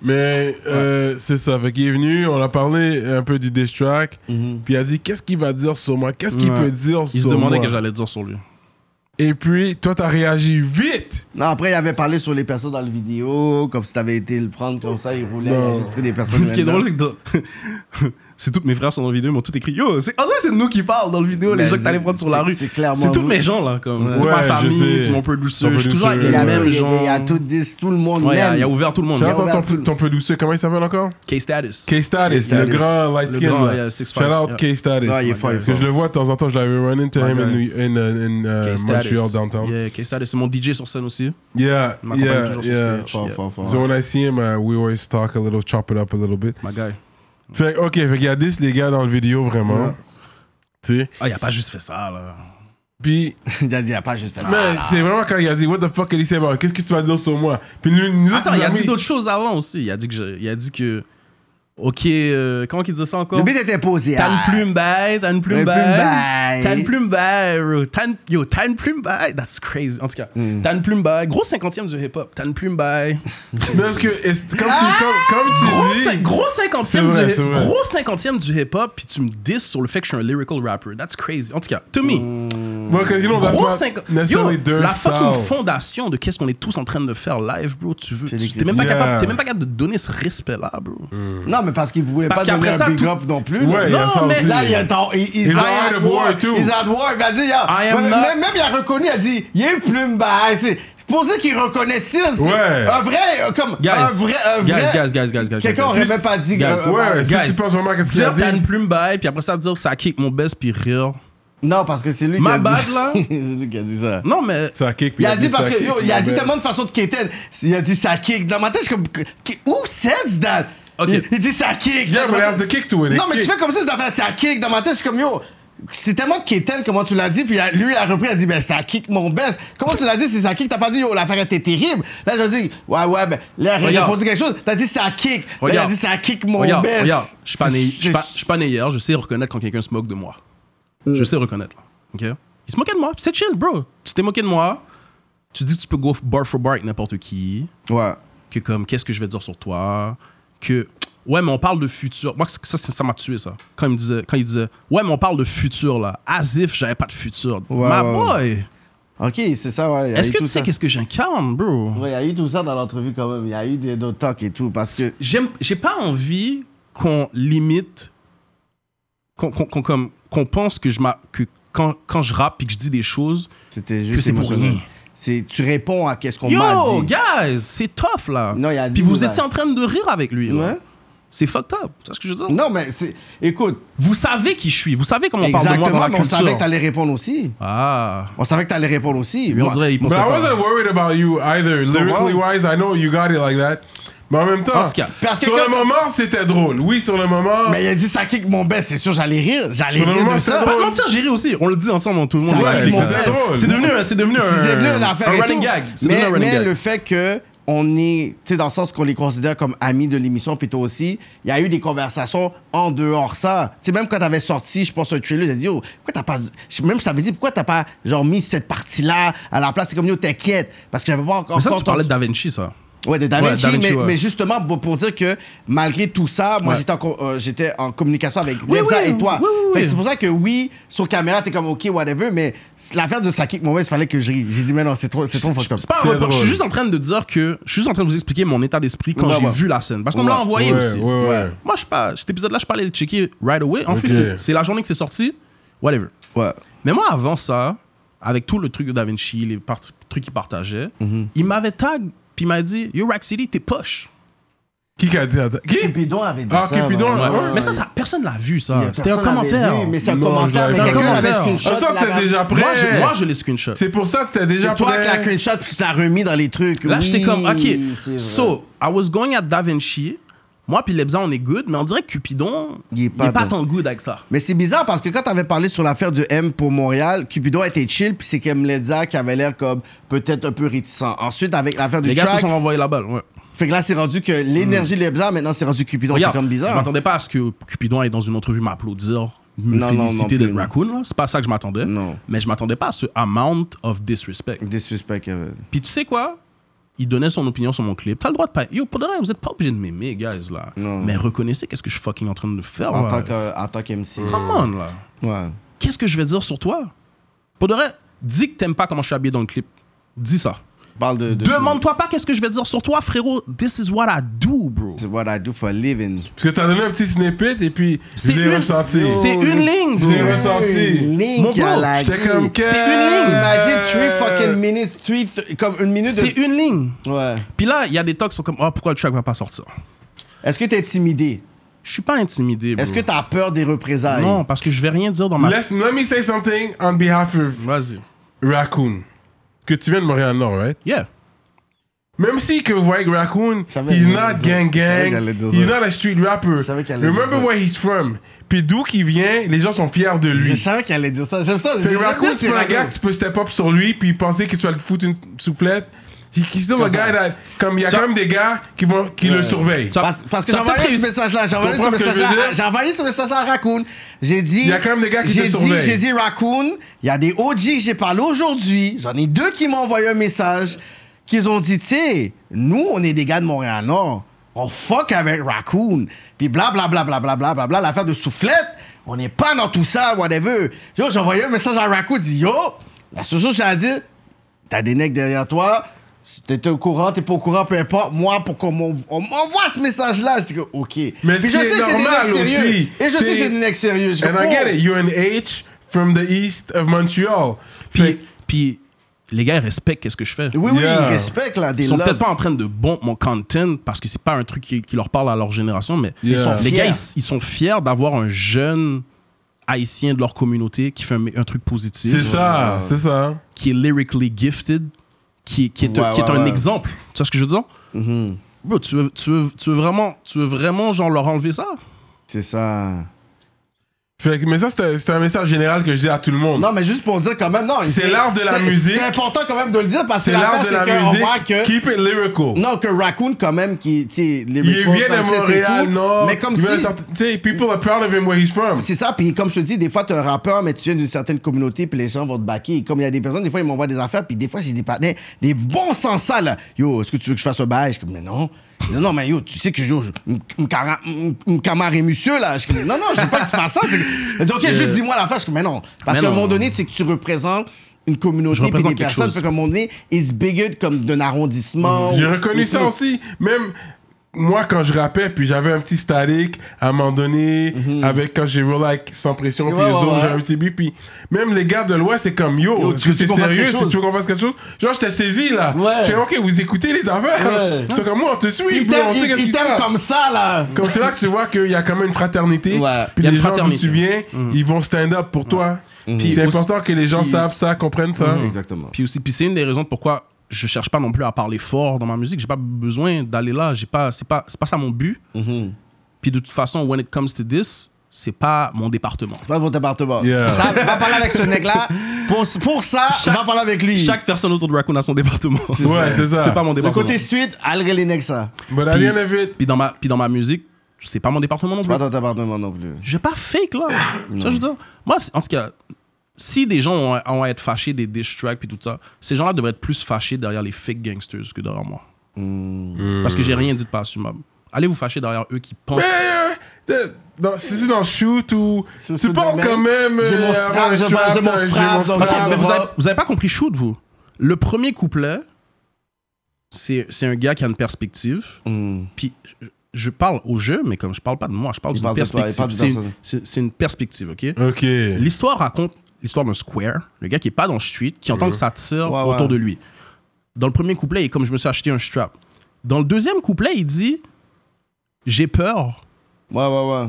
Speaker 1: Mais euh, c'est ça, fait qu'il est venu, on a parlé un peu du diss
Speaker 2: Mm-hmm.
Speaker 1: track, puis il a dit qu'est-ce qu'il va dire sur moi, qu'est-ce qu'il
Speaker 3: Ouais.
Speaker 1: peut dire sur moi.
Speaker 3: Il se demandait ce que j'allais dire sur lui.
Speaker 1: Et puis, toi, t'as réagi vite.
Speaker 2: Non, après, il avait parlé sur les personnes dans le vidéo, comme si t'avais été le prendre comme ça, il roulait, il a juste pris des personnes.
Speaker 3: Ce qui est
Speaker 2: random.
Speaker 3: drôle, c'est que dans- c'est tous mes frères sont dans la vidéo, ils m'ont tout écrit Yo, c'est en vrai, c'est nous qui parlent dans le vidéo, les
Speaker 2: Mais
Speaker 3: gens que t'allais
Speaker 2: c'est-
Speaker 3: prendre sur la
Speaker 2: c'est-
Speaker 3: rue.
Speaker 2: c'est clairement
Speaker 3: C'est tous
Speaker 2: vous.
Speaker 3: mes gens, là. comme C'est toute
Speaker 1: Ouais,
Speaker 3: ma
Speaker 1: je
Speaker 3: famille,
Speaker 1: sais.
Speaker 3: c'est mon peu douceur. Je suis
Speaker 1: Peu
Speaker 3: toujours avec
Speaker 1: douceux,
Speaker 2: Il
Speaker 3: les
Speaker 2: y a,
Speaker 3: mêmes
Speaker 2: il y a-
Speaker 3: gens.
Speaker 2: il y a tout, dis- tout le monde
Speaker 3: Ouais, il y a-
Speaker 2: l'aime.
Speaker 3: il y a ouvert tout le monde.
Speaker 1: Shout
Speaker 2: Shout-out
Speaker 1: out
Speaker 2: à tout
Speaker 1: ton,
Speaker 2: le
Speaker 1: ton,
Speaker 2: monde.
Speaker 1: ton peu douceur, comment il s'appelle encore
Speaker 3: K-Status.
Speaker 1: K-Status, le
Speaker 2: K-Status.
Speaker 1: grand light
Speaker 3: Le
Speaker 1: skin.
Speaker 3: grand,
Speaker 1: là.
Speaker 3: yeah, six
Speaker 1: Shout out
Speaker 3: five,
Speaker 1: K-Status.
Speaker 2: Ouais, Ah, il est fort, il est
Speaker 1: Parce que
Speaker 2: fort.
Speaker 1: je le vois de temps en temps, je l'avais run into
Speaker 3: My
Speaker 1: him in,
Speaker 3: guy.
Speaker 1: New- in, uh, in, uh,
Speaker 2: Euh,
Speaker 3: K-Status.
Speaker 1: Montreal downtown.
Speaker 3: Yeah, K-Status, c'est mon DJ sur scène aussi.
Speaker 1: Yeah,
Speaker 3: Il m'accompagne
Speaker 1: yeah,
Speaker 3: toujours sur
Speaker 1: yeah.
Speaker 3: stage.
Speaker 2: Fort,
Speaker 3: Yeah.
Speaker 2: fort, fort.
Speaker 1: So when I see him, uh, we always talk a little, chop it up a little bit.
Speaker 3: My guy.
Speaker 1: Fait que, ok, fait qu'il y a 10 les gars dans le vidéo vraiment. Tu sais.
Speaker 3: Ah, il a pas juste fait ça, là.
Speaker 1: Puis,
Speaker 2: Il a dit, il a pas juste fait ça.
Speaker 1: man, c'est vraiment quand il a dit, What the fuck, Elise about? Qu'est-ce que tu vas dire sur moi? Puis nous, nous
Speaker 2: Ah,
Speaker 3: Attends,
Speaker 1: autres,
Speaker 3: il a
Speaker 1: nos
Speaker 3: dit
Speaker 1: amis-
Speaker 3: d'autres choses avant aussi. Il a dit que. je- Il a dit que Ok, euh, comment qu'il dit ça encore
Speaker 2: Le beat était posé.
Speaker 3: T'as une
Speaker 2: ah.
Speaker 3: plume bye, t'as une plume
Speaker 2: Une plume
Speaker 3: bye.
Speaker 2: bye.
Speaker 3: T'as une plume bye, bro. T'as une- Yo, t'as une plume bye. That's crazy. En tout cas, t'as une plume bye. Gros 50e du hip-hop. T'as une plume bye.
Speaker 1: Mais parce que, est-ce- comme tu, comme, comme tu
Speaker 3: Gros,
Speaker 1: dis.
Speaker 3: cin- gros 50e
Speaker 1: C'est vrai,
Speaker 3: du
Speaker 1: c'est
Speaker 3: hip-
Speaker 1: vrai.
Speaker 3: gros 50e du hip-hop, puis tu me dis sur le fait que je suis un lyrical rapper. That's crazy. En tout cas, to me,
Speaker 1: Well, 'cause you know, that's
Speaker 3: gros
Speaker 1: not
Speaker 3: 50
Speaker 1: necessarily
Speaker 3: Yo,
Speaker 1: their
Speaker 3: la fucking
Speaker 1: style.
Speaker 3: fondation de qu'est-ce qu'on est tous en train de faire live, bro. Tu veux,
Speaker 2: les
Speaker 3: tu- t'es même, pas
Speaker 1: critiques.
Speaker 3: capable- t'es
Speaker 1: Yeah.
Speaker 3: même pas capable de donner ce respect-là, bro.
Speaker 2: Non, mais parce qu'il voulait
Speaker 3: Parce
Speaker 2: pas donner
Speaker 3: qu'après ça,
Speaker 2: un big
Speaker 3: tout-
Speaker 2: up non plus. là.
Speaker 1: Ouais, il y a
Speaker 3: Non,
Speaker 1: ça
Speaker 3: mais
Speaker 1: aussi.
Speaker 2: Là, il est en. il- il-
Speaker 1: He's
Speaker 2: là,
Speaker 1: out
Speaker 2: il est
Speaker 1: of war, too.
Speaker 2: He's out of war. Il a dit, yeah.
Speaker 3: I am
Speaker 2: même,
Speaker 3: not-
Speaker 2: même- même il a reconnu, il a dit, il y a eu plume, bah, c'est c'est pour ça qu'il reconnaît ça. c'est-
Speaker 1: Ouais.
Speaker 2: Un vrai, euh, comme.
Speaker 3: Guys,
Speaker 2: un vrai, un
Speaker 3: guys,
Speaker 2: vrai.
Speaker 3: guys, guys, guys, guys,
Speaker 2: Quelqu'un
Speaker 3: guys.
Speaker 2: aurait
Speaker 3: Si-
Speaker 2: même pas dit.
Speaker 3: guys,
Speaker 2: euh,
Speaker 1: Ouais, si
Speaker 3: Guys.
Speaker 1: tu penses vraiment qu'est-ce qu'il a
Speaker 3: Dire t'as
Speaker 1: dit.
Speaker 3: une plume bye, puis après ça, dire ça kick mon best, puis rire.
Speaker 2: Non, parce que c'est lui
Speaker 3: Ma
Speaker 2: qui a dit.
Speaker 3: bad, là.
Speaker 2: c'est lui qui a dit ça.
Speaker 3: Non, mais.
Speaker 1: Ça kick. puis
Speaker 2: Il a dit parce
Speaker 1: ça
Speaker 2: que,
Speaker 1: kick,
Speaker 2: yo, il a
Speaker 1: puis
Speaker 2: dit
Speaker 1: ben-
Speaker 2: tellement de façon de Katen. Il a dit ça kick. Dans ma tête, je suis comme, qui- who says that?
Speaker 3: Ok.
Speaker 2: Il, il dit ça kick.
Speaker 1: Yeah,
Speaker 2: Dans
Speaker 1: but
Speaker 2: ma-
Speaker 1: it has the kick to it.
Speaker 2: Non,
Speaker 1: It
Speaker 2: mais tu
Speaker 1: kick.
Speaker 2: fais comme ça, tu dois faire ça kick. Dans ma tête, je suis comme, yo, c'est tellement Katen, comment tu l'as dit. Puis il a- lui, il a repris, il a dit, ben ça kick mon best. Comment tu l'as dit, c'est ça kick? T'as pas dit, yo, l'affaire était terrible. Là, je dis, ouais, ouais, ben, là, il a
Speaker 3: Regarde.
Speaker 2: répondu quelque chose. T'as dit ça kick. Là, Ben, il a
Speaker 3: Regarde.
Speaker 2: dit ça kick mon
Speaker 3: regarde,
Speaker 2: best.
Speaker 3: regarde, je suis pas né- je suis
Speaker 2: C'est- Hmm.
Speaker 3: pas- je suis pas né hier, je sais reconnaître quand quelqu'un se moque de moi. Je sais reconnaître, là. OK? Il se moquait de moi, puis c'est chill, bro. Tu t'es moqué de moi, tu dis que tu peux go bar for bar avec n'importe qui,
Speaker 2: Ouais.
Speaker 3: que comme, qu'est-ce que je vais dire sur toi, que... Ouais, mais on parle de futur. Moi, ça, ça ça m'a tué, ça. Quand il, me disait, quand il disait, ouais, mais on parle de futur, là. As if j'avais pas de futur. Ma
Speaker 2: ouais, ouais.
Speaker 3: boy!
Speaker 2: Ok, c'est ça, ouais. il y a
Speaker 3: Est-ce
Speaker 2: eu
Speaker 3: que
Speaker 2: tout
Speaker 3: tu
Speaker 2: ça.
Speaker 3: sais qu'est-ce que j'incarne, bro?
Speaker 2: Ouais, il y a eu tout ça dans l'entrevue quand même. Il y a eu des d'autres talks et tout. Parce que.
Speaker 3: j'aime j'ai pas envie qu'on limite qu'on qu'on- qu'on- comme- qu'on pense que je m'a- que quand, quand je rappe et que je dis des choses
Speaker 2: C'était
Speaker 3: Que
Speaker 2: juste
Speaker 3: c'est pour
Speaker 2: émotionnel.
Speaker 3: rien.
Speaker 2: C'est tu réponds à qu'est-ce qu'on m'a
Speaker 3: yo
Speaker 2: dit.
Speaker 3: guys c'est tough là
Speaker 2: Non, il a dit
Speaker 3: puis vous
Speaker 2: là.
Speaker 3: étiez en train de rire avec lui là.
Speaker 2: Ouais.
Speaker 3: c'est fucked up tu vois ce que je veux dire
Speaker 2: Non mais c'est écoute,
Speaker 3: vous savez qui je suis vous savez comment on parle de moi
Speaker 2: exactement,
Speaker 3: dans la
Speaker 2: mais on savait que
Speaker 3: culture
Speaker 2: t'allais répondre aussi.
Speaker 3: ah
Speaker 2: On savait que t'allais répondre aussi.
Speaker 3: lui on
Speaker 2: Moi-
Speaker 3: dirait il
Speaker 1: But
Speaker 3: pensait
Speaker 1: I
Speaker 3: pas
Speaker 1: wasn't worried about you either. Lyrically
Speaker 2: comprends?
Speaker 1: wise, I know you got it like that. Mais en même temps,
Speaker 3: Parce que-
Speaker 2: parce que
Speaker 1: sur le
Speaker 2: quand-
Speaker 1: moment, c'était drôle. Oui, sur le moment.
Speaker 2: Mais il a dit ça kick mon best, c'est sûr j'allais rire, j'allais
Speaker 1: Sur le
Speaker 2: rire
Speaker 1: moment,
Speaker 2: de
Speaker 1: c'est
Speaker 2: ça.
Speaker 3: pas
Speaker 1: drôle.
Speaker 3: de mentir, j'ai ri aussi. On le dit ensemble, hein, tout le monde.
Speaker 2: Ça
Speaker 3: Ouais,
Speaker 2: va,
Speaker 3: c'est
Speaker 2: mon
Speaker 3: vrai.
Speaker 1: gars, drôle.
Speaker 3: C'est devenu, un- c'est devenu un,
Speaker 2: C'est venu une affaire et
Speaker 3: un running
Speaker 2: tout.
Speaker 3: gag. C'est devenu
Speaker 2: Mais,
Speaker 3: un running
Speaker 2: mais
Speaker 3: gag.
Speaker 2: le fait que on est, tu sais, dans le sens qu'on les considère comme amis de l'émission, puis toi aussi, il y a eu des conversations en dehors ça. Tu sais, même quand t'avais sorti, je pense, un trailer, j'ai dit, oh, pourquoi t'as pas. je- Même ça veut dire, pourquoi t'as pas, genre, mis cette partie-là à la place? C'est comme, yo, t'inquiète, parce que j'avais pas encore.
Speaker 3: Mais ça, tu
Speaker 2: encore-
Speaker 3: parlais de Da Vinci, ça.
Speaker 2: Ouais, de Da
Speaker 3: Ouais,
Speaker 2: Vinci,
Speaker 3: Da Vinci,
Speaker 2: mais,
Speaker 3: ouais.
Speaker 2: mais justement pour pour dire que malgré tout ça, moi
Speaker 3: Ouais.
Speaker 2: j'étais en, co- euh, j'étais en communication avec
Speaker 3: Oui,
Speaker 2: Nemza
Speaker 3: oui,
Speaker 2: et toi.
Speaker 3: oui, oui,
Speaker 2: Fait que
Speaker 3: oui.
Speaker 2: c'est pour ça que oui, sur caméra, t'es comme ok, whatever, mais c'est l'affaire de Sakik Mauvais, il fallait que je rie. J'ai dit, mais non, c'est trop, c'est trop fucked up.
Speaker 3: C'est pas un
Speaker 1: Très
Speaker 3: report. Je suis
Speaker 1: drôle.
Speaker 3: juste en train de dire que. Je suis juste en train de vous expliquer mon état d'esprit quand
Speaker 2: Ouais,
Speaker 3: j'ai
Speaker 2: ouais.
Speaker 3: vu la scène. Parce qu'on me l'a
Speaker 2: bah. Ouais.
Speaker 3: envoyé
Speaker 1: ouais,
Speaker 3: aussi.
Speaker 1: ouais, ouais.
Speaker 2: Ouais.
Speaker 3: Moi, je suis pas. Cet épisode-là, je parlais de checker right away. En plus,
Speaker 1: Ok.
Speaker 3: c'est- c'est la journée que c'est sorti. Whatever.
Speaker 2: Ouais.
Speaker 3: Mais moi, avant ça, avec tout le truc de Da Vinci, les par- trucs qu'il partageait,
Speaker 2: Mhm.
Speaker 3: il m'avait tag, puis il m'a dit Yo, Rack City, t'es poche.
Speaker 1: Qui a dit attends, Qui
Speaker 2: Cupidon avait dit
Speaker 1: Ah,
Speaker 2: ça.
Speaker 1: Cupidon,
Speaker 2: ouais.
Speaker 1: ouais.
Speaker 3: mais ça, ça personne l'a
Speaker 2: Il
Speaker 3: vu,
Speaker 2: y a
Speaker 3: ça. C'était un
Speaker 2: personne avait
Speaker 3: commentaire.
Speaker 2: vu, Mais c'est un
Speaker 1: Non,
Speaker 2: commentaire,
Speaker 1: je
Speaker 2: mais
Speaker 1: l'avais
Speaker 3: pas.
Speaker 2: quelqu'un
Speaker 3: C'est un
Speaker 2: avait
Speaker 3: commentaire.
Speaker 2: screenshot.
Speaker 1: Ah, ça,
Speaker 2: il
Speaker 1: t'es
Speaker 2: avait-
Speaker 1: déjà prêt.
Speaker 3: Moi, je, moi, je l'ai screenshot.
Speaker 1: C'est pour ça que t'es déjà
Speaker 2: C'est toi
Speaker 1: prêt.
Speaker 2: qui l'as screenshot, puis tu l'as remis dans les trucs.
Speaker 3: Là,
Speaker 2: Oui,
Speaker 3: j'étais comme,
Speaker 2: c'est
Speaker 3: OK,
Speaker 2: vrai.
Speaker 3: so, I was going at Da Vinci. Moi, puis Lebza, on est good, mais on dirait que Cupidon,
Speaker 2: Il est
Speaker 3: il
Speaker 2: pas
Speaker 3: est pas
Speaker 2: dans-
Speaker 3: tant good avec ça.
Speaker 2: Mais c'est bizarre parce que quand t'avais parlé sur l'affaire de M pour Montréal, Cupidon était chill, puis c'est comme Ledza qui avait l'air comme peut-être un peu réticent. Ensuite, avec l'affaire du
Speaker 3: Les gars se
Speaker 2: track,
Speaker 3: sont renvoyés la balle, ouais.
Speaker 2: fait que là, c'est rendu que l'énergie de Ledza, maintenant, c'est rendu Cupidon. C'est
Speaker 3: Regarde,
Speaker 2: comme
Speaker 3: Je
Speaker 2: bizarre.
Speaker 3: m'attendais pas à ce que Cupidon aille dans une entrevue m'applaudir, me
Speaker 2: Non, non, non
Speaker 3: féliciter
Speaker 2: plus,
Speaker 3: d'être
Speaker 2: non.
Speaker 3: raccoon. là. C'est pas ça que je m'attendais.
Speaker 2: Non.
Speaker 3: Mais je m'attendais pas à ce amount of disrespect.
Speaker 2: Des suspects, Kevin.
Speaker 3: Puis tu sais quoi? Il donnait son opinion sur mon clip. T'as le droit de pas. Yo, pour de vrai, vous êtes pas obligé de m'aimer, guys, là.
Speaker 2: Non.
Speaker 3: Mais reconnaissez qu'est-ce que je suis fucking en train de faire,
Speaker 2: En
Speaker 3: là. Hmm.
Speaker 2: tant que- en tant qu'MC.
Speaker 3: Come on, là.
Speaker 2: Ouais.
Speaker 3: Qu'est-ce que je vais dire sur toi? Pour de vrai, Dis que t'aimes pas comment je suis habillé dans le clip. Dis ça.
Speaker 4: Parle de. de
Speaker 3: Demande-toi pas qu'est-ce que je vais dire sur toi, frérot. This is what I do, bro.
Speaker 4: This is what I do for a living.
Speaker 1: Parce que t'as donné un petit snippet et puis je
Speaker 3: C'est
Speaker 1: l'ai
Speaker 3: une-
Speaker 1: ressenti.
Speaker 3: C'est une ligne,
Speaker 1: Je
Speaker 3: bro.
Speaker 1: l'ai ressenti.
Speaker 3: Mon
Speaker 2: Link,
Speaker 3: bro,
Speaker 2: à la
Speaker 1: J'étais comme que.
Speaker 3: C'est une ligne.
Speaker 2: Imagine 3 fucking minutes, three th- comme une minute
Speaker 3: C'est
Speaker 2: de...
Speaker 3: une ligne.
Speaker 2: Ouais.
Speaker 3: Puis là, il y a des talks qui sont comme, oh, pourquoi le track va pas sortir?
Speaker 2: Est-ce que t'es intimidé?
Speaker 3: Je suis pas intimidé, bro.
Speaker 2: Est-ce que t'as peur des représailles?
Speaker 3: Non, parce que je vais rien dire dans ma...
Speaker 1: Let's, let me say something on behalf of
Speaker 3: Vas-y.
Speaker 1: Raccoon. Que tu viens de Montréal-Nord, right?
Speaker 3: Yeah.
Speaker 1: Même si que vous voyez que Raccoon,
Speaker 4: savais
Speaker 1: he's
Speaker 4: qu'il allait
Speaker 1: not
Speaker 4: dire-
Speaker 1: gang
Speaker 4: je savais
Speaker 1: gang,
Speaker 4: qu'il allait dire
Speaker 1: he's
Speaker 4: ça.
Speaker 1: not a street rapper.
Speaker 4: Je savais qu'il allait
Speaker 1: Remember
Speaker 4: dire ça.
Speaker 1: where he's from. Puis d'où qu'il vient, les gens sont fiers de
Speaker 2: Je
Speaker 1: lui.
Speaker 2: savais qu'elle allait dire ça. J'aime ça.
Speaker 1: Fait que
Speaker 2: J'aime
Speaker 1: Raccoon,
Speaker 2: bien
Speaker 1: c'est
Speaker 2: ces
Speaker 1: un
Speaker 2: ragots.
Speaker 1: gars que tu peux step up sur lui puis penser que tu vas le foutre une soufflette. He- He's still a guy that, comme il y a quand même des gars qui, vont, qui le surveillent.
Speaker 3: Ça-
Speaker 2: Parce, parce que j'ai
Speaker 3: ça a peut-être
Speaker 2: envoyé ce
Speaker 3: réussi.
Speaker 2: message-là, j'ai envoyé ce
Speaker 1: Comprends ce que je veux
Speaker 2: message-là,
Speaker 1: dire?
Speaker 2: j'ai envoyé ce message-là à Raccoon. J'ai dit.
Speaker 1: Il y a quand même des gars qui te
Speaker 2: j'ai dit-
Speaker 1: surveillent.
Speaker 2: J'ai dit Raccoon, il y a des OG que j'ai parlé aujourd'hui. J'en ai deux qui m'ont envoyé un message qu'ils ont dit, tu sais, nous, on est des gars de Montréal Nord. On fuck avec Raccoon. Puis blablabla, blablabla, blablabla, l'affaire de soufflette, on n'est pas dans tout ça, whatever. Yo, j'ai envoyé un message à Raccoon, j'ai dit, yo, la seule chose que j'ai à dire, T'as des necks derrière toi. Si t'es au courant, t'es pas au courant, peu importe. Moi, pour qu'on m'en- on m'envoie ce message-là, je dis que, OK.
Speaker 1: Mais
Speaker 2: Puis
Speaker 1: ce
Speaker 2: je
Speaker 1: qui est
Speaker 2: sais que c'est des
Speaker 1: normal
Speaker 2: necks sérieux.
Speaker 1: aussi,
Speaker 2: Et je sais
Speaker 1: c'est-
Speaker 2: que c'est des necks sérieux. Je dis,
Speaker 1: And I
Speaker 2: oh.
Speaker 1: get it, you're an H from the east of Montreal. Fait
Speaker 3: Puis,
Speaker 1: que-
Speaker 3: puis les gars, ils respectent qu'est-ce que je fais.
Speaker 2: Oui, oui,
Speaker 1: Yeah.
Speaker 2: ils respectent, là, des
Speaker 3: Ils sont
Speaker 2: love.
Speaker 3: peut-être pas en train de bomber mon content parce que c'est pas un truc qui, qui leur parle à leur génération, mais
Speaker 1: Yeah.
Speaker 2: sont
Speaker 3: les
Speaker 2: fiers.
Speaker 3: gars, ils, ils sont fiers d'avoir un jeune haïtien de leur communauté qui fait un, un truc positif,
Speaker 1: c'est ça, c'est ça.
Speaker 3: qui est lyrically gifted, qui, qui est, un-
Speaker 4: Ouais,
Speaker 3: qui est
Speaker 4: ouais,
Speaker 3: un
Speaker 4: ouais.
Speaker 3: exemple. Tu vois ce que je veux dire? Bro, tu veux, tu, veux, tu veux vraiment, tu veux vraiment genre leur enlever ça?
Speaker 4: C'est ça.
Speaker 1: Fait que- mais ça, c'est un- c'est un message général que je dis à tout le monde.
Speaker 2: Non, mais juste pour dire quand même, non.
Speaker 1: C'est l'art de la
Speaker 2: c'est-
Speaker 1: musique.
Speaker 2: C'est important quand même de le dire parce que
Speaker 1: c'est l'art de
Speaker 2: l'affaire,
Speaker 1: la
Speaker 2: c'est qu'on voit
Speaker 1: musique.
Speaker 2: que.
Speaker 1: Keep it lyrical.
Speaker 2: Non, que Raccoon, quand même, qui. tu sais, les
Speaker 1: il
Speaker 2: records,
Speaker 1: vient
Speaker 2: comme
Speaker 1: de
Speaker 2: ça, c'est
Speaker 1: Montréal,
Speaker 2: tout.
Speaker 1: non.
Speaker 2: Mais comme
Speaker 1: Il
Speaker 2: si.
Speaker 1: vient d'un certain- Tu sais, people are proud of him where he's from.
Speaker 2: C'est ça, puis comme je te dis, des fois, t'es un rappeur, mais tu viens d'une certaine communauté, puis les gens vont te baquer. Comme il y a des personnes, des fois, ils m'envoient des affaires, puis des fois, j'ai des partenaires, des bons sens sales. Yo, est-ce que tu veux que je fasse un bail? Je suis comme, mais non. Ils disent, Non, mais yo, tu sais que je me camare et monsieur, là. Je suis comme, non, non, je veux pas que tu fasses ça. C'est que- Ils disent, ok, juste dis-moi l'affaire. Je suis comme, mais non. Parce
Speaker 3: Mais
Speaker 2: qu'à un
Speaker 3: non.
Speaker 2: moment donné, c'est que tu représentes une communauté,
Speaker 3: Je
Speaker 2: puis des
Speaker 3: représente quelque
Speaker 2: personnes,
Speaker 3: chose.
Speaker 2: puis qu'à un moment donné, ils se bigotent comme d'un arrondissement.
Speaker 1: J'ai
Speaker 2: ou-
Speaker 1: reconnu
Speaker 2: ou-
Speaker 1: ça aussi. Même moi, quand je rappais, puis j'avais un petit static à un moment donné, avec quand j'ai roll like sans pression, puis
Speaker 2: Mhm. Ouais,
Speaker 1: les
Speaker 2: ouais,
Speaker 1: autres,
Speaker 2: ouais.
Speaker 1: j'avais un petit beat. Puis même les gars de l'Ouest, c'est comme yo,
Speaker 2: Yo, tu
Speaker 1: est-ce que
Speaker 2: veux
Speaker 1: c'est
Speaker 2: qu'on fasse
Speaker 1: sérieux
Speaker 2: quelque
Speaker 1: si tu veux
Speaker 2: chose?
Speaker 1: qu'on fasse quelque chose? Genre, je t'ai saisi là.
Speaker 2: Ouais.
Speaker 1: J'ai dit, ok, vous écoutez les affaires.
Speaker 2: Ouais.
Speaker 1: C'est comme moi, on te suit,
Speaker 2: Ils
Speaker 1: bro, on
Speaker 2: t'aiment-
Speaker 1: sait qu'est-ce
Speaker 2: ils-
Speaker 1: qui
Speaker 2: ils
Speaker 1: se
Speaker 2: t'aiment
Speaker 1: passe.
Speaker 2: comme ça, là.
Speaker 1: Comme c'est là que tu vois qu'il y a quand même une fraternité.
Speaker 2: Ouais.
Speaker 1: Puis
Speaker 3: Il y a
Speaker 1: les
Speaker 3: une
Speaker 1: gens d'où
Speaker 3: fraternité. Mhm.
Speaker 1: tu viens, ils vont stand up pour toi.
Speaker 3: Puis
Speaker 1: C'est
Speaker 3: aussi-
Speaker 1: important que les gens
Speaker 3: puis- Mhm.
Speaker 1: savent ça, comprennent ça.
Speaker 4: Exactement.
Speaker 3: Puis aussi, puis c'est une des raisons pourquoi je cherche pas non plus à parler fort dans ma musique. J'ai pas besoin d'aller là. J'ai pas, c'est pas, c'est pas ça mon but. Puis de toute façon, when it comes to this, c'est pas mon département.
Speaker 2: Pas pour département.
Speaker 1: Yeah.
Speaker 2: Ça, va parler avec ce mec-là. Pour, pour ça, va parler avec lui.
Speaker 3: Chaque personne autour de Raccoon a son département.
Speaker 1: Ouais, c'est ça.
Speaker 3: C'est pas mon
Speaker 2: Le
Speaker 3: département.
Speaker 2: côté suite, Alré les necks, ça.
Speaker 1: But à
Speaker 3: Puis-
Speaker 1: rien of it,
Speaker 3: Puis dans ma, puis dans ma musique, c'est pas mon département non plus.
Speaker 2: Pas ton département non plus.
Speaker 3: J'ai pas fake là. Ça, je veux dire. Moi, c'est- en tout cas, si des gens ont, ont à être fâchés des diss tracks puis tout ça, ces gens-là devraient être plus fâchés derrière les fake gangsters que derrière moi.
Speaker 2: Hmm.
Speaker 3: Parce que j'ai rien dit de pas assumable. Allez vous fâcher derrière eux qui pensent.
Speaker 1: Mais, euh, dans- si c'est dans shoot ou
Speaker 2: Sur-
Speaker 1: tu
Speaker 2: sur
Speaker 1: parles
Speaker 2: le
Speaker 1: quand même.
Speaker 2: J'ai mon
Speaker 1: euh,
Speaker 2: strap,
Speaker 1: avoir un
Speaker 2: j'ai mon-
Speaker 1: strap,
Speaker 2: j'ai mon
Speaker 1: euh,
Speaker 2: strap, donc-
Speaker 3: Ok,
Speaker 2: Ah,
Speaker 3: mais
Speaker 2: bah.
Speaker 3: vous avez, vous avez pas compris shoot, vous. Le premier couplet, c'est c'est un gars qui a une perspective.
Speaker 2: Hmm.
Speaker 3: Puis je, je parle au jeu, mais comme je parle pas de moi, je parle d'une
Speaker 2: parle de toi, il
Speaker 3: perspective.
Speaker 2: parle du
Speaker 3: C'est une-
Speaker 2: personnage.
Speaker 3: C'est c'est une perspective, ok?
Speaker 1: Ok.
Speaker 3: L'histoire raconte l'histoire d'un square, le gars qui est pas dans le street, qui entend que ça tire
Speaker 2: Ouais, ouais.
Speaker 3: autour de lui. Dans le premier couplet, il est comme je me suis acheté un strap. Dans le deuxième couplet, il dit J'ai peur,
Speaker 2: Ouais, ouais, ouais.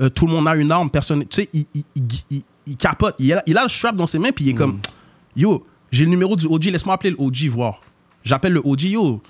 Speaker 3: euh, tout le monde a une arme, personne. Tu sais, il, il, il- il- il capote. Il a, il a le strap dans ses mains, puis il est comme
Speaker 2: Mm.
Speaker 3: Yo, j'ai le numéro du OG, laisse-moi appeler le OG, voir. J'appelle le OG, yo,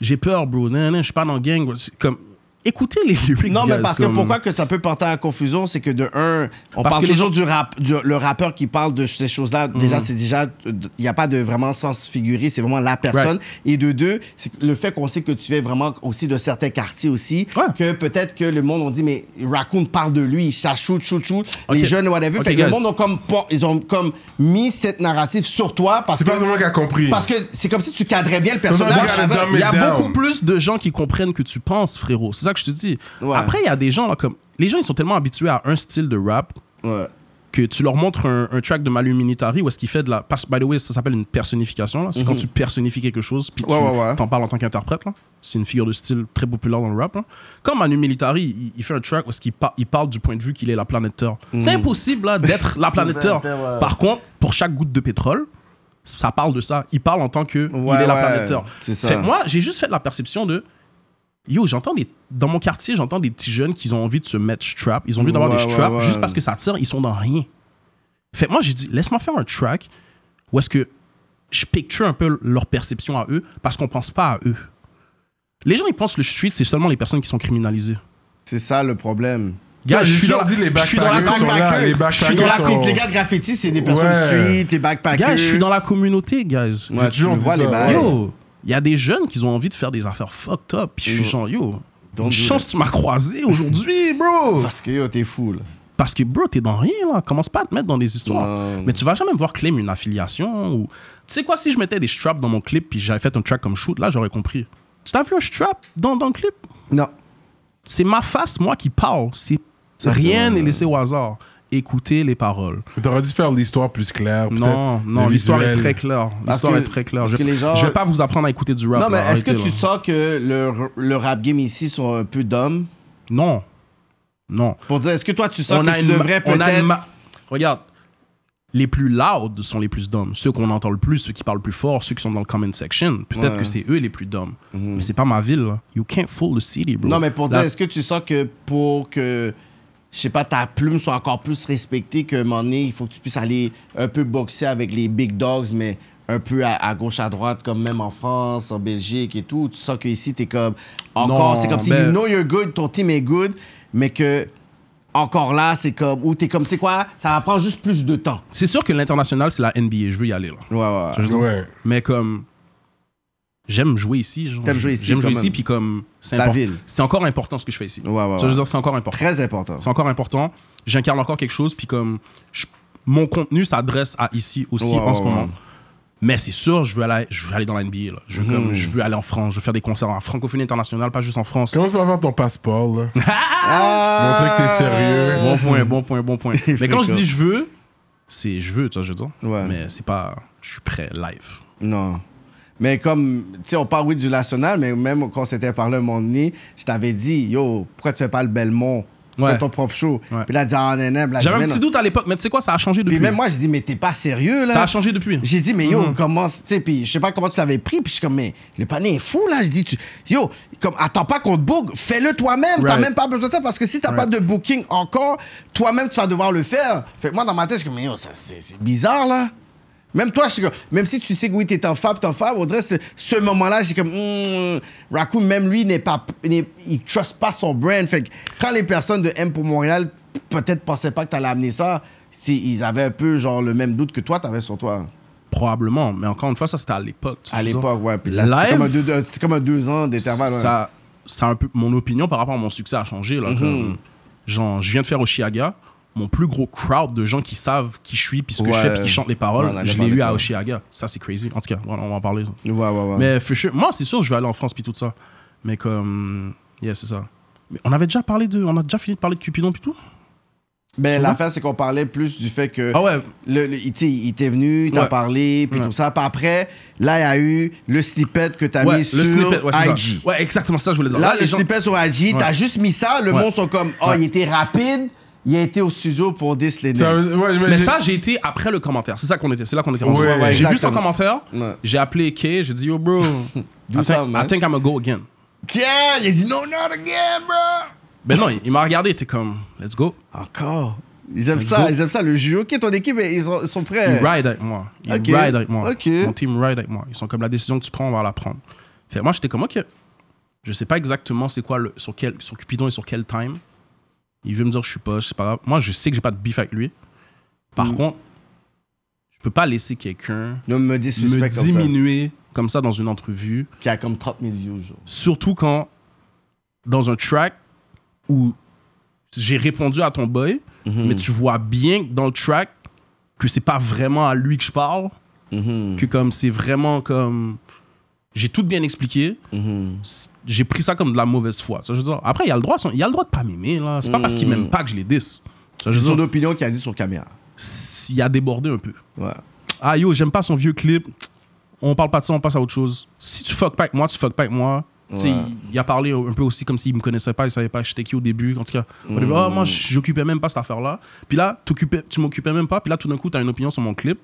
Speaker 3: j'ai peur, bro, nan, nan, je suis pas dans le gang. C'est Comme, écoutez les lyrics.
Speaker 2: Non, mais
Speaker 3: guys,
Speaker 2: parce que
Speaker 3: comme-
Speaker 2: pourquoi que ça peut porter à confusion, c'est que de un, on
Speaker 3: Parce
Speaker 2: parle
Speaker 3: que les- Mhm.
Speaker 2: toujours du rap, du- le rappeur qui parle de ces choses-là. Déjà, c'est déjà, il n'y a pas de vraiment sens figuré, c'est vraiment la personne. Et de deux, c'est que le fait qu'on sait que tu es vraiment aussi de certains quartiers aussi,
Speaker 3: Ouais.
Speaker 2: que peut-être que le monde on dit mais Raccoon parle de lui, ça shoot, shoot, shoot, les
Speaker 3: Ok.
Speaker 2: jeunes whatever.
Speaker 3: Ok,
Speaker 2: fait que le
Speaker 3: guys.
Speaker 2: monde ont comme pas- ils ont comme mis cette narrative sur toi parce
Speaker 1: C'est pas
Speaker 2: que
Speaker 1: tout le monde qui a compris.
Speaker 2: parce que c'est comme si tu cadrais bien le
Speaker 1: Sometimes you
Speaker 2: personnage.
Speaker 1: gotta
Speaker 2: avant.
Speaker 1: dumb
Speaker 3: Il y a
Speaker 1: it down.
Speaker 3: beaucoup plus de gens qui comprennent que tu penses, frérot. C'est ça que je te dis.
Speaker 2: Ouais.
Speaker 3: Après, il y a des gens, là, comme. Les gens, ils sont tellement habitués à un style de rap
Speaker 2: Ouais.
Speaker 3: que que tu leur montres un, un track de Malu Minitari où est-ce qu'il fait de la. parce- By the way, ça s'appelle une personnification. là. C'est quand tu personnifies quelque chose puis tu
Speaker 2: Mhm. Ouais, ouais, ouais.
Speaker 3: t'en parles en tant qu'interprète. là. C'est une figure de style très populaire dans le rap. là. Quand Manu Militari, il, il fait un track où est-ce qu'il par- il parle du point de vue qu'il est la planète Terre. C'est impossible là, d'être la planète Terre.
Speaker 2: Mhm. Ben, ouais.
Speaker 3: Par contre, pour chaque goutte de pétrole, ça parle de ça. Il parle en tant que il est
Speaker 2: Ouais,
Speaker 3: la
Speaker 2: ouais,
Speaker 3: planète Terre.
Speaker 2: c'est ça.
Speaker 3: Fait que moi, j'ai juste fait la perception de Yo, j'entends des. Dans mon quartier, j'entends des petits jeunes qui ont envie de se mettre strap. Ils ont envie d'avoir
Speaker 2: Ouais,
Speaker 3: des
Speaker 2: ouais,
Speaker 3: straps
Speaker 2: ouais.
Speaker 3: juste parce que ça tire, ils sont dans rien. Fait que moi, j'ai dit, laisse-moi faire un track où est-ce que je picture un peu leur perception à eux parce qu'on pense pas à eux. Les gens, ils pensent que le street, c'est seulement les personnes qui sont criminalisées.
Speaker 2: C'est ça le problème.
Speaker 3: Gars, je suis dans la-
Speaker 1: dit, les
Speaker 3: je suis dans la
Speaker 1: backpackers sont là.
Speaker 6: backpackers.
Speaker 1: Les
Speaker 6: Je suis dans
Speaker 1: backpackers
Speaker 6: la
Speaker 1: sont...
Speaker 6: les gars de graffiti, c'est des personnes
Speaker 1: Ouais.
Speaker 6: street, les backpackers.
Speaker 3: Gars, je suis dans la communauté, guys.
Speaker 2: Ouais, tu
Speaker 1: toujours
Speaker 2: le
Speaker 1: dit
Speaker 2: vois
Speaker 1: ça,
Speaker 2: les
Speaker 1: ouais.
Speaker 2: bails.
Speaker 3: Yo, il y a des jeunes qui ont envie de faire des affaires fucked up. Puis je suis genre, yo, une chance que tu m'as croisé aujourd'hui, bro.
Speaker 2: Parce que yo, t'es fou là.
Speaker 3: Parce que, bro, t'es dans rien, là. Commence pas à te mettre dans des histoires.
Speaker 2: Non.
Speaker 3: Mais tu vas jamais me voir claim une affiliation ou... Tu sais quoi, si je mettais des straps dans mon clip puis j'avais fait un track comme Shoot, là, j'aurais compris. Tu t'as vu un strap dans, dans le clip?
Speaker 2: Non.
Speaker 3: C'est ma face, moi, qui parle. C'est...
Speaker 2: Ça, c'est
Speaker 3: Rien
Speaker 2: vrai.
Speaker 3: n'est laissé au hasard. Écoutez les paroles.
Speaker 1: T'aurais dû faire l'histoire plus claire.
Speaker 3: Non,
Speaker 1: peut-être,
Speaker 3: non,
Speaker 1: le
Speaker 3: l'histoire est
Speaker 1: visuel.
Speaker 3: très claire.
Speaker 2: Parce
Speaker 3: L'histoire
Speaker 2: que-
Speaker 3: est très claire.
Speaker 2: parce
Speaker 3: Je,
Speaker 2: que les gens-
Speaker 3: je vais pas vous apprendre à écouter du rap.
Speaker 2: Non, mais
Speaker 3: là,
Speaker 1: Ah,
Speaker 2: est-ce que
Speaker 3: arrêtez,
Speaker 2: tu
Speaker 3: là.
Speaker 2: sens que le, le rap game ici sont un peu d'hommes
Speaker 3: Non. Non.
Speaker 2: Pour dire, est-ce que toi tu sens
Speaker 3: on
Speaker 2: que
Speaker 3: a
Speaker 2: tu
Speaker 3: une ma-
Speaker 2: devrais
Speaker 3: on a une
Speaker 2: peut-être.
Speaker 3: ma- Regarde, les plus loud sont les plus d'hommes. Ceux qu'on entend le plus, ceux qui parlent le plus fort, ceux qui sont dans le comment section. Peut-être
Speaker 2: Ouais. Mhm.
Speaker 3: que c'est eux les plus d'hommes. Mais c'est pas ma ville. là. You can't fool the city, bro.
Speaker 6: Non, mais pour
Speaker 3: La-
Speaker 6: dire, est-ce que tu sens que pour que, je sais pas, ta plume soit encore plus respectée qu'à un moment donné, il faut que tu puisses aller un peu boxer avec les big dogs, mais un peu à, à gauche, à droite, comme même en France, en Belgique et tout. Tu sens qu'ici, t'es comme. Encore,
Speaker 3: Non,
Speaker 6: c'est comme si
Speaker 3: ben-
Speaker 6: you know you're good, ton team est good, mais que. Encore là, c'est comme. Ou t'es comme, tu sais quoi, ça va prendre juste plus de temps.
Speaker 3: C'est sûr que l'international, c'est la NBA. Je veux y aller, là.
Speaker 2: Ouais, ouais.
Speaker 3: Je veux dire,
Speaker 1: Ouais.
Speaker 3: Mais comme. J'aime jouer ici. genre.
Speaker 2: T'aimes jouer ici,
Speaker 3: J'aime
Speaker 2: quand
Speaker 3: jouer ici,
Speaker 2: même.
Speaker 3: puis comme. C'est
Speaker 2: Ta
Speaker 3: impor-
Speaker 2: ville.
Speaker 3: C'est encore important ce que je fais ici.
Speaker 2: Ouais, ouais,
Speaker 3: Ça, je veux
Speaker 2: ouais.
Speaker 3: dire, c'est encore important.
Speaker 2: Très important.
Speaker 3: C'est encore important. J'incarne encore quelque chose, puis comme je- mon contenu s'adresse à ici aussi
Speaker 2: Ouais,
Speaker 3: en ce
Speaker 2: ouais,
Speaker 3: moment.
Speaker 2: ouais.
Speaker 3: Mais c'est sûr, je veux aller, je veux aller dans la NBA. là.
Speaker 2: Mhm.
Speaker 3: Je, veux comme, je veux aller en France, je veux faire des concerts en francophonie internationale, pas juste en France.
Speaker 1: Commence par avoir ton passeport, là. Montrer que t'es sérieux.
Speaker 3: Bon point, bon point, bon point. Mais
Speaker 2: Fréquent.
Speaker 3: quand je dis je veux, c'est je veux, tu vois, je veux dire.
Speaker 2: Ouais.
Speaker 3: Mais c'est pas je suis prêt live.
Speaker 2: Non. Mais comme, tu sais, on parle, oui, du national, mais même quand on s'était parlé un moment donné, je t'avais dit, yo, pourquoi tu fais pas le Belmont? Tu
Speaker 3: Ouais.
Speaker 2: fais ton propre show.
Speaker 3: Ouais.
Speaker 2: Puis là, il dit, ah, nan, nan. Puis là, j'ai
Speaker 3: J'avais un
Speaker 2: dit,
Speaker 3: petit
Speaker 2: mais non.
Speaker 3: doute à l'époque, mais tu sais quoi, ça a changé depuis.
Speaker 2: Puis même moi, j'ai dit, mais t'es pas sérieux, là?
Speaker 3: ça a changé depuis.
Speaker 2: J'ai dit, mais yo,
Speaker 3: Mhm.
Speaker 2: comment, tu sais, puis je sais pas comment tu l'avais pris, puis je suis comme, mais le panier est fou, là. Je dis, tu, yo, comme, attends pas qu'on te book, fais-le toi-même. T'as
Speaker 3: Right.
Speaker 2: même pas besoin de ça, parce que si t'as pas de booking encore, toi-même, tu vas devoir le faire. Fait que moi, dans ma tête, je suis comme, mais yo, ça, c'est c'est bizarre, là. Même toi, je suis comme, même si tu sais que oui, t'es en fab, t'es en fab, on dirait que ce moment-là, j'ai comme, hmm, Raccoon, même lui, n'est pas, n'est- il trust pas son brand. Fait que quand les personnes de M pour Montréal, peut-être pensaient pas que t'allais amener ça, si ils avaient un peu, genre, le même doute que toi, t'avais sur toi.
Speaker 3: Probablement, mais encore une fois, ça c'était à l'époque. tu vois,
Speaker 2: À
Speaker 3: je veux dire.
Speaker 2: l'époque, ouais. Puis là, c'est
Speaker 3: Live,
Speaker 2: comme, un deux- un- c'est comme un deux ans d'intervalle. ouais. Mhm.
Speaker 3: ça, ça a un peu mon opinion par rapport à mon succès a changé là. comme, genre, je viens de faire Oshiaga, mon plus gros crowd de gens qui savent qui je suis puis ce que je
Speaker 2: Ouais.
Speaker 3: fais puis qui chantent les paroles,
Speaker 2: Ouais, on en a
Speaker 3: je l'ai
Speaker 2: parlé
Speaker 3: eu
Speaker 2: de
Speaker 3: à
Speaker 2: ça.
Speaker 3: Oshiaga. Ça c'est crazy. En tout cas, voilà, on va en parler.
Speaker 2: Ouais, ouais, ouais.
Speaker 3: Mais for sure, moi c'est sûr, je vais aller en France puis tout ça. Mais comme, yeah, c'est ça. Mais on avait déjà parlé de, on a déjà fini de parler de Cupidon puis tout.
Speaker 2: Ben,
Speaker 3: Tu
Speaker 2: l'affaire, c'est qu'on parlait plus du fait que.
Speaker 3: Ah ouais.
Speaker 2: Le, le- il- tu sais, il était venu, il t'a
Speaker 3: Ouais.
Speaker 2: parlé, puis
Speaker 3: Ouais.
Speaker 2: tout ça. Puis après, là, il y a eu le snippet que t'as
Speaker 3: Ouais,
Speaker 2: mis
Speaker 3: le
Speaker 2: sur
Speaker 3: snippet, ouais, c'est
Speaker 2: IG.
Speaker 3: ça. Ouais, exactement ça, je voulais dire.
Speaker 2: Là,
Speaker 3: les
Speaker 2: le
Speaker 3: gens-
Speaker 2: snippet sur IG, t'as
Speaker 3: Ouais.
Speaker 2: juste mis ça, le
Speaker 3: Ouais.
Speaker 2: monde sont comme, oh,
Speaker 3: Ouais.
Speaker 2: il était rapide, il a été au studio pour dis les
Speaker 1: Ça
Speaker 2: nègres.
Speaker 1: veut- ouais,
Speaker 3: Mais
Speaker 1: j'ai-
Speaker 3: ça, j'ai été après le commentaire. C'est ça qu'on était. C'est là qu'on était rendu.
Speaker 1: Ouais, ouais,
Speaker 3: j'ai vu son
Speaker 2: exactement.
Speaker 3: commentaire.
Speaker 2: Ouais.
Speaker 3: J'ai appelé Kay. J'ai dit Yo, bro,
Speaker 2: D'où
Speaker 3: I,
Speaker 2: ça,
Speaker 3: think,
Speaker 2: man?
Speaker 3: I think I'm gonna go again.
Speaker 2: Yeah! Il a dit, no, not again, bro!
Speaker 3: Ben non, il, il m'a regardé. Il était comme Let's go.
Speaker 2: Encore. Ils aiment ça, ils aiment ça, le jeu. Ok, ton équipe, ils sont, ils sont
Speaker 3: Ils
Speaker 2: prêts.
Speaker 3: ride avec moi. Ils
Speaker 2: Ok.
Speaker 3: ride avec moi.
Speaker 2: Ok.
Speaker 3: Mon team ride avec moi. Ils sont comme la décision que tu prends, on va la prendre. Fait que moi, j'étais comme Ok. Je sais pas exactement c'est quoi le, sur quel sur Cupidon et sur quel time. Il veut me dire je suis pas, c'est pas grave. Moi, je sais que j'ai pas de beef avec lui.
Speaker 2: Mm.
Speaker 3: Par contre, je peux pas laisser quelqu'un
Speaker 2: Ne me dis
Speaker 3: me
Speaker 2: suspect comme ça.
Speaker 3: diminuer comme ça dans une entrevue.
Speaker 2: Qui a comme 30 000 views, genre.
Speaker 3: Surtout quand, dans un track où j'ai répondu à ton boy, mais
Speaker 2: Hmm.
Speaker 3: tu vois bien que dans le track que c'est pas vraiment à lui que je parle, que comme c'est vraiment comme. J'ai tout bien expliqué.
Speaker 2: Hmm.
Speaker 3: S- J'ai pris ça comme de la mauvaise foi. Ça, je veux dire, après, il y a le droit, son- il y a le droit de pas m'aimer. là. C'est pas parce qu'il m'aime pas que je les dis.
Speaker 2: C'est son opinion qu'il a dit sur caméra.
Speaker 3: s- il a débordé un peu.
Speaker 4: Ouais.
Speaker 3: Ah yo, j'aime pas son vieux clip. On parle pas de ça, on passe à autre chose. Si tu fuck pas avec moi, tu fuck pas avec moi. Tu sais,
Speaker 4: Ouais.
Speaker 3: Il, il a parlé un peu aussi comme s'il me connaissait pas, il savait pas j'étais qui au début. En tout cas, on
Speaker 4: Mm.
Speaker 3: dit, Ah, moi j'occupais même pas cette affaire-là. Puis là, t'occupais- tu m'occupais même pas. Puis là, tout d'un coup, t'as une opinion sur mon clip.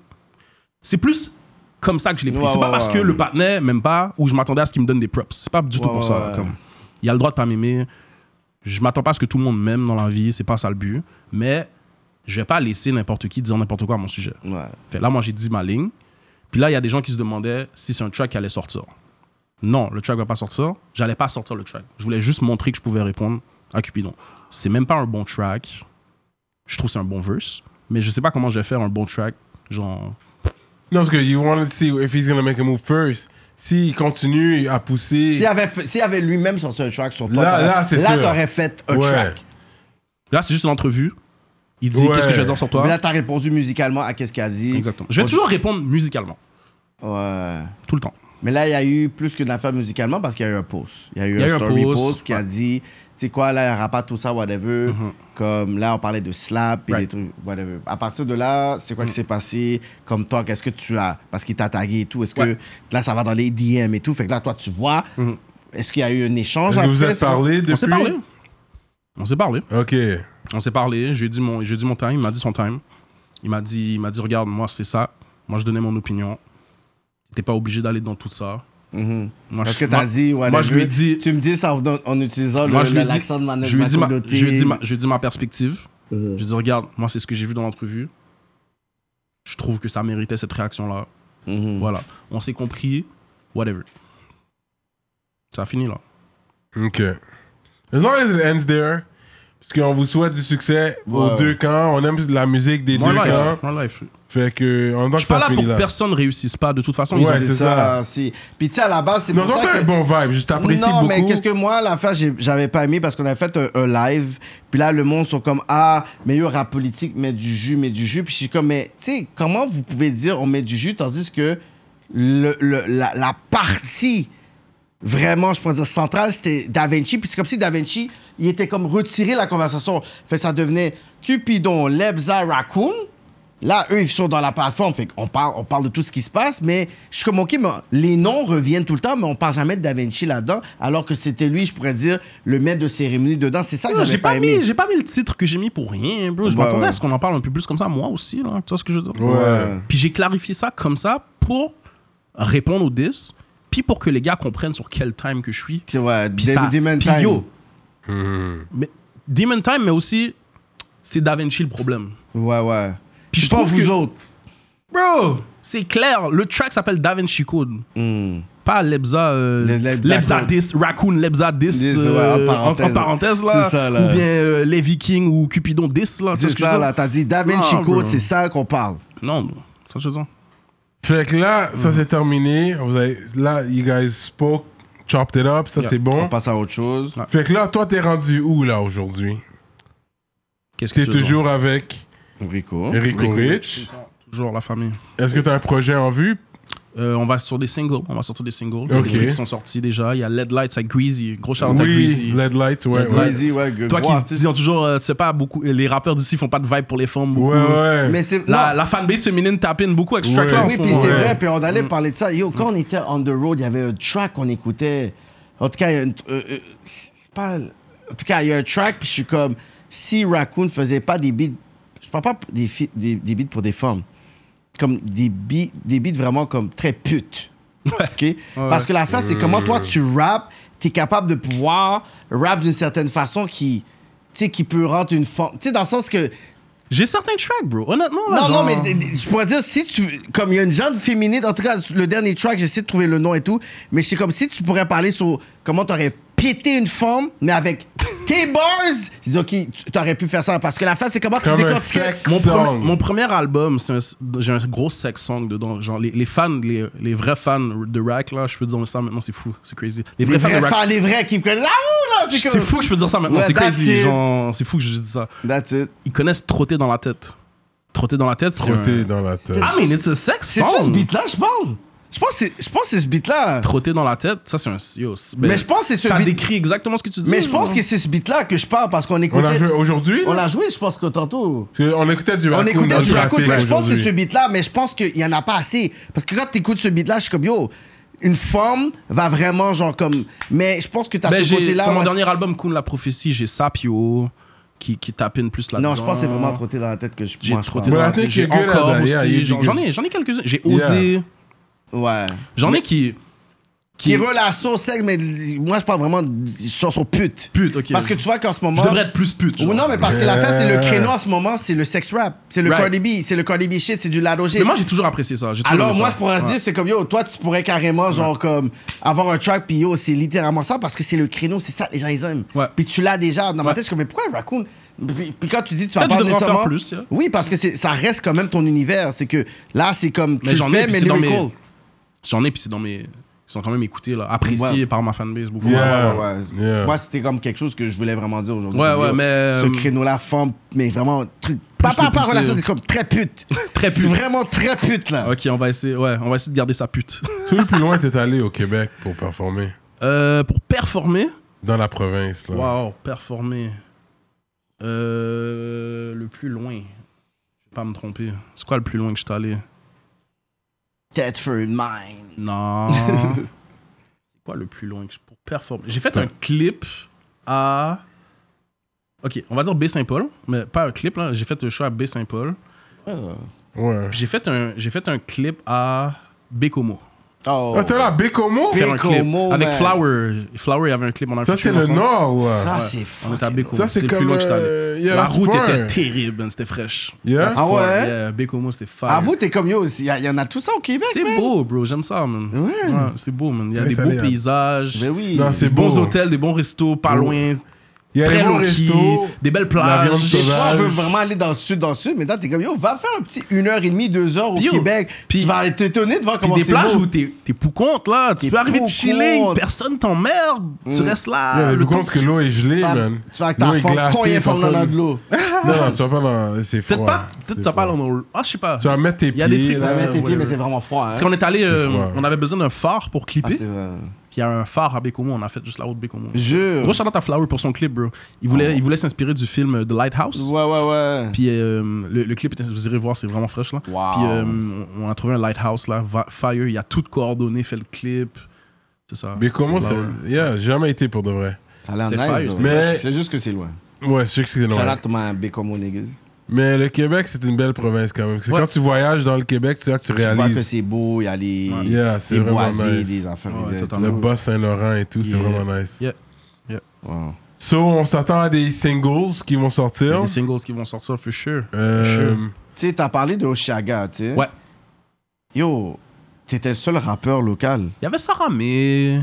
Speaker 3: C'est plus comme ça que je l'ai pris.
Speaker 4: Ouais,
Speaker 3: c'est pas
Speaker 4: ouais,
Speaker 3: parce
Speaker 4: ouais.
Speaker 3: que le partenaire m'aime pas ou je m'attendais à ce qu'il me donne des props. C'est pas du tout
Speaker 4: Ouais,
Speaker 3: pour
Speaker 4: ouais,
Speaker 3: ça. là,
Speaker 4: ouais.
Speaker 3: comme. Il a le droit de pas m'aimer. Je m'attends pas à ce que tout le monde m'aime dans la vie. C'est pas ça le but. Mais je vais pas laisser n'importe qui dire n'importe quoi à mon sujet.
Speaker 4: Ouais.
Speaker 3: Fait, là, moi, j'ai dit ma ligne. Puis là, il y a des gens qui se demandaient si c'est un track qui allait sortir. Non, le track va pas sortir. J'allais pas sortir le track. Je voulais juste montrer que je pouvais répondre à Cupidon. C'est même pas un bon track. Je trouve que c'est un bon verse. Mais je sais pas comment je vais faire un bon track. Genre.
Speaker 1: Non, parce que you want to see if he's gonna make a move first. S'il continue à pousser.
Speaker 2: S'il avait, fait- s'il avait lui-même sorti un track sur toi,
Speaker 1: Là-
Speaker 2: t'aurais-
Speaker 1: là, c'est
Speaker 2: là
Speaker 1: sûr.
Speaker 2: t'aurais fait un
Speaker 1: Ouais.
Speaker 2: track.
Speaker 3: Là, c'est juste une entrevue. Il dit
Speaker 1: Ouais.
Speaker 3: qu'est-ce que je vais dire sur
Speaker 2: Mais là,
Speaker 3: toi.
Speaker 2: t'as répondu musicalement à qu'est-ce qu'il a dit.
Speaker 3: Exactement. Je vais
Speaker 2: On-
Speaker 3: toujours répondre musicalement.
Speaker 2: Ouais.
Speaker 3: Tout le temps.
Speaker 2: Mais là, il y a eu plus qu'une affaire musicalement parce qu'il y a eu un post. Il y a eu
Speaker 3: Il y
Speaker 2: un
Speaker 3: a eu un
Speaker 2: story
Speaker 3: post,
Speaker 2: post, qui a
Speaker 3: ouais. Mm-hmm.
Speaker 2: dit, tu sais quoi, là, il rappe tout ça, whatever. Comme là, on parlait de slap et
Speaker 3: Right. Mm.
Speaker 2: des trucs, whatever. À partir de là, c'est quoi qui s'est passé comme toi? Qu'est-ce que tu as? Parce qu'il t'a tagué et tout. Est-ce
Speaker 3: Ouais. Mm-hmm.
Speaker 2: que là, ça va dans les DM et tout? Fait que là, toi, tu vois. Est-ce qu'il y a eu un échange
Speaker 1: Est-ce que
Speaker 2: après?
Speaker 1: vous êtes
Speaker 2: ça?
Speaker 1: parlé depuis.
Speaker 3: On s'est parlé. On s'est parlé.
Speaker 1: Ok.
Speaker 3: On s'est parlé, j'ai dit mon, j'ai dit mon time, il m'a dit son time. Il m'a dit, il m'a dit regarde, moi c'est ça. Moi je donnais mon opinion. T'es pas obligé d'aller dans tout ça.
Speaker 2: Mhm.
Speaker 3: Moi,
Speaker 2: Parce
Speaker 3: je-
Speaker 2: que t'as
Speaker 3: moi-
Speaker 2: dit, whatever.
Speaker 3: moi, je lui ai dit-
Speaker 2: Tu me dis ça en, en utilisant
Speaker 3: Moi
Speaker 2: le-
Speaker 3: je lui ai
Speaker 2: le-
Speaker 3: dit,
Speaker 2: l'accent de ma
Speaker 3: je lui ai dit ma,
Speaker 2: communauté. Mm-hmm.
Speaker 3: je lui ai dit ma- je lui ai dit ma perspective. Je lui ai dit regarde, moi c'est ce que j'ai vu dans l'entrevue. Je trouve que ça méritait cette réaction là.
Speaker 2: Mhm.
Speaker 3: Voilà, on s'est compris. Whatever. Ça a fini là.
Speaker 1: Ok. As long as it ends there. Parce qu'on vous souhaite du succès aux
Speaker 2: Ouais.
Speaker 1: deux camps. On aime la musique des
Speaker 3: Mon
Speaker 1: deux
Speaker 3: life,
Speaker 1: camps.
Speaker 3: mon life.
Speaker 1: Fait que. On
Speaker 3: Je suis pas là pour que
Speaker 1: là.
Speaker 3: personne réussisse pas. De toute façon,
Speaker 1: Ouais,
Speaker 3: ils
Speaker 1: c'est
Speaker 2: C'est ça, si. Puis tu sais, à la base, c'est
Speaker 1: Non,
Speaker 2: pour
Speaker 1: toi,
Speaker 2: ça
Speaker 1: t'as
Speaker 2: que-
Speaker 1: un bon vibe. Je t'apprécie
Speaker 2: non,
Speaker 1: beaucoup.
Speaker 2: mais qu'est-ce que moi, l'affaire, j'ai- j'avais pas aimé parce qu'on avait fait un, un live. Puis là, le monde sont comme Ah, mais yo, rap politique, mais du jus, mais du jus. Puis je suis comme, mais tu sais, comment vous pouvez dire on met du jus tandis que le, le- la, la partie vraiment, je pourrais dire centrale, c'était Da Vinci. Puis c'est comme si Da Vinci, il était comme retiré de la conversation. Fait que ça devenait Cupidon, Lebza, Raccoon. Là, eux, ils sont dans la plateforme, fait qu'on parle, on parle de tout ce qui se passe, mais je suis comme, OK, mais les noms reviennent tout le temps, mais on parle jamais de Da Vinci là-dedans, alors que c'était lui, je pourrais dire, le maître de cérémonie dedans. C'est ça que
Speaker 3: Non,
Speaker 2: j'avais
Speaker 3: Ah, j'ai
Speaker 2: pas,
Speaker 3: pas,
Speaker 2: aimé.
Speaker 3: mis, j'ai pas mis le titre que j'ai mis pour rien, bro. Je
Speaker 2: Ouais,
Speaker 3: m'attendais
Speaker 2: ouais.
Speaker 3: à ce qu'on en parle un peu plus comme ça, moi aussi, là. Tu vois ce que je veux dire?
Speaker 1: Ouais.
Speaker 3: Puis j'ai clarifié ça comme ça pour répondre aux 10, puis pour que les gars comprennent sur quel time que je suis.
Speaker 2: C'est ouais,
Speaker 3: Puis
Speaker 2: Dem-
Speaker 3: ça,
Speaker 2: Demon
Speaker 3: puis
Speaker 2: Time.
Speaker 3: yo, mais, Demon Time, mais aussi, c'est Da Vinci le problème.
Speaker 2: Ouais, ouais.
Speaker 3: Puis je
Speaker 2: pas
Speaker 3: trouve
Speaker 2: vous
Speaker 3: que-
Speaker 2: autres.
Speaker 3: Bro, c'est clair, le track s'appelle Da Vinci Code.
Speaker 2: Hmm.
Speaker 3: Pas Lebza, euh,
Speaker 2: Le- Lebza
Speaker 3: Lebza
Speaker 2: Code.
Speaker 3: 10, Raccoon Lebza 10,
Speaker 2: Dis, ouais, en
Speaker 3: euh, en-
Speaker 2: parenthèse.
Speaker 3: en parenthèse, là.
Speaker 2: C'est ça, là.
Speaker 3: Ou bien euh, les Vikings ou Cupidon 10, là. Tu vois
Speaker 2: C'est
Speaker 3: ce que je veux
Speaker 2: ça,
Speaker 3: dire?
Speaker 2: là, t'as dit Da Vinci
Speaker 3: Non, bro.
Speaker 2: Code, c'est ça qu'on parle.
Speaker 3: Non, non. Ça, je veux dire.
Speaker 1: Fait que là, ça c'est terminé. Vous avez- là, you guys spoke, chopped it up. Ça
Speaker 3: Yeah.
Speaker 1: c'est
Speaker 2: On
Speaker 1: bon.
Speaker 2: passe à autre chose.
Speaker 3: Ouais.
Speaker 1: Fait que là, toi, t'es rendu où là aujourd'hui
Speaker 3: Qu'est-ce que
Speaker 1: T'es
Speaker 3: tu veux dire?
Speaker 1: toujours avec
Speaker 2: Rico.
Speaker 1: Rico Rich.
Speaker 3: Toujours la famille.
Speaker 1: Est-ce que t'as un projet en vue
Speaker 3: Euh, on va sur des singles. On va sortir des singles. Il y a
Speaker 1: Ok.
Speaker 3: Des trucs qui sont sortis déjà. Il y a Led Lights à Greasy. Gros shout à
Speaker 1: Oui,
Speaker 3: Greasy.
Speaker 1: Led Lights, ouais.
Speaker 3: Led
Speaker 1: ouais.
Speaker 3: Lights.
Speaker 2: Greasy, ouais, gros
Speaker 3: Toi qui
Speaker 2: artiste.
Speaker 3: disons toujours, euh, tu sais pas, beaucoup, les rappeurs d'ici font pas de vibe pour les femmes. Beaucoup.
Speaker 1: Ouais, ouais.
Speaker 2: Mais c'est.
Speaker 3: La,
Speaker 2: non.
Speaker 3: la fanbase féminine tapine beaucoup avec ce track-là. en
Speaker 2: Oui,
Speaker 3: ce
Speaker 2: puis
Speaker 3: moment. Mm.
Speaker 2: c'est
Speaker 1: Ouais.
Speaker 2: vrai, puis on allait parler de ça. Yo, quand on était on the road, il y avait un track qu'on écoutait. En tout cas, il y a une- euh, euh, c'est pas- En tout cas, il y a un track, puis je suis comme, si Raccoon faisait pas des beats, je parle pas des, fi- des, des beats pour des femmes, comme des beats, des beats vraiment comme très putes. OK? Parce que la face, c'est comment toi, tu
Speaker 3: Euh.
Speaker 2: rappes, t'es capable de pouvoir rap d'une certaine façon qui, tu sais, qui peut rendre une forme. Tu sais, dans le sens que
Speaker 3: J'ai certains tracks, bro. Honnêtement, là,
Speaker 2: non, non,
Speaker 3: genre-
Speaker 2: mais d- d- je pourrais dire, si tu. Comme il y a une genre de féminine, en tout cas, le dernier track, j'essaie de trouver le nom et tout, mais c'est comme si tu pourrais parler sur comment t'aurais pété une femme, mais avec tes bars, je dis, ok, tu- t'aurais pu faire ça, parce que la face, c'est comment tu
Speaker 1: Comme un
Speaker 2: décortiques.
Speaker 1: sec.
Speaker 3: Mon,
Speaker 1: Song.
Speaker 3: premier, mon premier album, c'est un- j'ai un gros sex song dedans. Genre, les, les fans, les, les vrais fans de Rack, là, je peux dire ça maintenant, c'est fou, c'est crazy. Les
Speaker 2: Les
Speaker 3: vrais fans
Speaker 2: vrais
Speaker 3: de Rack,
Speaker 2: fans, les vrais qui me connaissent. Ah, ouh, là, c'est
Speaker 3: c'est
Speaker 2: comme.
Speaker 3: fou que je peux dire ça maintenant,
Speaker 2: Ouais,
Speaker 3: c'est
Speaker 2: that's
Speaker 3: crazy.
Speaker 2: it.
Speaker 3: genre, C'est fou que je dise ça.
Speaker 2: That's it.
Speaker 3: ils connaissent trotter dans la tête. Trotter dans la tête, c'est un... Ah,
Speaker 1: Trotté dans la tête.
Speaker 3: I mean, it's a sex
Speaker 2: C'est tout ce
Speaker 3: song.
Speaker 2: beat-là, je pense. Je pense que c'est- je pense que c'est ce beat-là.
Speaker 3: Trotter dans la tête, ça c'est un. yo, c'est- ben,
Speaker 2: Mais je pense que c'est ce
Speaker 3: Ça
Speaker 2: beat-
Speaker 3: décrit exactement ce que tu dis.
Speaker 2: Mais je pense que c'est ce beat-là que je parle parce qu'on
Speaker 1: hein. On l'a
Speaker 2: écoutait.
Speaker 1: joué aujourd'hui?
Speaker 2: On
Speaker 1: là?
Speaker 2: l'a joué, je pense que tantôt.
Speaker 1: Parce que On écoutait du
Speaker 2: On
Speaker 1: raccoon
Speaker 2: écoutait
Speaker 1: dans
Speaker 2: du
Speaker 1: le
Speaker 2: raccoon.
Speaker 1: trafic
Speaker 2: mais Je pense que c'est ce
Speaker 1: aujourd'hui.
Speaker 2: beat-là, mais je pense qu'il y en a pas assez. Parce que quand tu écoutes ce beat-là, je suis comme yo, une forme va vraiment genre comme. Mais je pense que t'as
Speaker 3: Ben,
Speaker 2: ce
Speaker 3: j'ai-
Speaker 2: côté-là.
Speaker 3: sur mon
Speaker 2: où-
Speaker 3: dernier album, Kun la prophétie, j'ai Sapio qui, qui tapine plus là-dedans.
Speaker 2: Non, je pense que c'est vraiment trotté dans la tête que je.
Speaker 3: Ah. J'ai
Speaker 2: moi, je
Speaker 3: trotté
Speaker 1: But
Speaker 3: dans
Speaker 2: parle.
Speaker 3: la
Speaker 1: I think
Speaker 3: tête. J'ai
Speaker 1: you're good at
Speaker 3: encore
Speaker 1: that.
Speaker 3: aussi.
Speaker 1: Yeah, you did
Speaker 3: j'en-
Speaker 1: good.
Speaker 3: J'en ai, j'en ai quelques-uns. J'ai osé.
Speaker 2: Ouais.
Speaker 3: J'en ai qui.
Speaker 2: Qui roule à sauce sec, mais moi je parle vraiment sur son pute.
Speaker 3: Pute, ok.
Speaker 2: Parce que tu vois qu'en ce moment.
Speaker 3: Je devrais être plus pute.
Speaker 2: Oui,
Speaker 3: genre.
Speaker 2: non, mais parce que l'affaire, c'est le
Speaker 1: Yeah.
Speaker 2: créneau en ce moment, c'est le sex rap. C'est le
Speaker 3: Right.
Speaker 2: Cardi B, c'est le Cardi B shit, c'est du Lado G.
Speaker 3: Mais moi, j'ai toujours apprécié ça. J'ai toujours
Speaker 2: Alors,
Speaker 3: aimé
Speaker 2: moi,
Speaker 3: ça.
Speaker 2: je pourrais se
Speaker 3: Ouais.
Speaker 2: dire, c'est comme yo, toi, tu pourrais carrément, genre, comme avoir un track, puis yo, c'est littéralement ça, parce que c'est le créneau, c'est ça, les gens, ils aiment.
Speaker 3: Ouais.
Speaker 2: Puis tu l'as déjà. Dans ma
Speaker 3: Ouais.
Speaker 2: tête, je suis comme, mais pourquoi Raccoon puis, puis quand tu dis, tu vas
Speaker 3: Peut-être
Speaker 2: pas
Speaker 3: je devrais en
Speaker 2: nécessairement.
Speaker 3: faire plus, hein. yeah.
Speaker 2: Oui, parce que c'est- ça reste quand même ton univers. C'est que là, c'est comme, tu
Speaker 3: Mais
Speaker 2: le
Speaker 3: j'en ai,
Speaker 2: fais,
Speaker 3: puis
Speaker 2: mais
Speaker 3: c'est dans mes-
Speaker 2: lyrical.
Speaker 3: J'en ai, puis c'est dans mes. Ils sont quand même écoutés, là. Appréciés
Speaker 2: Ouais.
Speaker 3: par ma fanbase beaucoup.
Speaker 1: Yeah.
Speaker 2: Ouais, ouais, ouais.
Speaker 1: Yeah.
Speaker 2: Moi, c'était comme quelque chose que je voulais vraiment dire aujourd'hui.
Speaker 3: Ouais,
Speaker 2: Dire,
Speaker 3: ouais, mais- euh,
Speaker 2: Ce créneau-là forme, mais vraiment, un truc. Pas
Speaker 3: le
Speaker 2: par rapport à
Speaker 3: poussé.
Speaker 2: relation, c'est comme très pute.
Speaker 3: Très
Speaker 2: C'est
Speaker 3: pute.
Speaker 2: vraiment très pute, là.
Speaker 3: Ok, on va essayer. Ouais, on va essayer de garder sa pute.
Speaker 1: Tout le plus loin, t'es allé au Québec pour performer.
Speaker 3: Euh, pour performer.
Speaker 1: Dans la province, là.
Speaker 3: Wow, performer. Euh, le plus loin. Je vais pas me tromper. C'est quoi le plus loin que je suis allé
Speaker 2: Tête for mine.
Speaker 3: Non. C'est quoi le plus loin que je... pour performer J'ai fait un clip à. Ok, on va dire Baie-Saint-Paul, mais pas un clip là. J'ai fait le show à Baie-Saint-Paul.
Speaker 1: Ouais.
Speaker 3: Puis J'ai fait un, j'ai fait un clip à Bécomo.
Speaker 2: Oh.
Speaker 1: Ah, t'es là, Bécomo?
Speaker 2: Bé-
Speaker 3: Faire un clip
Speaker 2: Baie-Comeau,
Speaker 3: avec
Speaker 2: man.
Speaker 3: Flower. Flower, il y avait un clip. On a
Speaker 1: Ça, c'est le Nord, ouais.
Speaker 2: Ça,
Speaker 3: Ouais,
Speaker 2: c'est
Speaker 3: On
Speaker 2: fou.
Speaker 3: était à Bécomo.
Speaker 1: Ça, c'est
Speaker 3: c'est le
Speaker 1: comme,
Speaker 3: plus loin que j'étais allé.
Speaker 1: euh, yeah,
Speaker 3: La
Speaker 1: that's
Speaker 3: route
Speaker 1: far.
Speaker 3: était terrible, man, c'était fraîche.
Speaker 1: Yeah?
Speaker 3: That's
Speaker 2: Ah
Speaker 3: far,
Speaker 2: ouais?
Speaker 3: Yeah, Bécomo, c'était fire.
Speaker 2: Avoue, t'es comme yo, il y, a- y en a tout ça au Québec,
Speaker 3: C'est
Speaker 2: man.
Speaker 3: beau, bro. J'aime ça, man.
Speaker 2: Ouais.
Speaker 3: c'est beau, man. Il y a
Speaker 1: Ouais,
Speaker 3: des
Speaker 1: t'as
Speaker 3: beaux
Speaker 1: l'air.
Speaker 3: paysages.
Speaker 2: Ben oui.
Speaker 1: Non,
Speaker 3: Des
Speaker 1: c'est
Speaker 3: bons
Speaker 1: beau.
Speaker 3: hôtels, des bons restos, pas
Speaker 1: Ouais.
Speaker 3: loin,
Speaker 1: Il y a
Speaker 3: très
Speaker 1: les bons
Speaker 3: low
Speaker 1: restos.
Speaker 3: des belles
Speaker 1: la viande
Speaker 3: plages.
Speaker 2: Des fois, on
Speaker 1: sauvage.
Speaker 2: veut vraiment aller dans le sud, dans le sud, mais là, t'es comme yo, va faire un petit 1h30, 2h au
Speaker 3: Puis yo,
Speaker 2: Québec.
Speaker 3: puis-
Speaker 2: tu vas être étonné de voir
Speaker 3: Puis
Speaker 2: comment
Speaker 3: des
Speaker 2: c'est
Speaker 3: plages
Speaker 2: beau.
Speaker 3: où t'es t'es pou compte, là. Tu
Speaker 2: T'es
Speaker 3: peux arriver de
Speaker 2: pou
Speaker 3: chilling,
Speaker 2: compte.
Speaker 3: personne t'emmerde. Tu
Speaker 1: Mm.
Speaker 3: restes
Speaker 1: Il y a
Speaker 3: là.
Speaker 1: les
Speaker 3: le
Speaker 1: boucons
Speaker 3: temps
Speaker 1: parce
Speaker 3: que
Speaker 1: que
Speaker 3: tu-
Speaker 1: l'eau est gelée,
Speaker 2: Tu vas-
Speaker 1: man.
Speaker 2: tu vas avec
Speaker 1: L'eau
Speaker 2: ta
Speaker 1: est
Speaker 2: forme, combien
Speaker 1: glacée,
Speaker 2: forme
Speaker 1: personne-
Speaker 2: dans de l'eau.
Speaker 1: Non, non, tu vas pas dans. C'est froid.
Speaker 3: Peut-être pas, peut-être
Speaker 1: C'est
Speaker 3: que ça parle
Speaker 1: froid.
Speaker 3: en Ah, je sais pas.
Speaker 1: Tu vas mettre tes
Speaker 3: Il y a des
Speaker 1: pieds.
Speaker 3: trucs,
Speaker 2: Tu
Speaker 3: Ouais,
Speaker 2: vas mettre tes pieds,
Speaker 3: whatever.
Speaker 2: mais c'est vraiment froid. Hein?
Speaker 3: Parce qu'on est allé, euh,
Speaker 1: froid.
Speaker 3: on avait besoin d'un phare pour
Speaker 2: Ah,
Speaker 3: clipper.
Speaker 2: c'est vrai.
Speaker 3: Puis il y a un phare à Bécomo, on a fait juste la route de Bécomo.
Speaker 2: Jure.
Speaker 3: Gros shout out à Flower pour son clip, bro. Il
Speaker 1: Ah.
Speaker 3: voulait, il voulait s'inspirer du film euh, The Lighthouse.
Speaker 2: Ouais, ouais, ouais.
Speaker 3: Puis euh, le, le clip, était- vous irez voir, c'est vraiment fraîche là.
Speaker 2: Wow.
Speaker 3: Puis euh, on- on a trouvé un lighthouse là, va- fire, il a tout coordonné, fait le clip. C'est ça.
Speaker 1: Mais comment
Speaker 2: Bah
Speaker 1: ça.
Speaker 3: Flower.
Speaker 1: Yeah, j'ai jamais été pour de vrai.
Speaker 2: Ça a l'air
Speaker 3: C'est
Speaker 2: nice.
Speaker 3: fire,
Speaker 2: ouais.
Speaker 1: mais-
Speaker 2: C'est juste que c'est loin.
Speaker 1: Ouais, je sais que c'est
Speaker 2: Shout
Speaker 1: loin.
Speaker 2: out to my Bécomo niggas.
Speaker 1: Mais le Québec, c'est une belle province quand même. C'est
Speaker 3: Ouais.
Speaker 1: quand tu voyages dans le Québec, c'est là que tu
Speaker 2: Tu vois que
Speaker 1: réalises.
Speaker 2: c'est beau, il y a les,
Speaker 1: Yeah, c'est
Speaker 2: les
Speaker 1: vraiment
Speaker 2: boisés,
Speaker 1: nice.
Speaker 2: des affaires.
Speaker 3: Ouais,
Speaker 2: des-
Speaker 3: totalement.
Speaker 1: Le bas Saint-Laurent et tout, c'est
Speaker 3: Yeah.
Speaker 1: vraiment nice.
Speaker 3: Yeah.
Speaker 2: Wow.
Speaker 1: So, on s'attend à des singles qui vont
Speaker 3: Il y a
Speaker 1: sortir.
Speaker 3: des singles qui vont sortir, for sure.
Speaker 1: Euh,
Speaker 3: For sure.
Speaker 2: Tu sais, t'as parlé de Oshaga, tu sais.
Speaker 3: Ouais.
Speaker 2: Yo, t'étais le seul rappeur local.
Speaker 3: Il y avait Sarah May, il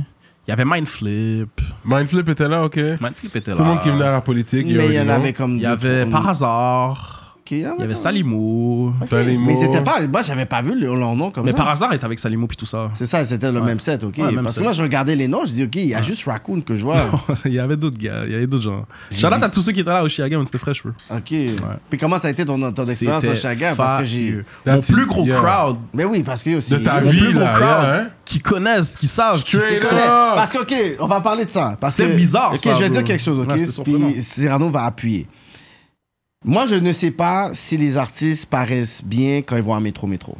Speaker 3: y avait Mindflip.
Speaker 1: Mindflip était là, ok. Tout
Speaker 3: Mindflip était là.
Speaker 1: le monde qui venait à la politique.
Speaker 2: Mais il y en avait comme
Speaker 3: Il y
Speaker 2: deux,
Speaker 3: avait
Speaker 2: trois- hein?
Speaker 3: Par hasard,
Speaker 2: Ok, y en
Speaker 3: il y
Speaker 2: avait
Speaker 3: avait
Speaker 2: quand
Speaker 3: Salimo.
Speaker 2: même.
Speaker 1: Salim
Speaker 2: Mais
Speaker 1: Mo.
Speaker 2: c'était pas. Moi, j'avais pas vu le- leur nom comme
Speaker 3: Mais
Speaker 2: ça.
Speaker 3: Par hasard est avec Salimo puis tout ça.
Speaker 2: C'est ça, c'était le même set, ok.
Speaker 3: Ouais, même
Speaker 2: Parce que
Speaker 3: set.
Speaker 2: là, je regardais les noms, je dis, ok, il y a juste Raccoon que je vois.
Speaker 3: il y avait d'autres gars, il y avait d'autres gens. Shout out à tous ceux qui étaient là au Chiaga, c'était fraîche, bro.
Speaker 2: ok. Puis comment ça a été ton, ton expérience au Chaga Parce que j'ai.
Speaker 3: fabuleux. Mon
Speaker 1: That's
Speaker 3: plus
Speaker 1: it.
Speaker 3: gros
Speaker 1: Yeah.
Speaker 3: crowd
Speaker 2: Mais oui, parce que yo, c'est.
Speaker 1: De ta
Speaker 3: mon
Speaker 1: vie,
Speaker 3: plus gros
Speaker 1: là,
Speaker 3: crowd
Speaker 1: yeah, hein?
Speaker 3: qui connaissent, qui savent, qui
Speaker 1: Straight
Speaker 2: Mais-
Speaker 3: sont-
Speaker 1: up. Ça.
Speaker 2: Parce que, ok, on va parler de ça. Parce
Speaker 3: C'est
Speaker 2: que-
Speaker 3: bizarre,
Speaker 2: Ok,
Speaker 3: ça,
Speaker 2: je vais dire
Speaker 3: bro.
Speaker 2: quelque chose, ok.
Speaker 3: Ouais, c'était surprenant.
Speaker 2: Puis Cyrano va appuyer. Moi, je ne sais pas si les artistes paraissent bien quand ils vont à métro métro.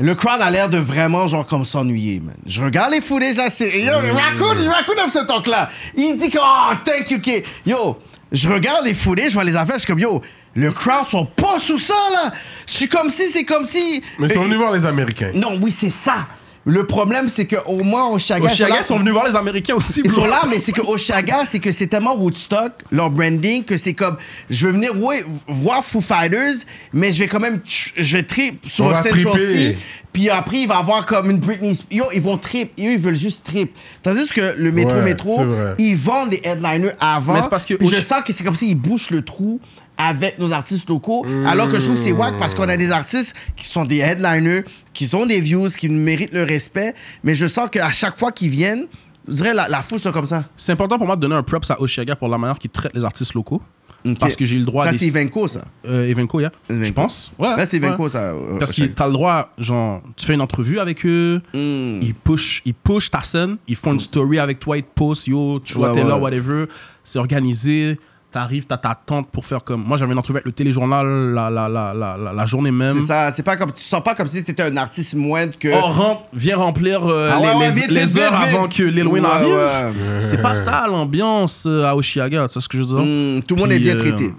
Speaker 2: Le crowd a l'air de vraiment genre comme s'ennuyer, man. Je regarde les footage là, c'est yo, il raconte, il raconte dans ce talk là. Il dit que oh, thank you kid. Yo, je regarde les footage, je vois les affaires, je suis comme yo, le crowd sont pas sous ça là. Je suis comme si c'est comme si Euh,
Speaker 1: Mais ils sont
Speaker 2: Et-
Speaker 1: venus voir les Américains.
Speaker 2: non, oui, c'est ça. Le problème, c'est que au moins Oshaga,
Speaker 3: Au
Speaker 2: ils sont là-
Speaker 3: Chiaga, ils sont venus voir les Américains aussi,
Speaker 2: ils
Speaker 3: bro.
Speaker 2: sont là, mais c'est que Oshaga, c'est que c'est tellement Woodstock, leur branding, que c'est comme, je veux venir ouais, voir Foo Fighters, mais je vais quand même, tch- je vais trip sur
Speaker 1: On
Speaker 2: un
Speaker 1: va
Speaker 2: stage
Speaker 1: tripper.
Speaker 2: puis après il va avoir comme une Britney Spears. Yo, ils vont trip, eux ils veulent juste trip. Tandis que le métro
Speaker 1: Ouais,
Speaker 2: métro,
Speaker 1: c'est vrai.
Speaker 2: ils vendent des headliners avant.
Speaker 3: Mais c'est parce que-
Speaker 2: Puis je sens que c'est comme s'ils bouchent le trou avec nos artistes locaux, alors que je trouve que c'est wack parce qu'on a des artistes qui sont des headliners, qui ont des views, qui méritent le respect, mais je sens qu'à chaque fois qu'ils viennent, je dirais la, la foule sont comme ça.
Speaker 3: C'est important pour moi de donner un props à Oshiaga pour la manière qu'il traite les artistes locaux.
Speaker 2: Ok.
Speaker 3: Parce que j'ai le droit à
Speaker 2: Ça,
Speaker 3: des-
Speaker 2: c'est Ivenco, ça.
Speaker 3: Euh, Evenco, yeah.
Speaker 2: Evenco.
Speaker 3: Je pense. Ouais.
Speaker 2: Là, c'est
Speaker 3: ouais.
Speaker 2: Ivenco, ça. euh,
Speaker 3: Parce
Speaker 2: au
Speaker 3: que
Speaker 2: Shag.
Speaker 3: t'as le droit, genre, tu fais une entrevue avec eux, ils push, ils push ta scène, ils font une story avec toi, ils te postent, yo, tu vois,
Speaker 2: Ouais,
Speaker 3: t'es là,
Speaker 2: ouais.
Speaker 3: whatever. C'est organisé, t'arrives, t'as ta tente pour faire comme. Moi, j'avais une entrevue avec le téléjournal la, la, la, la, la, la journée même.
Speaker 2: C'est ça. C'est pas comme... Tu sens pas comme si t'étais un artiste moindre que...
Speaker 3: On rentre, viens remplir euh,
Speaker 2: Ah ouais,
Speaker 3: les,
Speaker 2: ouais,
Speaker 3: les-
Speaker 2: vite,
Speaker 3: les
Speaker 2: vite,
Speaker 3: heures
Speaker 2: vite, vite.
Speaker 3: avant que Lil Wayne
Speaker 2: Ouais,
Speaker 3: arrive.
Speaker 2: ouais.
Speaker 3: C'est pas ça l'ambiance euh, à Oshiaga, tu sais ce que je veux dire?
Speaker 2: Mm, tout le monde est
Speaker 3: Puis,
Speaker 2: bien
Speaker 3: euh,
Speaker 2: traité.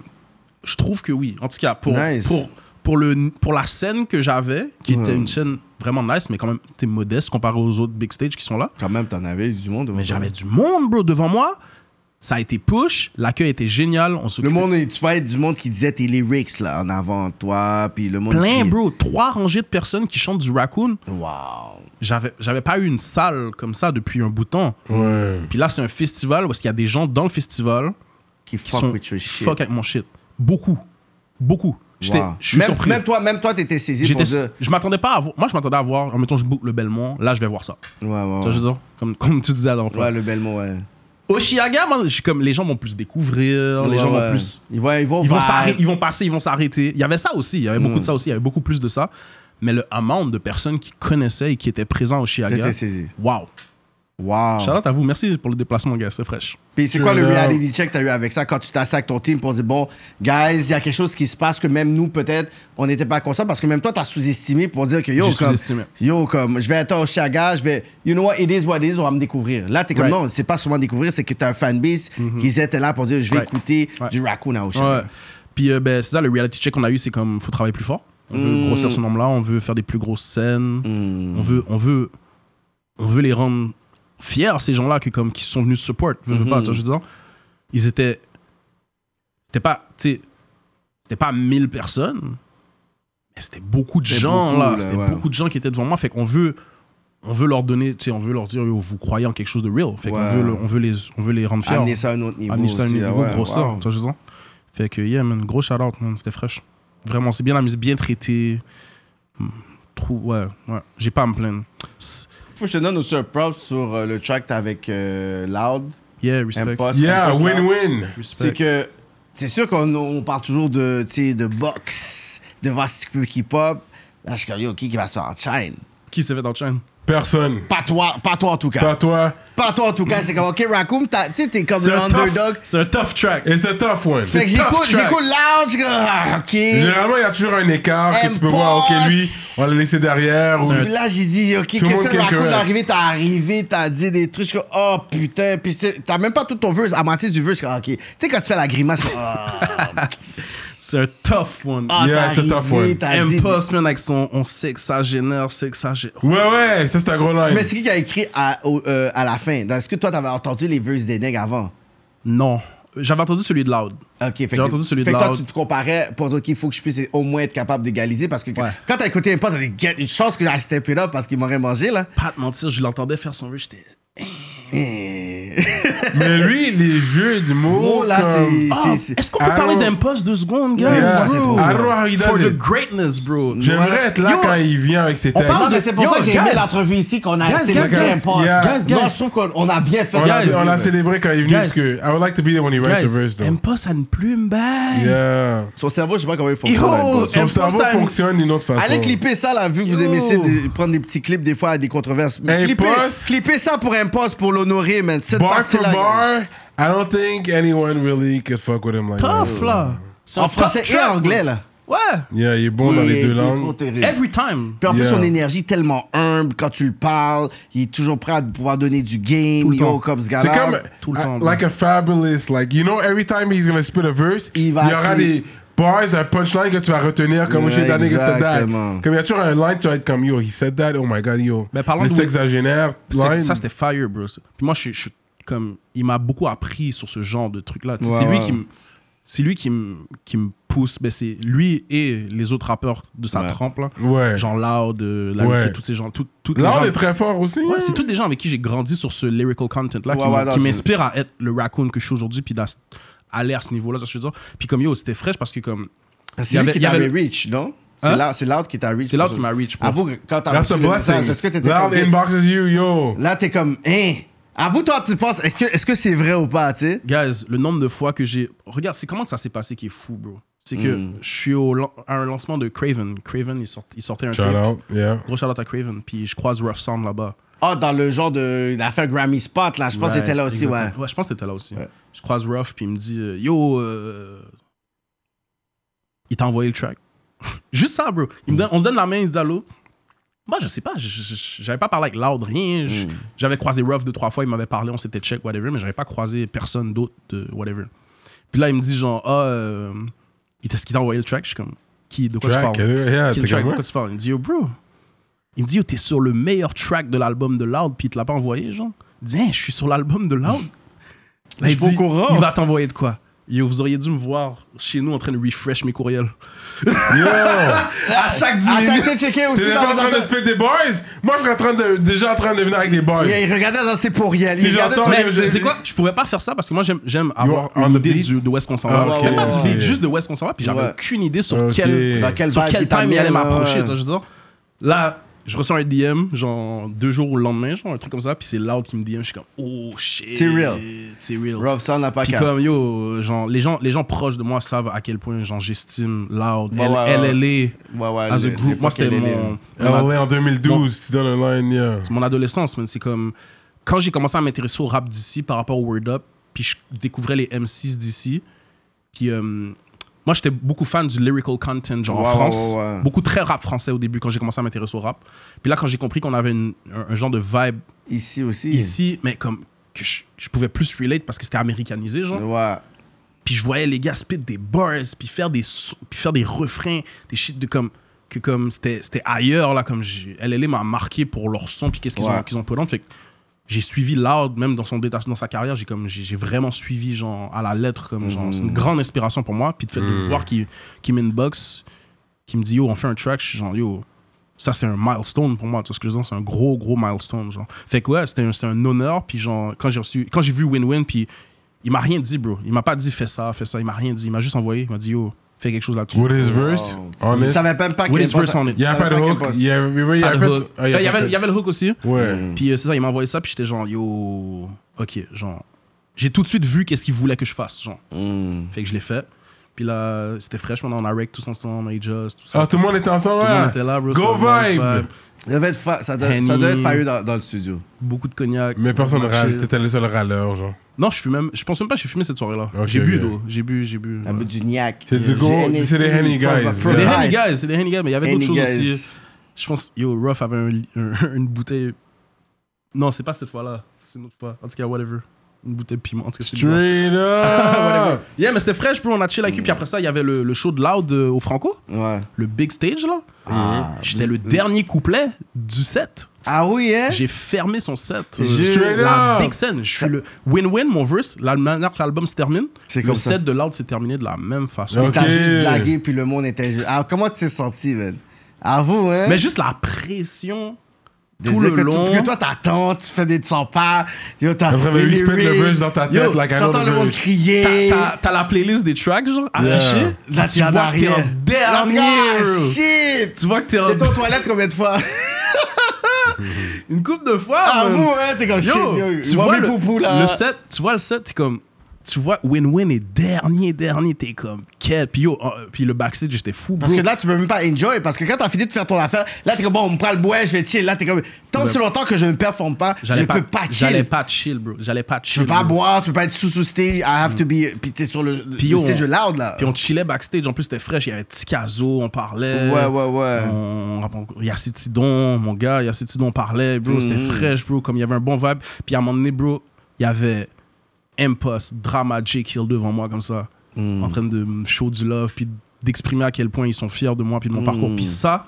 Speaker 3: je trouve que oui. En tout cas, pour,
Speaker 2: Nice.
Speaker 3: pour, pour, le, pour la scène que j'avais, qui était
Speaker 2: Ouais.
Speaker 3: une scène vraiment nice, mais quand même, t'es modeste comparé aux autres big stage qui sont là.
Speaker 2: Quand même, t'en avais du monde.
Speaker 3: Mais j'avais du monde, bro, devant moi. Ça a été push. L'accueil était génial. On
Speaker 2: Le
Speaker 3: s'occupait-
Speaker 2: monde, est- tu vas être du monde qui disait tes lyrics, là, en avant de toi, puis le monde
Speaker 3: Plein,
Speaker 2: qui...
Speaker 3: bro. Trois rangées de personnes qui chantent du raccoon.
Speaker 2: Wow.
Speaker 3: J'avais j'avais pas eu une salle comme ça depuis un bout de temps.
Speaker 2: Mmh.
Speaker 7: Ouais.
Speaker 3: Puis là, c'est un festival parce qu'il y a des gens dans le festival
Speaker 2: Qui
Speaker 3: qui
Speaker 2: fuck
Speaker 3: sont
Speaker 2: with your shit.
Speaker 3: fuck avec mon shit. Beaucoup. Beaucoup. J'étais-
Speaker 2: Wow.
Speaker 3: Je suis
Speaker 2: même,
Speaker 3: surpris.
Speaker 2: Même toi, même toi, t'étais saisi
Speaker 3: J'étais-
Speaker 2: pour ça.
Speaker 3: je m'attendais pas à voir. Moi, je m'attendais à voir. Mettons, je book le Belmont. Là, je vais voir ça.
Speaker 2: Ouais, ouais,
Speaker 3: Tu vois, je
Speaker 2: ouais.
Speaker 3: veux dire, comme, comme tu disais à l'enfant.
Speaker 2: Ouais, le Belmont, ouais.
Speaker 3: Oshiaga, man, je suis comme les gens vont plus découvrir, les
Speaker 2: Ouais,
Speaker 3: gens
Speaker 2: ouais.
Speaker 3: vont plus.
Speaker 2: Ils vont, ils vont,
Speaker 3: Ils
Speaker 2: vibe.
Speaker 3: vont,
Speaker 2: Mm.
Speaker 3: s'arrêter, ils vont passer, ils vont s'arrêter. Il y avait ça aussi, il y avait beaucoup de ça aussi, il y avait beaucoup plus de ça. Mais le amount de personnes qui connaissaient et qui étaient présents au Chiaga.
Speaker 2: T'étais saisi.
Speaker 3: Wow.
Speaker 2: Wow.
Speaker 3: Shout out à vous, merci pour le déplacement, gars, c'est fraîche.
Speaker 2: Puis c'est quoi
Speaker 7: Straight
Speaker 2: le
Speaker 7: up.
Speaker 2: reality check que t'as eu avec ça quand tu t'as assis avec ton team pour dire bon, guys, il y a quelque chose qui se passe que même nous, peut-être, on n'était pas conscients parce que même toi, t'as sous-estimé pour dire que yo,
Speaker 3: J'ai
Speaker 2: comme,
Speaker 3: sous-estimé.
Speaker 2: yo, comme, je vais être au Chaga, je vais, you know what, it is what it is, on va me découvrir. Là, t'es comme
Speaker 3: Right. Mhm.
Speaker 2: non, c'est pas seulement découvrir, c'est que t'as un fanbase qui étaient là pour dire je vais
Speaker 3: Right.
Speaker 2: écouter
Speaker 3: Ouais.
Speaker 2: du raccoon à
Speaker 3: Ouais.
Speaker 2: Oshaga.
Speaker 3: Puis euh, ben, c'est ça, le reality check qu'on a eu, c'est comme, faut travailler plus fort. On veut
Speaker 2: Mm.
Speaker 3: grossir ce nombre-là, on veut faire des plus grosses scènes, on, veut, on, veut, on veut les rendre fiers, ces gens-là, qui, comme, qui sont venus support. Veux, veux pas, tu vois, je veux dire, ils étaient. C'était pas, tu sais, c'était pas 1000 personnes, mais c'était beaucoup de
Speaker 2: C'était
Speaker 3: gens,
Speaker 2: beaucoup,
Speaker 3: là.
Speaker 2: là,
Speaker 3: C'était
Speaker 2: ouais.
Speaker 3: beaucoup de gens qui étaient devant moi. Fait qu'on veut. On veut leur donner, tu sais, on veut leur dire, Yo, vous croyez en quelque chose de real. Fait qu'on
Speaker 2: Ouais.
Speaker 3: veut, le- on, veut les, on veut les rendre fiers
Speaker 2: Amener ça à un autre niveau.
Speaker 3: amener ça à un
Speaker 2: aussi, là,
Speaker 3: niveau
Speaker 2: ouais.
Speaker 3: gros sort,
Speaker 2: Wow.
Speaker 3: tu vois, ce que je veux dire. Fait que, yeah, man, gros shout out, man, c'était fraîche. Vraiment, c'est bien la musique, bien traité. Hmm, Trou, ouais, ouais, j'ai pas à me plaindre. S-
Speaker 2: Faut que je te donne aussi un props sur euh, le track que t'as avec euh, Loud,
Speaker 3: Yeah, respect.
Speaker 2: Impost.
Speaker 7: Yeah,
Speaker 2: Impost Loud.
Speaker 7: win-win.
Speaker 3: respect.
Speaker 2: c'est que c'est sûr qu'on on parle toujours de, tu sais, de boxe, de voir si tu peux keep up. Là, je suis comme, yo, qui qui va se faire en chaîne?
Speaker 3: Qui s'est fait dans le chain?
Speaker 7: Personne.
Speaker 2: Pas toi, pas toi en tout cas.
Speaker 7: Pas
Speaker 2: Pas,
Speaker 7: toi.
Speaker 2: toi en tout cas. C'est comme, OK, Raccoon, t'as- tu sais, t'es comme
Speaker 3: C'est
Speaker 2: le
Speaker 3: un tough-
Speaker 2: underdog.
Speaker 3: C'est un tough track.
Speaker 7: Et c'est tough one.
Speaker 2: Fait que
Speaker 3: tough
Speaker 2: j'écoute,
Speaker 3: track.
Speaker 2: j'écoute loud, je suis comme, ah, OK.
Speaker 7: Généralement, il y a toujours un écart que tu peux voir. Ok, lui, on l'a laissé derrière. Ou...
Speaker 2: Puis Là, j'ai dit, OK,
Speaker 7: Tout le
Speaker 2: qu'est-ce
Speaker 7: monde
Speaker 2: que
Speaker 7: can
Speaker 2: Raccoon
Speaker 7: correct.
Speaker 2: est arrivé? T'as arrivé, t'as dit des trucs. Je suis comme, oh putain. Puis c'est- t'as même pas tout ton verse, à moitié du verse. je suis comme, OK. Tu sais, quand tu fais la grimace, je suis comme, ah,
Speaker 3: C'est un tough one.
Speaker 2: ah,
Speaker 7: Yeah,
Speaker 2: t'as
Speaker 7: it's a tough
Speaker 2: arrivé,
Speaker 7: one.
Speaker 2: t'as dit-
Speaker 3: Impost, man, avec son on sexagénaire, sexagénaire.
Speaker 7: Ouais, ouais, ça c'est un gros line.
Speaker 2: Mais c'est qui qui a écrit à, au- euh, à la fin? Dans- Est-ce que toi, t'avais entendu les verses des nègres avant?
Speaker 3: Non. J'avais entendu celui de Loud.
Speaker 2: Ok, fait
Speaker 3: J'ai
Speaker 2: que-
Speaker 3: entendu celui de
Speaker 2: fait que toi,
Speaker 3: Loud.
Speaker 2: tu te comparais pour dire qu'il faut que je puisse au moins être capable d'égaliser parce que
Speaker 3: Ouais.
Speaker 2: quand t'as écouté un poste, t'as dit, Get, une chance que j'ai step it up parce qu'il m'aurait mangé, là.
Speaker 3: Pas te mentir, je l'entendais faire son rush, j'étais.
Speaker 2: Et-
Speaker 7: Mais lui, les jeux du mot.
Speaker 2: Oh, là, c'est.
Speaker 3: Ah,
Speaker 2: c'est- c'est-
Speaker 3: Est-ce qu'on peut
Speaker 7: Ah,
Speaker 3: parler
Speaker 7: non.
Speaker 3: d'Impost deux secondes, guys?
Speaker 7: Yeah.
Speaker 2: c'est
Speaker 3: bro?
Speaker 2: trop.
Speaker 7: I don't know how he does
Speaker 3: For the
Speaker 7: it.
Speaker 3: greatness, bro.
Speaker 7: J'aimerais être là
Speaker 2: Yo.
Speaker 7: quand il vient avec ses textes.
Speaker 2: Non, mais
Speaker 3: de-
Speaker 2: c'est pour
Speaker 3: Yo,
Speaker 2: ça que j'ai aimé
Speaker 3: guys.
Speaker 2: l'entrevue ici qu'on a
Speaker 3: Guys,
Speaker 2: célébré
Speaker 3: guys,
Speaker 2: un
Speaker 7: guys.
Speaker 2: poste.
Speaker 7: Yeah.
Speaker 3: Guys,
Speaker 2: Non,
Speaker 3: guys.
Speaker 2: je trouve qu'on on a bien fait.
Speaker 7: on l'a-
Speaker 3: Guys.
Speaker 7: on l'a célébré quand il est venu
Speaker 3: Guys.
Speaker 7: parce que I would like to be there when he writes a verse
Speaker 3: Guys,
Speaker 7: though.
Speaker 3: Impost a une plume, bye.
Speaker 7: Yeah.
Speaker 2: Son cerveau, je sais pas comment il
Speaker 3: Yo.
Speaker 2: fonctionne.
Speaker 7: Son
Speaker 3: Impost
Speaker 7: cerveau
Speaker 3: a une-
Speaker 7: fonctionne d'une autre façon.
Speaker 2: Allez clipper ça là, vu que vous aimez
Speaker 3: Yo.
Speaker 2: ça, de prendre des petits clips des fois à des controverses.
Speaker 7: Un
Speaker 2: Clippez,
Speaker 7: poste.
Speaker 2: clippez ça pour un poste pour l'honorer, man. Cette
Speaker 7: Bar for
Speaker 2: partie-là. guys.
Speaker 7: bar, I don't think anyone really could fuck with him like
Speaker 3: Tough,
Speaker 7: that.
Speaker 3: là. C'est un
Speaker 2: En
Speaker 3: tough
Speaker 2: français et
Speaker 3: track,
Speaker 2: en anglais, là.
Speaker 3: bro. Ouais.
Speaker 7: Yeah, il est bon dans
Speaker 2: Il est-
Speaker 7: les deux
Speaker 2: il est trop
Speaker 7: langues.
Speaker 2: terrible.
Speaker 3: Every time.
Speaker 2: Puis en plus,
Speaker 7: Yeah.
Speaker 2: son énergie est tellement humble quand tu le parles. Il est toujours prêt à pouvoir donner du game.
Speaker 3: Tout le
Speaker 2: Yo,
Speaker 3: temps.
Speaker 2: comme ce
Speaker 7: C'est
Speaker 2: gars-là.
Speaker 7: comme
Speaker 3: Tout le temps,
Speaker 7: uh, like a fabulous, like you know every time he's gonna spit a verse,
Speaker 2: Il
Speaker 7: il,
Speaker 2: va-
Speaker 7: y aura
Speaker 2: il-
Speaker 7: des bars, un punchline que tu vas retenir comme shit that nigga said that.
Speaker 2: Exactement.
Speaker 7: Comme il y a toujours un line tu vas être comme yo, he said that, oh my god yo.
Speaker 3: Mais parlons
Speaker 7: le
Speaker 3: Ben, de-
Speaker 7: sexagénaire
Speaker 3: Ça,
Speaker 7: line.
Speaker 3: ça, c'était fire, bro. C'est- Puis moi, je suis je suis comme. Il m'a beaucoup appris sur ce genre de truc-là. Tu sais,
Speaker 2: Ouais,
Speaker 3: c'est lui
Speaker 2: ouais.
Speaker 3: qui me. C'est lui qui me qui me pousse. Ben, c'est lui et les autres rappeurs de sa
Speaker 2: Ouais.
Speaker 3: trempe, là.
Speaker 7: Ouais.
Speaker 3: Genre Loud, euh, la
Speaker 7: Ouais.
Speaker 3: Wiki, tous ces gens. Tout, toutes les
Speaker 7: Là
Speaker 3: gens-
Speaker 7: on est très fort aussi.
Speaker 3: Ouais,
Speaker 7: hein.
Speaker 3: c'est tous des gens avec qui j'ai grandi sur ce lyrical content là qui
Speaker 2: Ouais,
Speaker 3: m-
Speaker 2: ouais, non,
Speaker 3: qui
Speaker 2: c'est-
Speaker 3: m'inspire à être le raccoon que je suis aujourd'hui puis d'as- aller à ce niveau là je veux dire puis comme yo c'était fraîche parce que comme
Speaker 2: C'est
Speaker 3: Il y
Speaker 2: lui
Speaker 3: avait-
Speaker 2: qui
Speaker 3: il y
Speaker 2: t'avait
Speaker 3: avait-
Speaker 2: reach, non? C'est
Speaker 3: Hein?
Speaker 2: Loud- C'est Loud qui t'a reach.
Speaker 3: C'est Loud qui m'a reach, pour-
Speaker 2: Avoue, que quand t'as
Speaker 7: That's
Speaker 2: reçu
Speaker 7: a
Speaker 2: le message,
Speaker 7: blessing.
Speaker 2: est-ce que t'étais
Speaker 7: Loud
Speaker 2: comme...
Speaker 7: inboxes you yo.
Speaker 2: Là, t'es comme, hein? Avoue, toi, tu penses, est-ce que est-ce que c'est vrai ou pas, tu sais?
Speaker 3: Guys, le nombre de fois que j'ai. Regarde, c'est comment que ça s'est passé qui est fou, bro. C'est que
Speaker 2: Hmm.
Speaker 3: je suis au lan- à un lancement de Craven. Craven, il, sort- il sortait un
Speaker 7: Shout
Speaker 3: tape.
Speaker 7: out, yeah.
Speaker 3: Gros shout out à Craven. Puis je croise Rough Sound là-bas.
Speaker 2: Ah, dans le genre de l'affaire Grammy Spot, là, je pense que j'étais là aussi, ouais.
Speaker 3: exactement. Ouais, je pense que t'étais là aussi. Je croise Ruff, puis il me dit euh, Yo, euh, il t'a envoyé le track. Juste ça, bro.
Speaker 2: Hmm.
Speaker 3: Il me donne- on se donne la main, il se dit Allô. Moi, je sais pas, je- je- je- j'avais pas parlé avec Loud, rien.
Speaker 2: Hmm.
Speaker 3: Je- J'avais croisé Ruff deux, trois fois, il m'avait parlé, on s'était check, whatever, mais j'avais pas croisé personne d'autre, de whatever. Puis là, il me dit genre, ah, euh, il t'a- est-ce qu'il t'a envoyé le track Je suis comme, qui De quoi
Speaker 7: Track,
Speaker 3: tu parles
Speaker 7: euh, yeah,
Speaker 3: Qui
Speaker 7: t'es
Speaker 3: le track
Speaker 7: comme,
Speaker 3: De quoi tu parles Il me dit, yo, bro. Il me dit, yo, t'es sur le meilleur track de l'album de Loud, puis il te l'a pas envoyé, genre. Il dit, Hein, je suis sur l'album de Loud. Là, il
Speaker 2: suis pas
Speaker 3: dit,
Speaker 2: au courant.
Speaker 3: il va t'envoyer de quoi Yo, vous auriez dû me voir chez nous en train de refresh mes courriels. à chaque 10
Speaker 2: Ah, t'as
Speaker 3: minutes.
Speaker 2: été checké aussi
Speaker 7: T'es
Speaker 2: dans
Speaker 7: pas en
Speaker 2: les
Speaker 7: train de
Speaker 2: affaires.
Speaker 7: spit des boys? Moi, je suis en train de- déjà en train de venir avec des boys.
Speaker 2: Il, il regardait dans ses pourriels. Il
Speaker 7: Si
Speaker 2: regardait
Speaker 7: j'entends-
Speaker 2: son-
Speaker 3: Mais
Speaker 7: j'ai-
Speaker 3: Ben, tu sais quoi, je pouvais pas faire ça parce que moi j'aime- j'aime avoir
Speaker 7: on
Speaker 3: une
Speaker 7: the
Speaker 3: idée
Speaker 7: beat?
Speaker 3: du- de où est-ce qu'on s'en
Speaker 7: Ah,
Speaker 3: va.
Speaker 7: ok,
Speaker 3: Même pas du
Speaker 7: ouais.
Speaker 3: beat, juste de où est-ce qu'on s'en va, puis j'avais
Speaker 2: Ouais.
Speaker 3: aucune idée sur
Speaker 7: Ok.
Speaker 3: quel,
Speaker 7: Dans
Speaker 2: quel
Speaker 3: sur
Speaker 2: vibe
Speaker 3: quel
Speaker 2: il t'a
Speaker 3: time
Speaker 2: mis,
Speaker 3: il allait
Speaker 2: ouais,
Speaker 3: m'approcher.
Speaker 2: ouais.
Speaker 3: tu vois, je veux dire. Là, je reçois un DM, genre deux jours au lendemain, genre un truc comme ça, puis c'est Loud qui me DM, je suis comme oh shit.
Speaker 2: C'est real.
Speaker 3: C'est real.
Speaker 2: Rough Sound n'a pas
Speaker 3: Puis
Speaker 2: qu'à.
Speaker 3: comme yo, genre, les, gens, les gens proches de moi savent à quel point genre, j'estime Loud,
Speaker 2: Ouais, ouais, ouais.
Speaker 3: LLA,
Speaker 2: Ouais, ouais.
Speaker 3: as a
Speaker 2: le-
Speaker 3: group. Moi,
Speaker 2: l'époque
Speaker 3: c'était
Speaker 2: LLA.
Speaker 3: mon,
Speaker 7: Ah,
Speaker 3: mon-
Speaker 7: ouais, en 2012, tu donnes un line, yeah.
Speaker 3: mon adolescence, man. C'est comme quand j'ai commencé à m'intéresser au rap d'ici par rapport au Word Up, puis je découvrais les M6 d'ici. Puis euh, moi, j'étais beaucoup fan du lyrical content, genre en
Speaker 2: Ouais, ouais,
Speaker 3: France.
Speaker 2: ouais, ouais.
Speaker 3: Beaucoup très rap français au début quand j'ai commencé à m'intéresser au rap. Puis là, quand j'ai compris qu'on avait une- un, un genre de vibe
Speaker 2: Ici aussi.
Speaker 3: ici, mais comme que je, je pouvais plus relate parce que c'était américanisé, genre.
Speaker 2: Ouais.
Speaker 3: Puis je voyais les gars spit des bars, puis faire des, sou- puis faire des refrains, des shit de comme que comme c'était c'était ailleurs là comme j'ai- LLA m'a marqué pour leur son puis qu'est-ce qu'ils
Speaker 2: Ouais.
Speaker 3: ont qu'ils ont pris dans. fait que j'ai suivi Loud même dans son déta- dans sa carrière j'ai comme j'ai j'ai vraiment suivi genre à la lettre comme genre c'est une grande inspiration pour moi puis de fait de le voir qui qui m'inbox qui me dit yo on fait un track je suis genre yo ça c'est un milestone pour moi tu vois ce que je veux dire c'est un gros gros milestone genre fait que ouais c'était un, c'était un honneur puis genre quand j'ai reçu quand j'ai vu Win Win puis il m'a rien dit bro il m'a pas dit fais ça fais ça il m'a rien dit il m'a juste envoyé il m'a dit yo fais quelque chose là-dessus
Speaker 7: With his verse, on
Speaker 2: Je
Speaker 7: it.
Speaker 2: savais même pas
Speaker 3: With
Speaker 2: qu'il
Speaker 3: his verse on it.
Speaker 7: Il y a
Speaker 2: ça va
Speaker 7: pas de
Speaker 2: pas qu'il
Speaker 7: hook.
Speaker 2: passe.
Speaker 7: Il y a- oui, oui, il y
Speaker 3: Pas
Speaker 7: a
Speaker 3: de
Speaker 7: fait-
Speaker 3: hook.
Speaker 7: Ah, il y a
Speaker 3: Euh, il y
Speaker 7: pas
Speaker 3: avait
Speaker 7: fait-
Speaker 3: il y avait le hook aussi
Speaker 7: Ouais.
Speaker 2: Mm.
Speaker 3: puis euh, c'est ça, il m'a envoyé ça, puis j'étais genre, yo, ok, genre, j'ai tout de suite vu qu'est-ce qu'il voulait que je fasse, genre. Fait que je l'ai fait. Puis là, c'était fraîche, on en a rec tous ensemble, Aegis, tout ça.
Speaker 7: Ah, tout le monde était ensemble,
Speaker 3: Tout
Speaker 7: ouais.
Speaker 3: le monde était là, bro.
Speaker 7: Go
Speaker 3: c'était un nice
Speaker 7: vibe.
Speaker 2: Ça devait être fa- ça doit- ça
Speaker 3: Henny.
Speaker 2: doit être fire dans, dans le studio.
Speaker 3: Beaucoup de cognac.
Speaker 7: Mais personne ne
Speaker 3: beaucoup de
Speaker 7: râle,
Speaker 3: chill.
Speaker 7: t'étais le seul râleur, genre.
Speaker 3: Non, je, suis même, je pense même pas que j'ai fumé cette soirée-là.
Speaker 7: Ok,
Speaker 3: j'ai bu,
Speaker 7: ok.
Speaker 3: d'eau. J'ai bu, j'ai bu.
Speaker 2: T'as
Speaker 3: ouais.
Speaker 2: bu Ah, du niac.
Speaker 7: C'est du
Speaker 2: Du
Speaker 7: go-
Speaker 2: NSC,
Speaker 7: c'est des Henny
Speaker 2: du
Speaker 7: guys.
Speaker 2: Pro-
Speaker 3: C'est des
Speaker 2: Pro-
Speaker 3: Henny Guys, c'est des Henny Guys, mais il y avait d'autres
Speaker 2: Henny
Speaker 3: choses
Speaker 2: guys.
Speaker 3: aussi. Je pense, yo, Ruff avait un li- un- une bouteille. Non, c'est pas cette fois-là. C'est une autre fois. En tout cas, whatever. Une bouteille de piment. En tout cas, c'est bizarre.
Speaker 7: Straight up.
Speaker 3: Yeah, mais c'était fraîche, bro. On a chill avec lui.
Speaker 2: Mm.
Speaker 3: Puis après ça, il y avait le, le show de Loud euh, au Franco,
Speaker 2: Ouais.
Speaker 3: le big stage, là.
Speaker 2: Ah.
Speaker 3: J'étais le dernier couplet du set.
Speaker 2: Ah oui, hein?
Speaker 3: J'ai fermé son set.
Speaker 2: J'ai-
Speaker 7: Straight
Speaker 3: la
Speaker 7: up.
Speaker 3: big scène. Je suis le win-win, mon verse. La manière que l'album se termine,
Speaker 2: C'est
Speaker 3: le
Speaker 2: comme ça.
Speaker 3: set de Loud s'est terminé de la même façon.
Speaker 7: Ok.
Speaker 2: T'as juste blagué, puis le monde était juste. Ah, comment tu t'es senti, man? Avoue, hein?
Speaker 3: Mais juste la pression
Speaker 2: Des
Speaker 3: tout
Speaker 2: dire
Speaker 3: le
Speaker 2: que
Speaker 3: long.
Speaker 2: que toi, t'attends, tu fais des 100 pas. Yo, t'as.
Speaker 7: Après, mais
Speaker 2: les
Speaker 7: lui, spit le
Speaker 2: lyrics.
Speaker 7: verse dans ta
Speaker 2: Yo,
Speaker 7: tête, la canon
Speaker 2: T'entends
Speaker 7: de
Speaker 2: le monde
Speaker 7: verse.
Speaker 2: crier.
Speaker 3: T'as- T'as t'as la playlist des tracks, genre, affichée.
Speaker 2: Là,
Speaker 3: Tu
Speaker 2: t'es en
Speaker 3: vois que t'es
Speaker 2: arrière.
Speaker 3: en dernier.
Speaker 2: Ah,
Speaker 3: bro.
Speaker 2: shit!
Speaker 3: Tu vois que t'es en
Speaker 2: T'es aux toilettes combien de fois?
Speaker 3: une coupe de fois. Ah, man.
Speaker 2: Avoue, hein? T'es comme shit.
Speaker 3: Yo,
Speaker 2: Yo,
Speaker 3: tu vois le,
Speaker 2: poupou,
Speaker 3: le
Speaker 2: là.
Speaker 3: set, tu vois le set, t'es comme, tu vois Win-Win est dernier, dernier, t'es comme, quel, puis yo, euh, puis le backstage, j'étais fou,
Speaker 2: Parce
Speaker 3: bro.
Speaker 2: que là, tu peux même pas enjoy. Parce que quand t'as fini de faire ton affaire, là, t'es comme bon, on me prend le bois, je vais chill. Là, t'es comme tant si longtemps que je ne performe pas, je
Speaker 3: J'allais
Speaker 2: peux pas
Speaker 3: J'allais
Speaker 2: chill.
Speaker 3: pas chill, bro. J'allais pas chill.
Speaker 2: Tu peux pas
Speaker 3: bro.
Speaker 2: boire, tu peux pas être sous sous stage. I have to be. Puis t'es sur le, le
Speaker 3: Puis yo,
Speaker 2: stage
Speaker 3: on-
Speaker 2: loud là.
Speaker 3: Puis on chillait backstage, en plus c'était fraîche, il y avait Ticazo, on parlait.
Speaker 2: Ouais, ouais, ouais.
Speaker 3: On- on- Il y a Tidon, mon gars, il y a Tidon, on parlait, bro, c'était
Speaker 2: Hmm.
Speaker 3: fraîche, bro, comme il y avait un bon vibe. Puis à un moment donné, bro, il y avait Impost, Drama, Jake Hill devant moi comme ça,
Speaker 2: Hmm.
Speaker 3: en train de me show du love, puis d'exprimer à quel point ils sont fiers de moi, puis de mon parcours. Puis ça,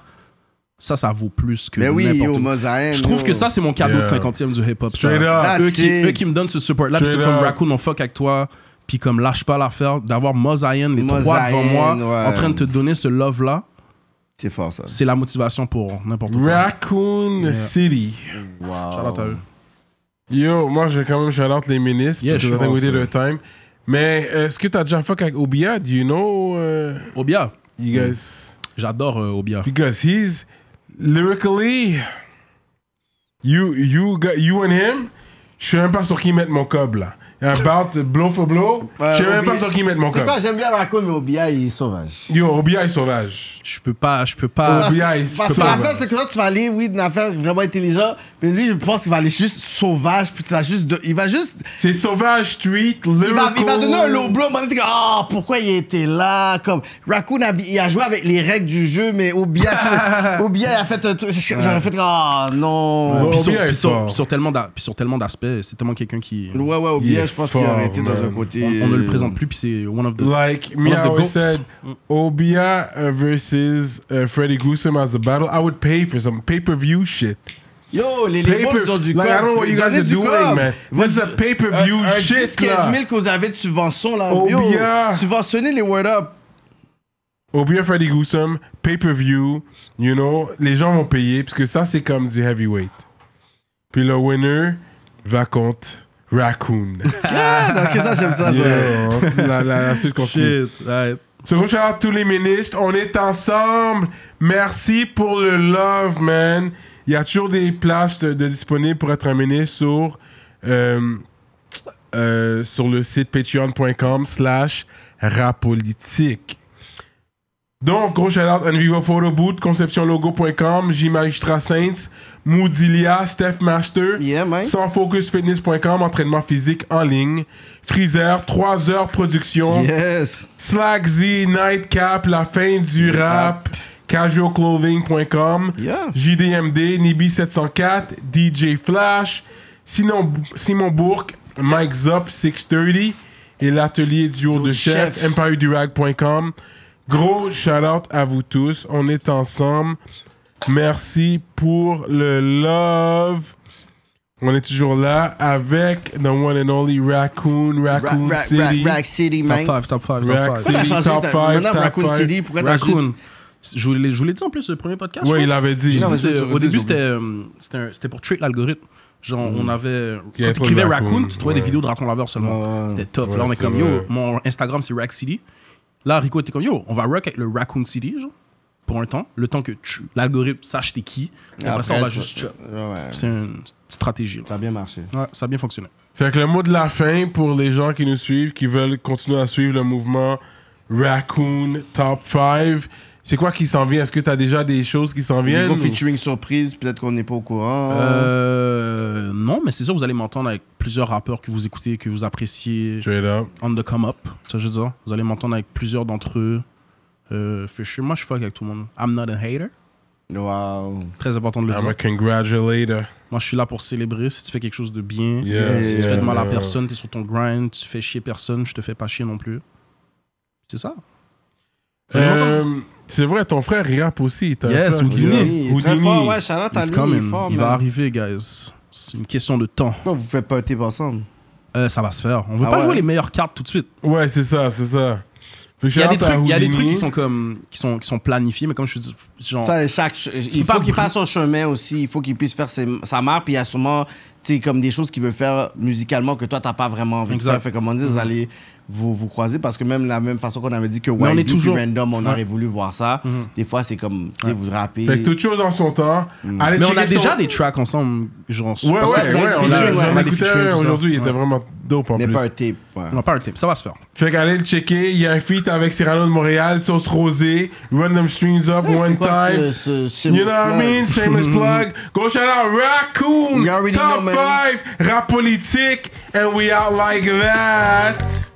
Speaker 3: ça, ça vaut plus que
Speaker 2: Hmm. Mais Ben oui,
Speaker 3: n'importe
Speaker 2: yo,
Speaker 3: quoi.
Speaker 2: Mosaïen.
Speaker 3: Je trouve
Speaker 2: yo.
Speaker 3: que ça, c'est mon cadeau
Speaker 7: Yeah.
Speaker 3: de 50e du hip-hop. ça.
Speaker 7: Straight up.
Speaker 1: Ah,
Speaker 2: That's
Speaker 3: Eux qui,
Speaker 2: it.
Speaker 3: eux qui me donnent ce support-là, puis c'est
Speaker 7: Straight
Speaker 3: comme
Speaker 7: up.
Speaker 3: Raccoon, on fuck avec toi, puis comme lâche pas l'affaire, d'avoir Mosaïen, les
Speaker 2: Mos
Speaker 3: trois devant
Speaker 2: Ayen,
Speaker 3: moi,
Speaker 2: ouais.
Speaker 3: en train de te donner ce love-là,
Speaker 2: C'est fort ça.
Speaker 3: c'est la motivation pour n'importe quoi.
Speaker 7: Raccoon City.
Speaker 3: Shout out à eux.
Speaker 7: Yo, moi, j'ai quand même shout out les ministres.
Speaker 3: Yeah,
Speaker 7: Yeah, je
Speaker 3: je
Speaker 7: we
Speaker 3: pense,
Speaker 7: did our time. Mais euh, est-ce que t'as déjà fuck avec Obia? Do you know, euh,
Speaker 3: Obia,
Speaker 7: you
Speaker 2: Mm.
Speaker 7: guys?
Speaker 3: j'adore euh, Obia.
Speaker 7: Because he's lyrically, you you got you and him,
Speaker 1: Je sais même pas sur qui mettre mon cob là. Il y a un bout blow for blow. je sais même pas sur qui mettre mon
Speaker 2: C'est
Speaker 1: cob.
Speaker 2: quoi, j'aime bien Raccoon, mais Obi il est sauvage.
Speaker 1: Yo, Obia est sauvage.
Speaker 3: Je peux pas, je peux pas.
Speaker 1: Obi
Speaker 2: Parce
Speaker 1: est
Speaker 2: que, parce que
Speaker 1: sauvage.
Speaker 2: l'affaire, c'est que toi, tu vas aller, oui, d'une affaire vraiment intelligente, mais lui, je pense qu'il va aller juste sauvage, puis tu vas juste. de- il va juste.
Speaker 1: C'est sauvage, tweet, lyrical.
Speaker 2: Il va, il va donner un low blow, mais on dit, ah, pourquoi il était là? Comme, Raccoon, a, il a joué avec les règles du jeu, mais Obia, c'est- Obia, il a fait un truc. J'aurais fait, ah, non.
Speaker 1: Ouais.
Speaker 3: Puis sur,
Speaker 1: Obi est
Speaker 3: puis sur-
Speaker 1: fort.
Speaker 3: puis sur tellement d'a- puis sur tellement d'aspects, c'est tellement quelqu'un qui.
Speaker 2: Ouais, ouais,
Speaker 1: Il
Speaker 2: Obia,
Speaker 1: est
Speaker 2: je pense qu'il aurait été
Speaker 1: fort,
Speaker 2: dans
Speaker 1: man.
Speaker 2: un côté.
Speaker 3: On, on ne le présente plus, puis c'est one of the.
Speaker 1: Like
Speaker 3: One of the
Speaker 1: Mia always
Speaker 3: goats.
Speaker 1: said, Obia uh, versus uh, Freddy Gruesome as a battle. I would pay for some pay-per-view shit.
Speaker 2: Yo, les
Speaker 1: Pay
Speaker 2: Lémons,
Speaker 1: per,
Speaker 2: ils ont du
Speaker 1: like, I don't know what you guys
Speaker 2: Donnez
Speaker 1: are
Speaker 2: du
Speaker 1: doing,
Speaker 2: cob.
Speaker 1: man. This is a pay-per-view
Speaker 2: Un- un
Speaker 1: shit,
Speaker 2: 10, 15
Speaker 1: là.
Speaker 2: 000 que vous avez de subvention, là.
Speaker 1: Oh,
Speaker 2: Yo,
Speaker 1: bien.
Speaker 2: subventionnez les Word Up.
Speaker 1: Obia Freddy Gruesome, pay-per-view, you know, les gens vont payer parce que ça c'est comme du heavyweight. Puis le winner va contre Raccoon.
Speaker 2: Ah, ok, ça, j'aime ça, ça.
Speaker 1: Yo, la, la, la suite continue.
Speaker 3: alright.
Speaker 1: So, gros shout out à tous les ministres, on est ensemble. Merci pour le love, man. Il y a toujours des places de, de disponibles pour être un ministre sur, euh, euh, sur le site patreon.com slash rapolitique. Donc, gros shout out Envivo Photo Boot, conceptionlogo.com, J Magistrat Saints, Moodilia, Steph Master,
Speaker 2: Yeah, man.
Speaker 1: sansfocusfitness.com, entraînement physique en ligne, Freezer, 3 heures production.
Speaker 2: Yes.
Speaker 1: Slack Z, Nightcap, La Fin du Rap, CasualClothing.com,
Speaker 2: Yeah.
Speaker 1: JDMD, Nibi704, DJ Flash, sinon Simon Bourque, Mike Zop 630 et l'atelier du haut de chef,
Speaker 2: chef.
Speaker 1: EmpireDurag.com. Gros shout-out à vous tous. On est ensemble. Merci pour le love. On est toujours là avec the one and only Raccoon, Raccoon
Speaker 2: Rack,
Speaker 1: City.
Speaker 2: rack, rack City,
Speaker 3: Top
Speaker 2: man.
Speaker 3: 5, top 5, top
Speaker 1: Rack
Speaker 3: 5.
Speaker 2: Pourquoi t'as
Speaker 1: City,
Speaker 2: changé
Speaker 1: top
Speaker 2: ta-
Speaker 1: five,
Speaker 2: maintenant
Speaker 1: top
Speaker 2: Raccoon
Speaker 1: five.
Speaker 2: City? Pourquoi t'as
Speaker 3: Raccoon.
Speaker 2: juste...
Speaker 3: Je vous l'ai je vous l'ai dit en plus, le premier podcast. je
Speaker 1: Ouais, il
Speaker 3: pense.
Speaker 1: l'avait dit.
Speaker 3: J'ai dit,
Speaker 2: vas-y,
Speaker 3: euh,
Speaker 2: vas-y,
Speaker 3: au début,
Speaker 2: vas-y.
Speaker 3: c'était euh, c'était un- c'était pour trick l'algorithme. Genre, on avait.
Speaker 1: y avait
Speaker 3: Quand
Speaker 1: trop de
Speaker 3: t'écrivais
Speaker 1: raccoons,
Speaker 3: raccoon, tu trouvais
Speaker 1: ouais.
Speaker 3: des vidéos de raccoon laveur seulement. C'était tough.
Speaker 1: Ouais,
Speaker 3: Là, on est
Speaker 1: c'est
Speaker 3: comme,
Speaker 1: vrai.
Speaker 3: yo, mon Instagram, c'est Rack City. Là, Rico était comme, yo, on va rock avec le Raccoon City, genre, pour un temps. Le temps que tu- l'algorithme sache t'es qui. Et après ça, on va juste chop.
Speaker 2: Ouais,
Speaker 3: C'est une stratégie. là.
Speaker 2: ça a bien marché.
Speaker 3: Ouais, ça a bien fonctionné.
Speaker 1: Fait que le mot de la fin pour les gens qui nous suivent, qui veulent continuer à suivre le mouvement Raccoon Top 5, c'est quoi qui s'en vient Est-ce que tu as déjà des choses qui s'en
Speaker 2: Des
Speaker 1: viennent
Speaker 2: gros
Speaker 1: ou-
Speaker 2: featuring surprise, peut-être qu'on n'est pas au courant.
Speaker 3: Euh, non, mais c'est sûr, vous allez m'entendre avec plusieurs rappeurs que vous écoutez, que vous appréciez.
Speaker 1: Straight up.
Speaker 3: on the come up. Ça, je veux dire. Vous allez m'entendre avec plusieurs d'entre eux. Euh, for sure. Moi, je fuck avec tout le monde. I'm not a hater.
Speaker 2: Wow.
Speaker 3: Très important de le
Speaker 1: I'm
Speaker 3: dire.
Speaker 1: a congratulator.
Speaker 3: Moi, je suis là pour célébrer. Si tu fais quelque chose de bien,
Speaker 1: Yeah,
Speaker 3: si tu
Speaker 1: yeah,
Speaker 3: fais de mal à
Speaker 1: yeah.
Speaker 3: personne, t'es sur ton grind, tu fais chier personne, je te fais pas chier non plus. C'est ça. Vous allez m'entendre.
Speaker 1: Euh, c'est vrai, ton frère rap aussi. t'as un
Speaker 3: Yes,
Speaker 1: frère
Speaker 3: Houdini.
Speaker 1: qui rappe.
Speaker 2: Oui, il est Très
Speaker 1: Houdini.
Speaker 2: fort, ouais, Charlotte, à
Speaker 3: It's
Speaker 2: lui, il est
Speaker 3: coming.
Speaker 2: fort,
Speaker 3: Il va
Speaker 2: man.
Speaker 3: arriver, guys. C'est une question de temps.
Speaker 2: Pourquoi vous faites pas un tape ensemble?
Speaker 3: Euh, ça va se faire. On veut
Speaker 2: Ah
Speaker 3: pas
Speaker 2: ouais.
Speaker 3: jouer les meilleures cartes tout de suite.
Speaker 1: Ouais, c'est ça, c'est ça. Fait que
Speaker 3: Il y a
Speaker 1: shout
Speaker 3: des
Speaker 1: out à
Speaker 3: trucs, il y a des trucs
Speaker 1: Houdini.
Speaker 3: qui sont comme, qui sont, qui sont planifiés, mais comme je te dis, genre.
Speaker 2: Ça, chaque, il
Speaker 3: peux pas
Speaker 2: faut qu'il
Speaker 3: brûler-
Speaker 2: fasse son chemin aussi. Il faut qu'il puisse faire ses- sa marque. Puis il y a sûrement tu sais, comme des choses qu'il veut faire musicalement que toi, t'as pas vraiment envie
Speaker 3: Exact.
Speaker 2: de faire. Fait comme on dit, vous allez vous, vous croiser parce que même la même façon qu'on avait dit que White
Speaker 3: on est
Speaker 2: Bee puis
Speaker 3: toujours-
Speaker 2: Random, on
Speaker 3: Ouais.
Speaker 2: aurait voulu voir ça. Des fois, c'est comme tu sais, vous rappez.
Speaker 1: Fait que toute chose en son temps. Allez
Speaker 3: Mm. Mais on a
Speaker 1: checker
Speaker 3: déjà
Speaker 1: son-
Speaker 3: des tracks ensemble, genre.
Speaker 1: Ouais,
Speaker 3: parce
Speaker 1: ouais,
Speaker 3: que-
Speaker 2: vous avez
Speaker 1: ouais.
Speaker 2: des
Speaker 1: on a-
Speaker 2: featuring,
Speaker 1: J'en
Speaker 2: ouais.
Speaker 1: écoutais
Speaker 3: featuring,
Speaker 1: un
Speaker 3: tout ça.
Speaker 1: aujourd'hui, il
Speaker 3: Ouais.
Speaker 1: était vraiment dope en
Speaker 2: Mais
Speaker 1: plus.
Speaker 2: pas un tape. hein. ouais.
Speaker 3: Non, pas un tape, ça va se faire.
Speaker 1: Fait qu'allez le checker. Il y a un feat avec Cyrano de Montréal, Sauce Rosée, Random Streams Up, One
Speaker 2: C'est quoi
Speaker 1: Time.
Speaker 2: ce- ce- ce-
Speaker 1: You know what I mean? Shameless plug. Go shout out Raccoon,
Speaker 2: You already
Speaker 1: Top
Speaker 2: know, man.
Speaker 1: 5, Rap Politique, and we out like that.